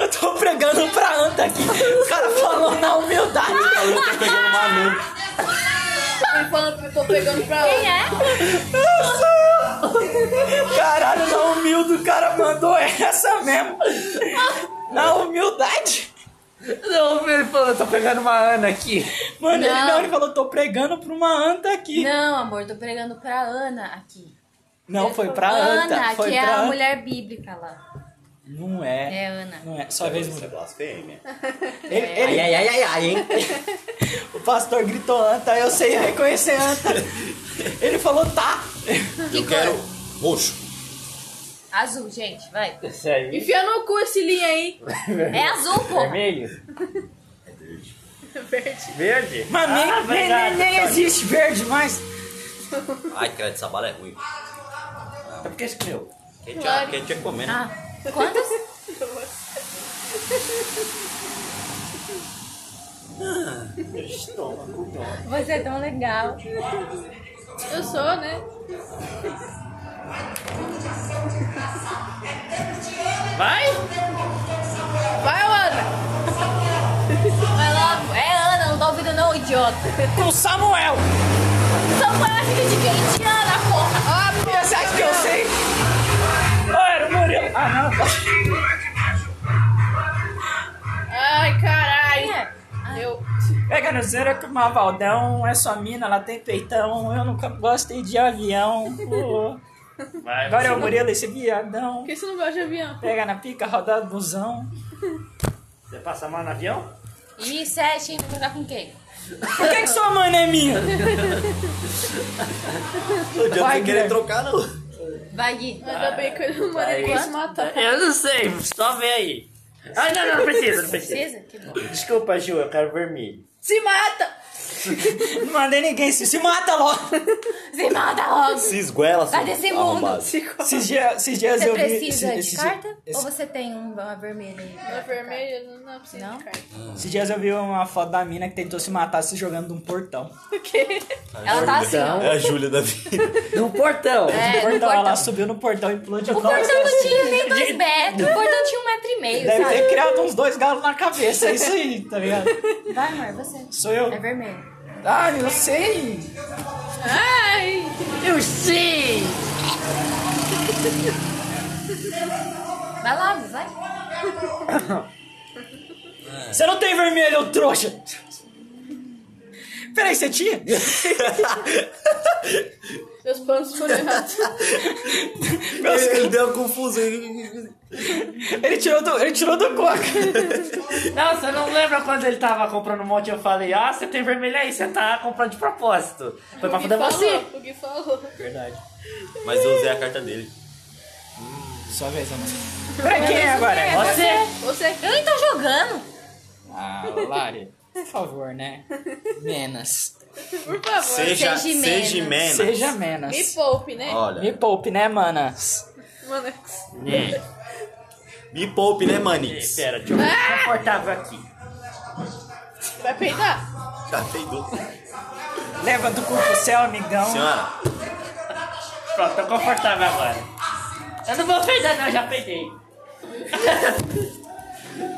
Speaker 2: Eu tô pregando pra anta aqui. O cara falou na humildade.
Speaker 3: Falou que tá pegando Manu.
Speaker 1: Ele falando que eu tô pegando pra
Speaker 4: Quem
Speaker 1: lá.
Speaker 4: é?
Speaker 2: Sou eu. Caralho, na humilde o cara mandou essa mesmo. Na humildade.
Speaker 5: Não, ele falou, eu tô pegando uma Ana aqui.
Speaker 2: Mano, ele
Speaker 4: Não.
Speaker 2: não, ele falou, tô pregando pra uma anta aqui. Não,
Speaker 4: Não, amor, tô pregando pra Ana aqui.
Speaker 2: foi pra anta.
Speaker 4: Ana,
Speaker 2: foi
Speaker 4: que
Speaker 2: pra
Speaker 4: é a
Speaker 2: anta.
Speaker 4: mulher bíblica lá.
Speaker 2: Não é.
Speaker 4: É, Ana.
Speaker 2: Não é. Só vez
Speaker 3: Isso é
Speaker 2: muito.
Speaker 3: blasfêmia.
Speaker 2: Ele, ele-
Speaker 9: ai, ai, ai, ai, hein?
Speaker 2: o pastor gritou anta, eu sei reconhecer anta. Ele falou, tá.
Speaker 4: Que
Speaker 5: Ah,
Speaker 3: Eu
Speaker 4: cor?
Speaker 3: quero roxo.
Speaker 4: Azul, gente, vai.
Speaker 5: Esse aí.
Speaker 1: Enfia no cu esse linha aí.
Speaker 4: É azul, pô.
Speaker 5: Vermelho?
Speaker 1: Verde.
Speaker 5: Verde?
Speaker 2: Mas nem,
Speaker 5: Ah,
Speaker 2: nem,
Speaker 5: verdade.
Speaker 2: nem, nem existe verde mais.
Speaker 3: Ai, credo, essa bala é ruim.
Speaker 5: Então por que escreveu?
Speaker 3: Quem tinha, quem tinha né? comendo?
Speaker 4: Ah, quantos? Você é tão legal.
Speaker 1: Eu sou, né?
Speaker 5: Vai?
Speaker 1: Vai, Ana.
Speaker 4: Vai logo. É Ana, não tô ouvindo não, idiota.
Speaker 2: Com Samuel.
Speaker 4: Só foi a filha de quem? De Ana, porra.
Speaker 1: Ó, pô.
Speaker 2: Você acha que eu sei?
Speaker 5: Ah, era o Murilo. Ah, não.
Speaker 1: Ai,
Speaker 4: Quem
Speaker 1: caralho.
Speaker 4: é?
Speaker 1: Eu.
Speaker 2: Pega no zero é que o Mavaldão é sua mina, ela tem peitão, eu nunca gostei de avião. pô.
Speaker 5: Vai,
Speaker 2: Agora é o Murilo, esse viadão.
Speaker 1: Por que você não gosta de avião?
Speaker 2: Pega na pica, rodada busão.
Speaker 5: Você passa mal no avião?
Speaker 4: Ih, Sete, hein? Vou trocar com quem?
Speaker 2: Por que, que sua mãe não é minha?
Speaker 3: Não adianta
Speaker 2: Vai,
Speaker 3: você querer
Speaker 2: Guilherme.
Speaker 3: trocar, não.
Speaker 4: Vai, Gui.
Speaker 1: Ainda bem que eu
Speaker 4: tá
Speaker 1: não mandei
Speaker 5: Vai.
Speaker 1: ninguém se matar.
Speaker 5: É, Eu não sei, só vê aí. Ah, não, não, não precisa, não precisa.
Speaker 4: Precisa? Que bom.
Speaker 5: Desculpa, Ju, eu quero vermelho.
Speaker 1: Se mata!
Speaker 2: Não mandei ninguém, se, se mata logo.
Speaker 4: Se manda logo.
Speaker 3: Se esguela,
Speaker 4: Vai desse mundo.
Speaker 3: arrombado.
Speaker 2: Esses dias, esses dias
Speaker 4: Você
Speaker 2: Tá eu vi...
Speaker 4: precisa
Speaker 2: esses-
Speaker 4: de
Speaker 2: esses-
Speaker 4: carta? Ou
Speaker 2: Esses,
Speaker 4: você tem um- uma vermelha aí?
Speaker 1: É vermelho? Não, não precisa
Speaker 4: Não?
Speaker 1: de carta.
Speaker 2: esses dias eu vi uma foto da mina que tentou se matar se jogando de um portão.
Speaker 4: Ela tá assim, ó.
Speaker 3: É a Júlia da vida.
Speaker 5: No portão.
Speaker 4: É,
Speaker 2: portão,
Speaker 4: no portão.
Speaker 2: Ela subiu no portão e pulou de
Speaker 4: O portão
Speaker 2: costas.
Speaker 4: não tinha nem dois metros. O portão tinha um metro e meio,
Speaker 2: Deve ter
Speaker 4: sabe?
Speaker 2: criado uns dois galos na cabeça, é isso aí, tá ligado?
Speaker 4: Vai, amor, você.
Speaker 2: Sou eu.
Speaker 4: É vermelho.
Speaker 2: Ah, eu sei.
Speaker 1: Ai!
Speaker 5: Eu sei.
Speaker 4: Vai logo, vai.
Speaker 2: Você não tem vermelho, ô trouxa! Peraí, você tinha?
Speaker 1: Meus planos foram errados.
Speaker 3: Ele deu uma confusão.
Speaker 2: Ele tirou do, ele tirou do coca.
Speaker 5: Não, você não lembra quando ele tava comprando um monte e eu falei, ah, você tem vermelho aí, você tá comprando de propósito. Foi pra
Speaker 1: O Gui
Speaker 5: fuder você.
Speaker 1: falou, O Gui falou.
Speaker 10: Verdade.
Speaker 3: Mas eu usei a carta dele.
Speaker 10: Só vez, mano.
Speaker 2: Pra quem é agora?
Speaker 5: Você.
Speaker 1: Você
Speaker 4: Eu nem tô jogando.
Speaker 10: Ah, Lari. Por favor, né? Menos.
Speaker 3: Seja,
Speaker 4: Seja
Speaker 3: seja
Speaker 4: menos.
Speaker 3: menos.
Speaker 10: Seja
Speaker 1: me
Speaker 10: menos.
Speaker 1: poupe, né?
Speaker 3: Olha,
Speaker 10: Me poupe, né, manas?
Speaker 1: Mano,
Speaker 3: me poupe, né, Manix?
Speaker 5: Pera, Né? deixa eu ficar É. confortável aqui.
Speaker 1: vai peidar?
Speaker 3: Já peidou.
Speaker 2: Leva do cu pro céu, amigão.
Speaker 3: Senhora,
Speaker 5: Pronto, tô confortável agora. Eu não vou perder, não, já peguei.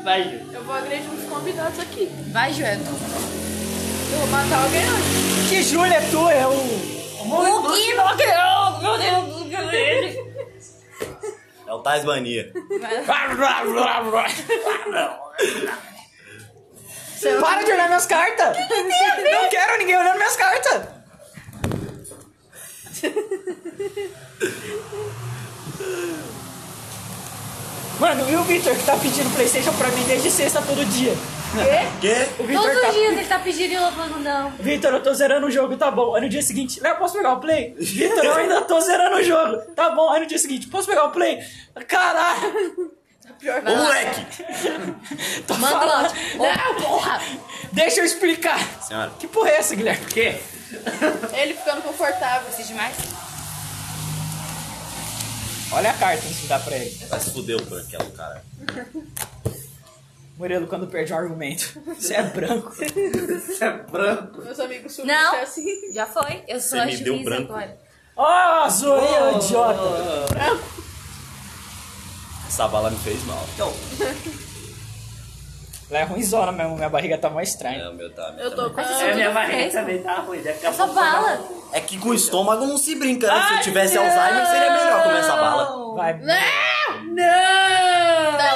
Speaker 5: Vai, Ju.
Speaker 1: Eu vou agredir uns convidados aqui.
Speaker 4: Vai, Joelho.
Speaker 1: Eu vou matar alguém hoje.
Speaker 2: Que Júlia é tua, é o...
Speaker 5: O Gui não ganhou, meu Deus, meu Deus.
Speaker 3: é o Tais Mania.
Speaker 2: Para de olhar minhas cartas! Não quero ninguém olhando minhas cartas! Mano, e o Victor que tá pedindo Playstation pra mim desde sexta todo dia?
Speaker 3: Quê?
Speaker 2: O Victor
Speaker 4: Todos
Speaker 2: tá.
Speaker 4: os dias ele tá pedindo e eu falando não.
Speaker 2: Victor, eu tô zerando o jogo, tá bom. Aí no dia seguinte, Léo, posso pegar o play? Victor, eu ainda tô zerando o jogo, tá bom. Aí no dia seguinte, posso pegar o play? Caralho!
Speaker 3: Ô, moleque!
Speaker 2: Tô
Speaker 4: Manda o
Speaker 2: Tá falando.
Speaker 4: áudio. Não, porra.
Speaker 2: Deixa eu explicar.
Speaker 3: Senhora,
Speaker 2: Que porra é essa, Guilherme?
Speaker 5: Quê?
Speaker 1: Ele ficando confortável.
Speaker 4: Preciso de mais?
Speaker 2: Olha a carta antes de dar pra ele.
Speaker 3: vai se fudeu por aquela é cara.
Speaker 2: Murilo, quando perde um argumento, você é branco.
Speaker 5: Você é branco.
Speaker 1: Meus amigos subiram
Speaker 4: Não.
Speaker 1: até assim.
Speaker 4: Já foi. Eu sou
Speaker 3: Você
Speaker 4: a
Speaker 3: me deu
Speaker 4: juiz
Speaker 3: branco.
Speaker 4: agora.
Speaker 2: Ó, oh, zoei, ô idiota.
Speaker 3: Essa bala me fez mal. Então,
Speaker 2: Lá é ruimzona mesmo, minha barriga tá mais
Speaker 3: É,
Speaker 2: estranha.
Speaker 3: o meu tá. meu
Speaker 1: Eu
Speaker 3: tá
Speaker 1: tô
Speaker 3: meio-
Speaker 1: com
Speaker 5: É, minha barriga também tá ruim. Daqui a
Speaker 4: Só
Speaker 5: pouco-
Speaker 4: bala.
Speaker 3: É que com o estômago não se brinca, né? Se eu tivesse Alzheimer, seria melhor comer essa bala.
Speaker 2: Vai.
Speaker 1: Não! Não! Não!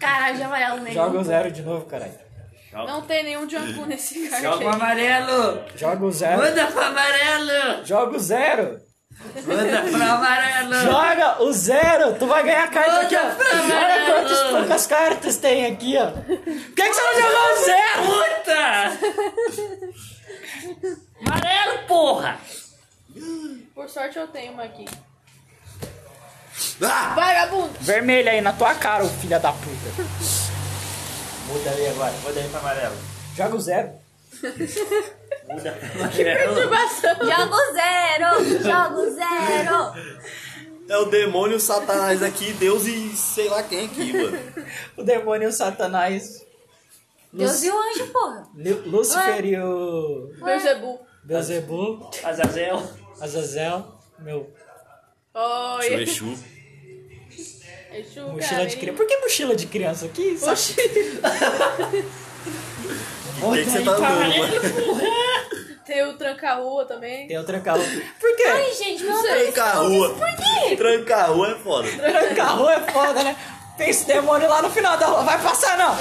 Speaker 4: Caralho, de amarelo mesmo.
Speaker 2: Joga o zero de novo, caralho.
Speaker 1: né? Não tem nenhum Janku nesse card
Speaker 5: Joga
Speaker 1: aí.
Speaker 5: o amarelo.
Speaker 2: Joga o zero.
Speaker 5: Manda pra amarelo.
Speaker 2: Joga o zero.
Speaker 5: Manda pra amarelo.
Speaker 2: Joga o zero. Tu vai ganhar a carta aqui, ó.
Speaker 5: Manda pra
Speaker 2: Olha quantas,
Speaker 5: amarelo.
Speaker 2: quantas cartas tem aqui, ó. Por que, que você não jogou o zero?
Speaker 5: Puta! Amarelo, porra!
Speaker 1: Por sorte, eu tenho uma aqui.
Speaker 3: Ah!
Speaker 1: Vagabundo!
Speaker 2: Vermelho aí na tua cara, ô filha da puta.
Speaker 5: Muda aí agora, muda aí pra amarelo.
Speaker 2: Joga o zero.
Speaker 5: Muda pra amarelo.
Speaker 4: Joga o zero. Joga o zero.
Speaker 3: É o demônio, o satanás aqui, Deus e sei lá quem aqui, mano.
Speaker 2: O demônio e o satanás.
Speaker 4: Deus e o anjo, porra.
Speaker 2: Lu- Lúcifer e o
Speaker 1: Berzebu.
Speaker 2: Beelzebub,
Speaker 5: Azazel.
Speaker 2: Azazel, meu
Speaker 3: Seu
Speaker 1: Oi.
Speaker 3: Exu.
Speaker 1: Exu,
Speaker 2: mochila de
Speaker 1: carinho.
Speaker 2: criança. Por que mochila de criança? Que sa-
Speaker 3: Por que, que você tá andando, mano?
Speaker 1: Tem o tranca-rua também.
Speaker 2: Tem o tranca Por quê?
Speaker 4: Ai, gente, meu Deus.
Speaker 3: Tranca a rua. Tranca a rua é foda.
Speaker 2: Tranca-rua é foda, né? Tem esse demônio lá no final da rua. Vai passar, não.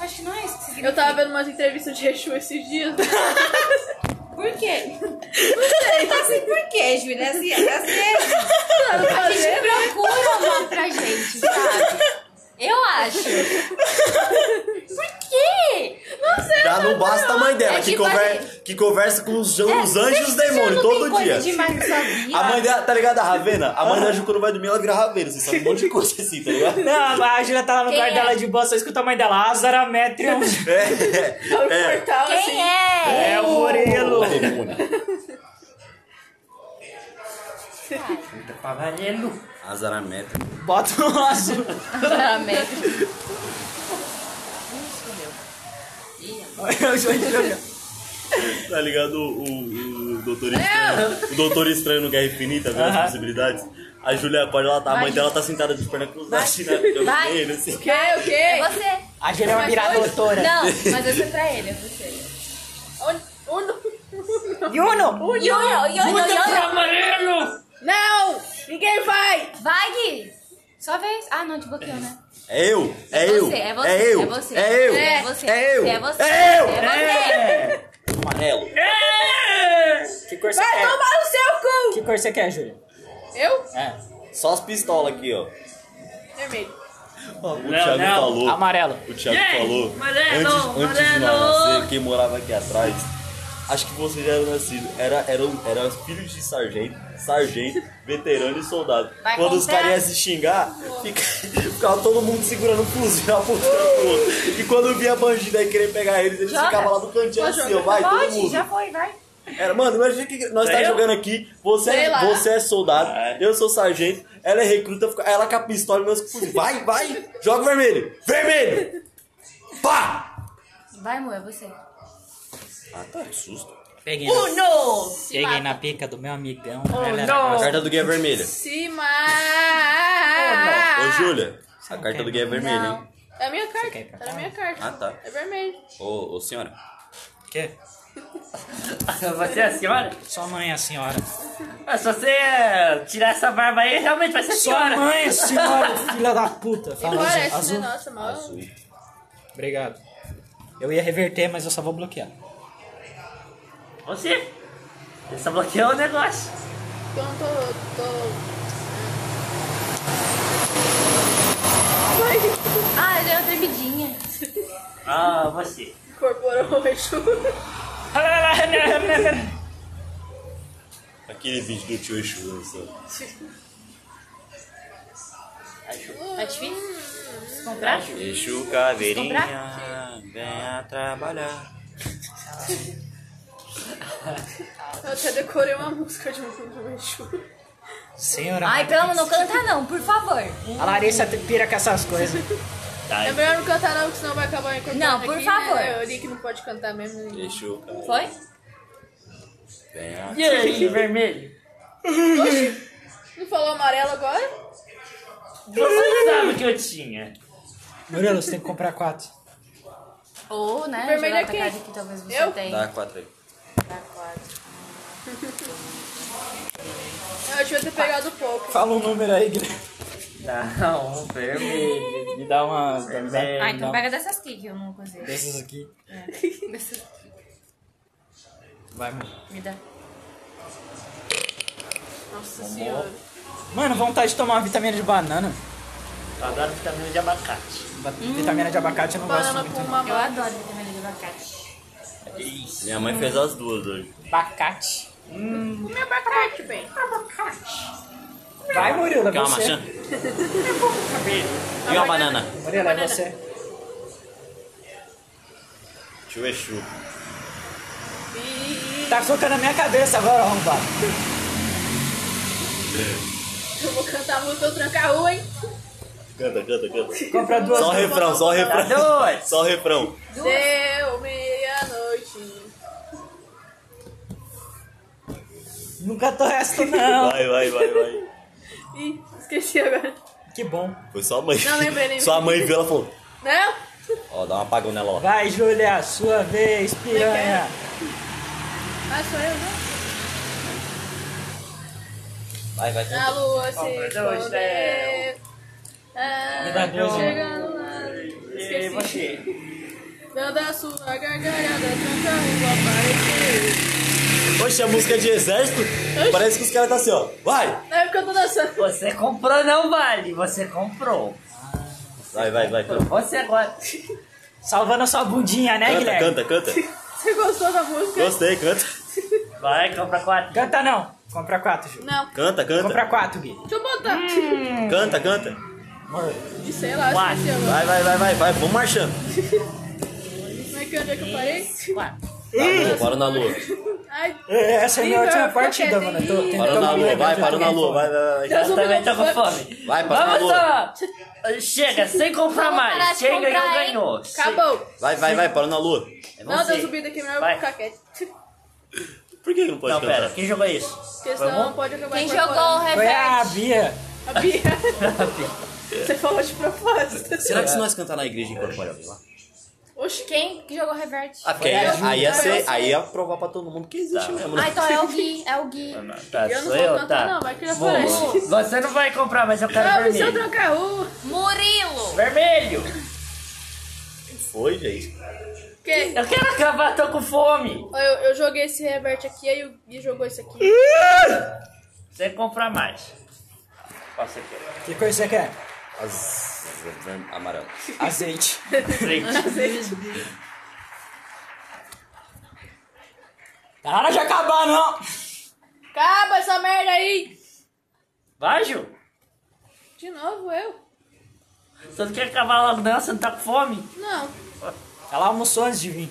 Speaker 4: Acho que não é isso que significa.
Speaker 1: É. Eu tava vendo umas entrevistas de Exu esses dias. né?
Speaker 4: Por quê? Não sei. Assim, por quê, Júlia? Assim, assim, a gente procura uma pra gente, sabe? Eu acho. Por quê? Não sei.
Speaker 3: Já não basta a mãe dela,
Speaker 4: É
Speaker 3: que,
Speaker 4: que
Speaker 3: conver-
Speaker 4: vai-
Speaker 3: que conversa com os, os anjos e os
Speaker 4: Você não
Speaker 3: demônios
Speaker 4: tem
Speaker 3: todo
Speaker 4: coisa
Speaker 3: dia.
Speaker 4: demais na sua vida?
Speaker 3: A mãe dela, tá ligado? A Ravena? A mãe da Ju, quando vai dormir, ela vira Ravena. Você sabe um monte de coisa assim, tá ligado?
Speaker 2: Não, a Júlia tá lá no
Speaker 4: Quem
Speaker 2: quarto
Speaker 4: é?
Speaker 2: dela de boa, só escuta a mãe dela. Azarametrium.
Speaker 3: É, é. é.
Speaker 1: Portal, assim.
Speaker 4: Quem é?
Speaker 2: É o Murilo.
Speaker 3: Demônio.
Speaker 5: Muda pra amarelo.
Speaker 3: Azarameta.
Speaker 2: Bota um azul. Olha o Júlia jogando.
Speaker 3: Tá
Speaker 4: É.
Speaker 3: ligado o, o, o Doutor Estranho? O Doutor Estranho no Guerra Infinita, vendo as possibilidades? A Júlia pode ela tá, a mãe
Speaker 1: Vai,
Speaker 3: dela tá sentada de perna cruzada, assim, né?
Speaker 4: Vai.
Speaker 3: Ele, assim.
Speaker 1: O quê? O
Speaker 4: É
Speaker 1: quê?
Speaker 4: você.
Speaker 2: A Júlia é uma
Speaker 1: Mas dois?
Speaker 2: viradotora.
Speaker 4: Não, mas esse é pra ele, é você.
Speaker 2: Juno!
Speaker 4: Yo, yo, yo, yo, yo.
Speaker 5: Amarelo!
Speaker 1: Não! Ninguém vai!
Speaker 4: Vai, Gui. Sua vez. Ah, não, te bloqueou, né?
Speaker 3: É eu, é
Speaker 4: Você,
Speaker 3: eu,
Speaker 4: é você,
Speaker 3: é eu,
Speaker 4: é você,
Speaker 3: é eu,
Speaker 4: é você,
Speaker 3: é eu,
Speaker 4: é você,
Speaker 3: é eu,
Speaker 4: é
Speaker 3: é amarelo.
Speaker 2: Que cor você
Speaker 3: É.
Speaker 1: Vai
Speaker 2: quer?
Speaker 1: tomar no seu
Speaker 2: Que cor você quer, Júlia?
Speaker 1: cu! Eu?
Speaker 2: É.
Speaker 3: Só as pistolas aqui, ó.
Speaker 1: Vermelho.
Speaker 3: O Thiago tá
Speaker 5: não.
Speaker 3: falou.
Speaker 2: Amarelo.
Speaker 3: O Thiago
Speaker 5: Gente,
Speaker 3: falou.
Speaker 5: amarelo,
Speaker 3: antes, antes de nós nascer, quem morava aqui atrás, acho que você já era nascido. Era, era, um, era filhos de sargento, sargento, veterano e soldado.
Speaker 4: Vai
Speaker 3: Quando os
Speaker 4: comprar?
Speaker 3: caras iam se xingar, fica- ficava todo mundo segurando o fuzil apontando pro outro. E quando via bandido aí querer pegar eles, eles
Speaker 4: Joga.
Speaker 3: ficavam lá no cantinho assim, ó, vai, todo
Speaker 4: Pode,
Speaker 3: mundo.
Speaker 4: já foi, vai.
Speaker 3: Era, mano, imagina que nós tá
Speaker 5: Eu?
Speaker 3: jogando aqui, você,
Speaker 1: Sei
Speaker 3: é,
Speaker 1: lá.
Speaker 3: você é soldado,
Speaker 5: Ah, é.
Speaker 3: eu sou sargento, ela é recruta, fica- ela com a pistola e nós com o fuzil. Vai, vai, joga o vermelho, vermelho! Pá!
Speaker 4: Vai, amor, é você.
Speaker 3: Ah, tá, que susto.
Speaker 2: Peguei,
Speaker 1: Uno! Oh, Se
Speaker 2: peguei
Speaker 1: mata.
Speaker 2: na pica do meu amigão.
Speaker 3: A carta do guia é vermelha.
Speaker 1: Se
Speaker 3: Ô,
Speaker 1: mata.
Speaker 3: Júlia, a carta do guia é vermelha,
Speaker 4: Não.
Speaker 3: hein?
Speaker 1: É a minha carta.
Speaker 2: quer ir pra
Speaker 1: É a
Speaker 2: cá?
Speaker 1: minha carta.
Speaker 3: Ah, tá.
Speaker 1: É vermelho.
Speaker 3: Ô, ô, senhora.
Speaker 2: Que?
Speaker 5: Você é a senhora?
Speaker 2: Sua mãe é a senhora.
Speaker 5: Ah, Se você eh, tirar essa barba aí, realmente vai ser a
Speaker 2: Sua
Speaker 5: senhora.
Speaker 2: mãe é a senhora, filha da puta.
Speaker 1: E
Speaker 2: Fala
Speaker 1: parece,
Speaker 2: Tá azul. azul.
Speaker 1: né? Nossa, mal.
Speaker 3: Azul.
Speaker 2: Obrigado. Eu ia reverter, mas eu só vou bloquear.
Speaker 5: Você? Você só bloqueou o negócio.
Speaker 1: Então Eu não tô. tô...
Speaker 4: Ah, ele deu uma tremidinha.
Speaker 5: Ah, você.
Speaker 1: Incorporou o eixo.
Speaker 3: Aquele vídeo do tio Exu, né, só.
Speaker 4: Tá difícil?
Speaker 3: Exu caveirinha, venha trabalhar.
Speaker 1: Eu até decorei uma música de um filme do eixo.
Speaker 2: Senhora.
Speaker 4: Ai, pelo amor, não canta não, por favor.
Speaker 2: A Larissa te- pira com essas coisas. Tá,
Speaker 1: É melhor não cantar não, porque senão vai acabar incorporando
Speaker 4: Não, por
Speaker 1: aqui,
Speaker 4: favor.
Speaker 1: Né? Eu li que não pode cantar mesmo. né?
Speaker 3: Exu caveirinha,
Speaker 4: Foi?
Speaker 3: venha
Speaker 5: E aí, vermelho?
Speaker 1: Não falou amarelo agora?
Speaker 5: Você não sabe o que eu tinha.
Speaker 2: Murilo, você tem que comprar quatro.
Speaker 4: Ou, né?
Speaker 1: Vermelho
Speaker 4: jogar
Speaker 1: é
Speaker 4: outra
Speaker 1: quem?
Speaker 4: carta que talvez você
Speaker 1: Eu?
Speaker 4: tenha.
Speaker 3: Dá quatro aí.
Speaker 4: Dá quatro.
Speaker 1: Eu devia ter pegado pouco.
Speaker 2: Fala um número aí, Guilherme.
Speaker 5: Não, um vermelho. Um
Speaker 2: Me dá uma.
Speaker 5: Vermelho.
Speaker 4: Ah, então pega dessas aqui que eu não consigo.
Speaker 2: Desses aqui.
Speaker 4: Dessas aqui.
Speaker 2: Vai, mano.
Speaker 4: Me dá.
Speaker 1: Nossa senhora.
Speaker 2: Mano, vontade de tomar uma vitamina de banana.
Speaker 5: Eu Adoro vitamina de abacate.
Speaker 2: Ba- Vitamina de abacate eu não gosto
Speaker 1: Hum. Banana
Speaker 2: muito.
Speaker 1: com
Speaker 2: não.
Speaker 1: mamão.
Speaker 4: Eu adoro vitamina de abacate.
Speaker 3: Minha mãe fez as duas hoje.
Speaker 2: Abacate.
Speaker 1: Comi abacate, bem.
Speaker 2: Vai, Murilo, é
Speaker 3: Quer uma
Speaker 2: você.
Speaker 3: maçã? E uma banana?
Speaker 2: Murilo, é você.
Speaker 3: Tio Exu.
Speaker 2: Tá tocando na minha cabeça agora, arrombado.
Speaker 1: Eu vou cantar muito, eu trancar a rua, hein?
Speaker 3: Canta, canta, canta.
Speaker 2: Compra duas.
Speaker 3: Só o refrão, só o refrão. Só o refrão.
Speaker 1: Deu meia-noite.
Speaker 2: Nunca tô resto, não.
Speaker 3: Vai, vai, vai, vai.
Speaker 1: Ih, esqueci agora.
Speaker 2: que bom.
Speaker 3: Foi sua mãe.
Speaker 1: Não, lembrei, lembrei.
Speaker 3: Sua mãe viu, ela falou,
Speaker 1: Não?
Speaker 3: ó, dá um apagão nela, ó.
Speaker 2: Vai, Júlia, sua vez, piranha.
Speaker 1: Ah, sou eu, né?
Speaker 3: Vai, vai,
Speaker 1: A
Speaker 3: canta.
Speaker 1: lua se
Speaker 5: Compra dois
Speaker 1: escondeu.
Speaker 2: Me dá
Speaker 1: Ah,
Speaker 2: dois, né?
Speaker 1: chegando lá.
Speaker 5: E
Speaker 1: Esqueci.
Speaker 5: você?
Speaker 1: Dando a sua gargalhada, tranca a rua, apareceu.
Speaker 3: Poxa, a música de exército, parece que os caras tá assim, ó. Vai!
Speaker 1: Não é porque eu tô dançando.
Speaker 5: Você comprou, não vale. Você comprou.
Speaker 3: Vai, vai, vai, canta.
Speaker 5: Você agora.
Speaker 2: Salvando a sua bundinha, né,
Speaker 3: Canta,
Speaker 2: Guilherme?
Speaker 3: canta, canta.
Speaker 1: Você gostou da música?
Speaker 3: Gostei, canta.
Speaker 5: Vai, compra quatro.
Speaker 2: Canta não. Compra quatro, Ju.
Speaker 1: Não.
Speaker 3: Canta, canta.
Speaker 2: Compra quatro, Gui.
Speaker 1: Deixa eu botar.
Speaker 3: Canta, canta.
Speaker 1: Sei lá,
Speaker 5: Quatro.
Speaker 1: esqueci agora.
Speaker 3: Vai, vai, vai, vai, vai. Vamos marchando.
Speaker 1: Como é que onde é que eu parei?
Speaker 3: Tá, lua, para na lua.
Speaker 1: Ai,
Speaker 2: É, Essa é a minha
Speaker 1: Ih,
Speaker 2: última
Speaker 1: vai,
Speaker 2: partida,
Speaker 1: fica
Speaker 2: mano. Eu
Speaker 1: quietinho.
Speaker 2: Tô tentando
Speaker 3: Parou na
Speaker 2: me
Speaker 3: lua,
Speaker 2: lembrar
Speaker 3: vai,
Speaker 2: de
Speaker 3: parou na
Speaker 2: alguém.
Speaker 3: lua, vai, vai, vai.
Speaker 1: Deus
Speaker 5: Eu Tá também tô com fome.
Speaker 3: Vai,
Speaker 1: Tá
Speaker 3: para na
Speaker 5: Vamos
Speaker 3: lua.
Speaker 5: só! Chega, sem comprar
Speaker 4: Vamos parar
Speaker 5: mais.
Speaker 4: de
Speaker 5: Quem ganhou,
Speaker 4: comprar, hein?
Speaker 5: ganhou. É
Speaker 1: Acabou.
Speaker 3: Vai, vai, vai, parou na lua.
Speaker 1: Não,
Speaker 5: você.
Speaker 1: deu subida aqui, melhor eu
Speaker 5: Vai.
Speaker 1: ficar quieto.
Speaker 3: Por que que não pode
Speaker 11: Não,
Speaker 3: cantar?
Speaker 11: pera, quem jogou isso? Foi
Speaker 1: Porque senão
Speaker 11: bom?
Speaker 1: pode acabar
Speaker 4: Quem
Speaker 1: incorporando.
Speaker 4: jogou o
Speaker 5: Foi a
Speaker 4: reflexo?
Speaker 5: Bia.
Speaker 1: A Bia. Você falou de propósito.
Speaker 3: Será que se nós cantar na igreja incorpora alguém lá?
Speaker 1: Oxi,
Speaker 4: Quem que jogou reverte?
Speaker 3: Ah, porque aí,
Speaker 1: um
Speaker 3: aí ia ser, aí ia provar pra todo mundo que existe mesmo, né?
Speaker 4: Ah, então é o Gui, é o Gui.
Speaker 11: Tá,
Speaker 1: eu não
Speaker 11: sou
Speaker 1: vou
Speaker 11: eu,
Speaker 1: cantar
Speaker 11: tá.
Speaker 1: não, vai que ele
Speaker 11: Vou.
Speaker 1: aparece.
Speaker 5: Você não vai comprar, mas eu quero
Speaker 1: Não, é se eu
Speaker 5: Tá vermelho.
Speaker 1: trancar o...
Speaker 4: Murilo!
Speaker 5: Vermelho!
Speaker 3: Foi, gente.
Speaker 1: Porque
Speaker 5: Eu quero acabar, tô com fome.
Speaker 1: eu, eu joguei esse Herbert aqui, aí o Gui jogou isso aqui.
Speaker 5: Sem comprar mais. Qual você quer?
Speaker 2: Que coisa você quer?
Speaker 3: As... ver- Amarelo.
Speaker 2: Azeite. Tá na hora de acabar, não!
Speaker 1: Acaba essa merda aí!
Speaker 5: Vai, Ju.
Speaker 1: De novo eu?
Speaker 5: Você não quer acabar logo não? Você não tá com fome?
Speaker 1: Não,
Speaker 2: Ela almoçou antes de vir.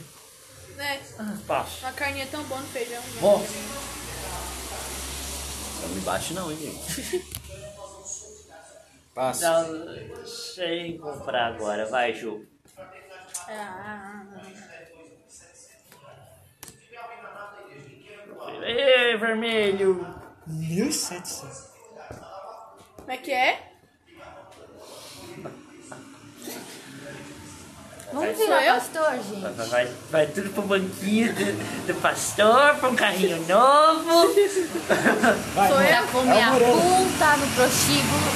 Speaker 1: né?
Speaker 5: Passa.
Speaker 1: Uma carninha tão boa no feijão. né?
Speaker 5: Bom.
Speaker 3: Não me bate não, hein, gente.
Speaker 2: Passa.
Speaker 5: Não, sem comprar agora. Vai, Ju.
Speaker 1: Ah,
Speaker 5: Ê, vermelho.
Speaker 2: 1700.
Speaker 1: como é que é?
Speaker 4: Vamos
Speaker 1: Sou
Speaker 4: virar
Speaker 1: eu?
Speaker 4: pastor, gente?
Speaker 5: Vai, vai- vai tudo pro banquinho do, do pastor, pra um carrinho novo.
Speaker 1: Sou eu?
Speaker 4: Pra comer a punta no prostíbulo.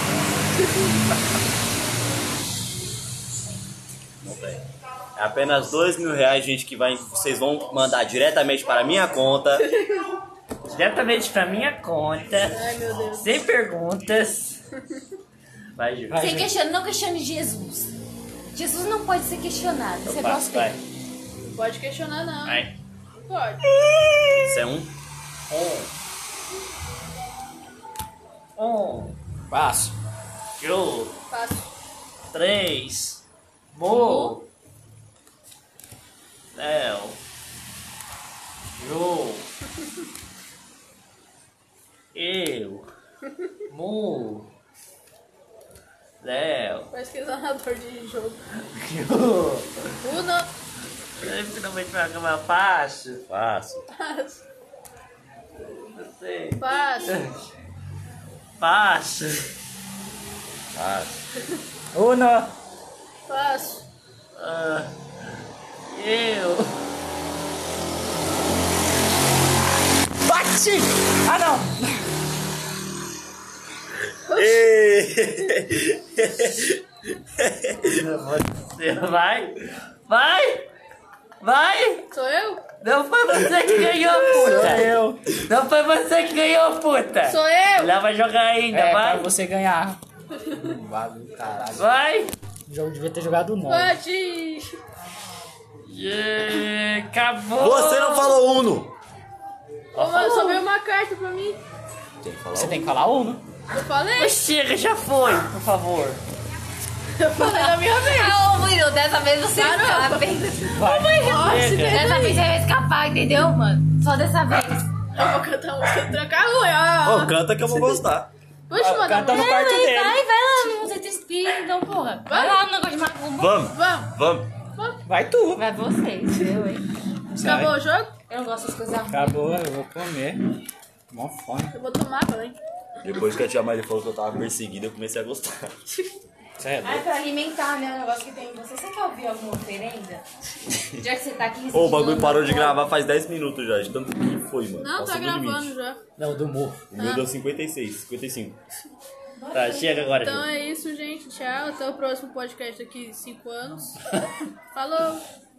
Speaker 3: Não, velho. É apenas dois mil reais, gente, que vai, vocês vão mandar diretamente para a minha conta.
Speaker 5: Diretamente pra minha conta.
Speaker 1: Ai, meu Deus.
Speaker 5: Sem perguntas. Vai, Ju.
Speaker 4: Sem questionar, não questione Jesus. Jesus não pode ser questionado. Você
Speaker 5: Eu passo,
Speaker 4: gosta
Speaker 5: vai.
Speaker 4: dele.
Speaker 1: Não pode questionar, não.
Speaker 5: Vai.
Speaker 1: Não pode.
Speaker 3: Isso é um.
Speaker 5: Um,
Speaker 2: Passo.
Speaker 5: Ju.
Speaker 1: Passo.
Speaker 5: Três. Mo. Léo. Ju. Eu. Mu. Léo.
Speaker 1: Parece que é narrador de jogo.
Speaker 5: Ju.
Speaker 1: Uno,
Speaker 5: Eu finalmente vai acabar fácil.
Speaker 3: Fácil.
Speaker 1: passo,
Speaker 5: Não sei.
Speaker 1: passo.
Speaker 5: Fácil.
Speaker 3: Fácil.
Speaker 2: Una.
Speaker 1: Passo.
Speaker 5: Ah, eu.
Speaker 2: Bate! Ah, não!
Speaker 5: Você vai? Vai! Vai!
Speaker 1: Sou eu?
Speaker 5: Não foi você que ganhou, puta!
Speaker 2: Eu.
Speaker 5: Não foi você que ganhou, puta!
Speaker 1: Sou eu!
Speaker 5: Ela vai jogar ainda,
Speaker 2: É, pra
Speaker 5: vai!
Speaker 2: você ganhar. Vale, caralho.
Speaker 5: Vai!
Speaker 2: O jogo devia ter jogado um não.
Speaker 1: Pode!
Speaker 5: Yeah, acabou!
Speaker 3: Você não falou Uno!
Speaker 1: Uma, só veio uma carta pra mim.
Speaker 3: Tem que falar
Speaker 2: Você
Speaker 3: Uno.
Speaker 2: tem que falar um, né? Uno.
Speaker 1: Eu falei?
Speaker 5: Chega, já foi, por favor!
Speaker 1: Eu falei na minha vez.
Speaker 4: Ah, ô Murilo, dessa vez você
Speaker 1: Ah, não.
Speaker 4: escapa, hein?
Speaker 1: Nossa,
Speaker 4: Dessa vez você vai escapar, entendeu, mano? Só dessa vez.
Speaker 1: Eu vou cantar música do trancar ruim.
Speaker 3: Ô, canta que eu vou gostar.
Speaker 1: Puxa, mano.
Speaker 2: Canta no quarto
Speaker 4: Vai,
Speaker 2: dele.
Speaker 4: vai, vai lá no centro espírita, então, porra. Vai lá no negócio de macumba.
Speaker 3: Vamos,
Speaker 1: Vamos,
Speaker 3: vamos.
Speaker 2: Vai tu.
Speaker 4: Vai vocês, eu, hein?
Speaker 1: acabou o jogo?
Speaker 4: Eu não gosto das coisas ruins.
Speaker 2: Acabou, eu vou comer. Mó fome.
Speaker 1: Eu vou tomar banho.
Speaker 3: Depois que a tia Maria falou que eu tava perseguida, eu comecei a gostar.
Speaker 2: Você é
Speaker 4: Ah, é pra alimentar, né? O negócio que tem em você. Você quer ouvir alguma oferenda? Já que você tá aqui
Speaker 3: Ô, o bagulho
Speaker 4: resistindo,
Speaker 3: parou de
Speaker 4: não.
Speaker 3: gravar faz 10 minutos já, de tanto que foi, mano.
Speaker 1: Não, tá
Speaker 3: Passou do
Speaker 1: gravando Ah.
Speaker 3: limite.
Speaker 1: já.
Speaker 2: Não, do morro.
Speaker 3: O meu deu 56, 55.
Speaker 5: Tá, chega agora,
Speaker 1: Então
Speaker 5: Ju.
Speaker 1: é isso, gente. Tchau. Até o próximo podcast daqui 5 anos. Falou!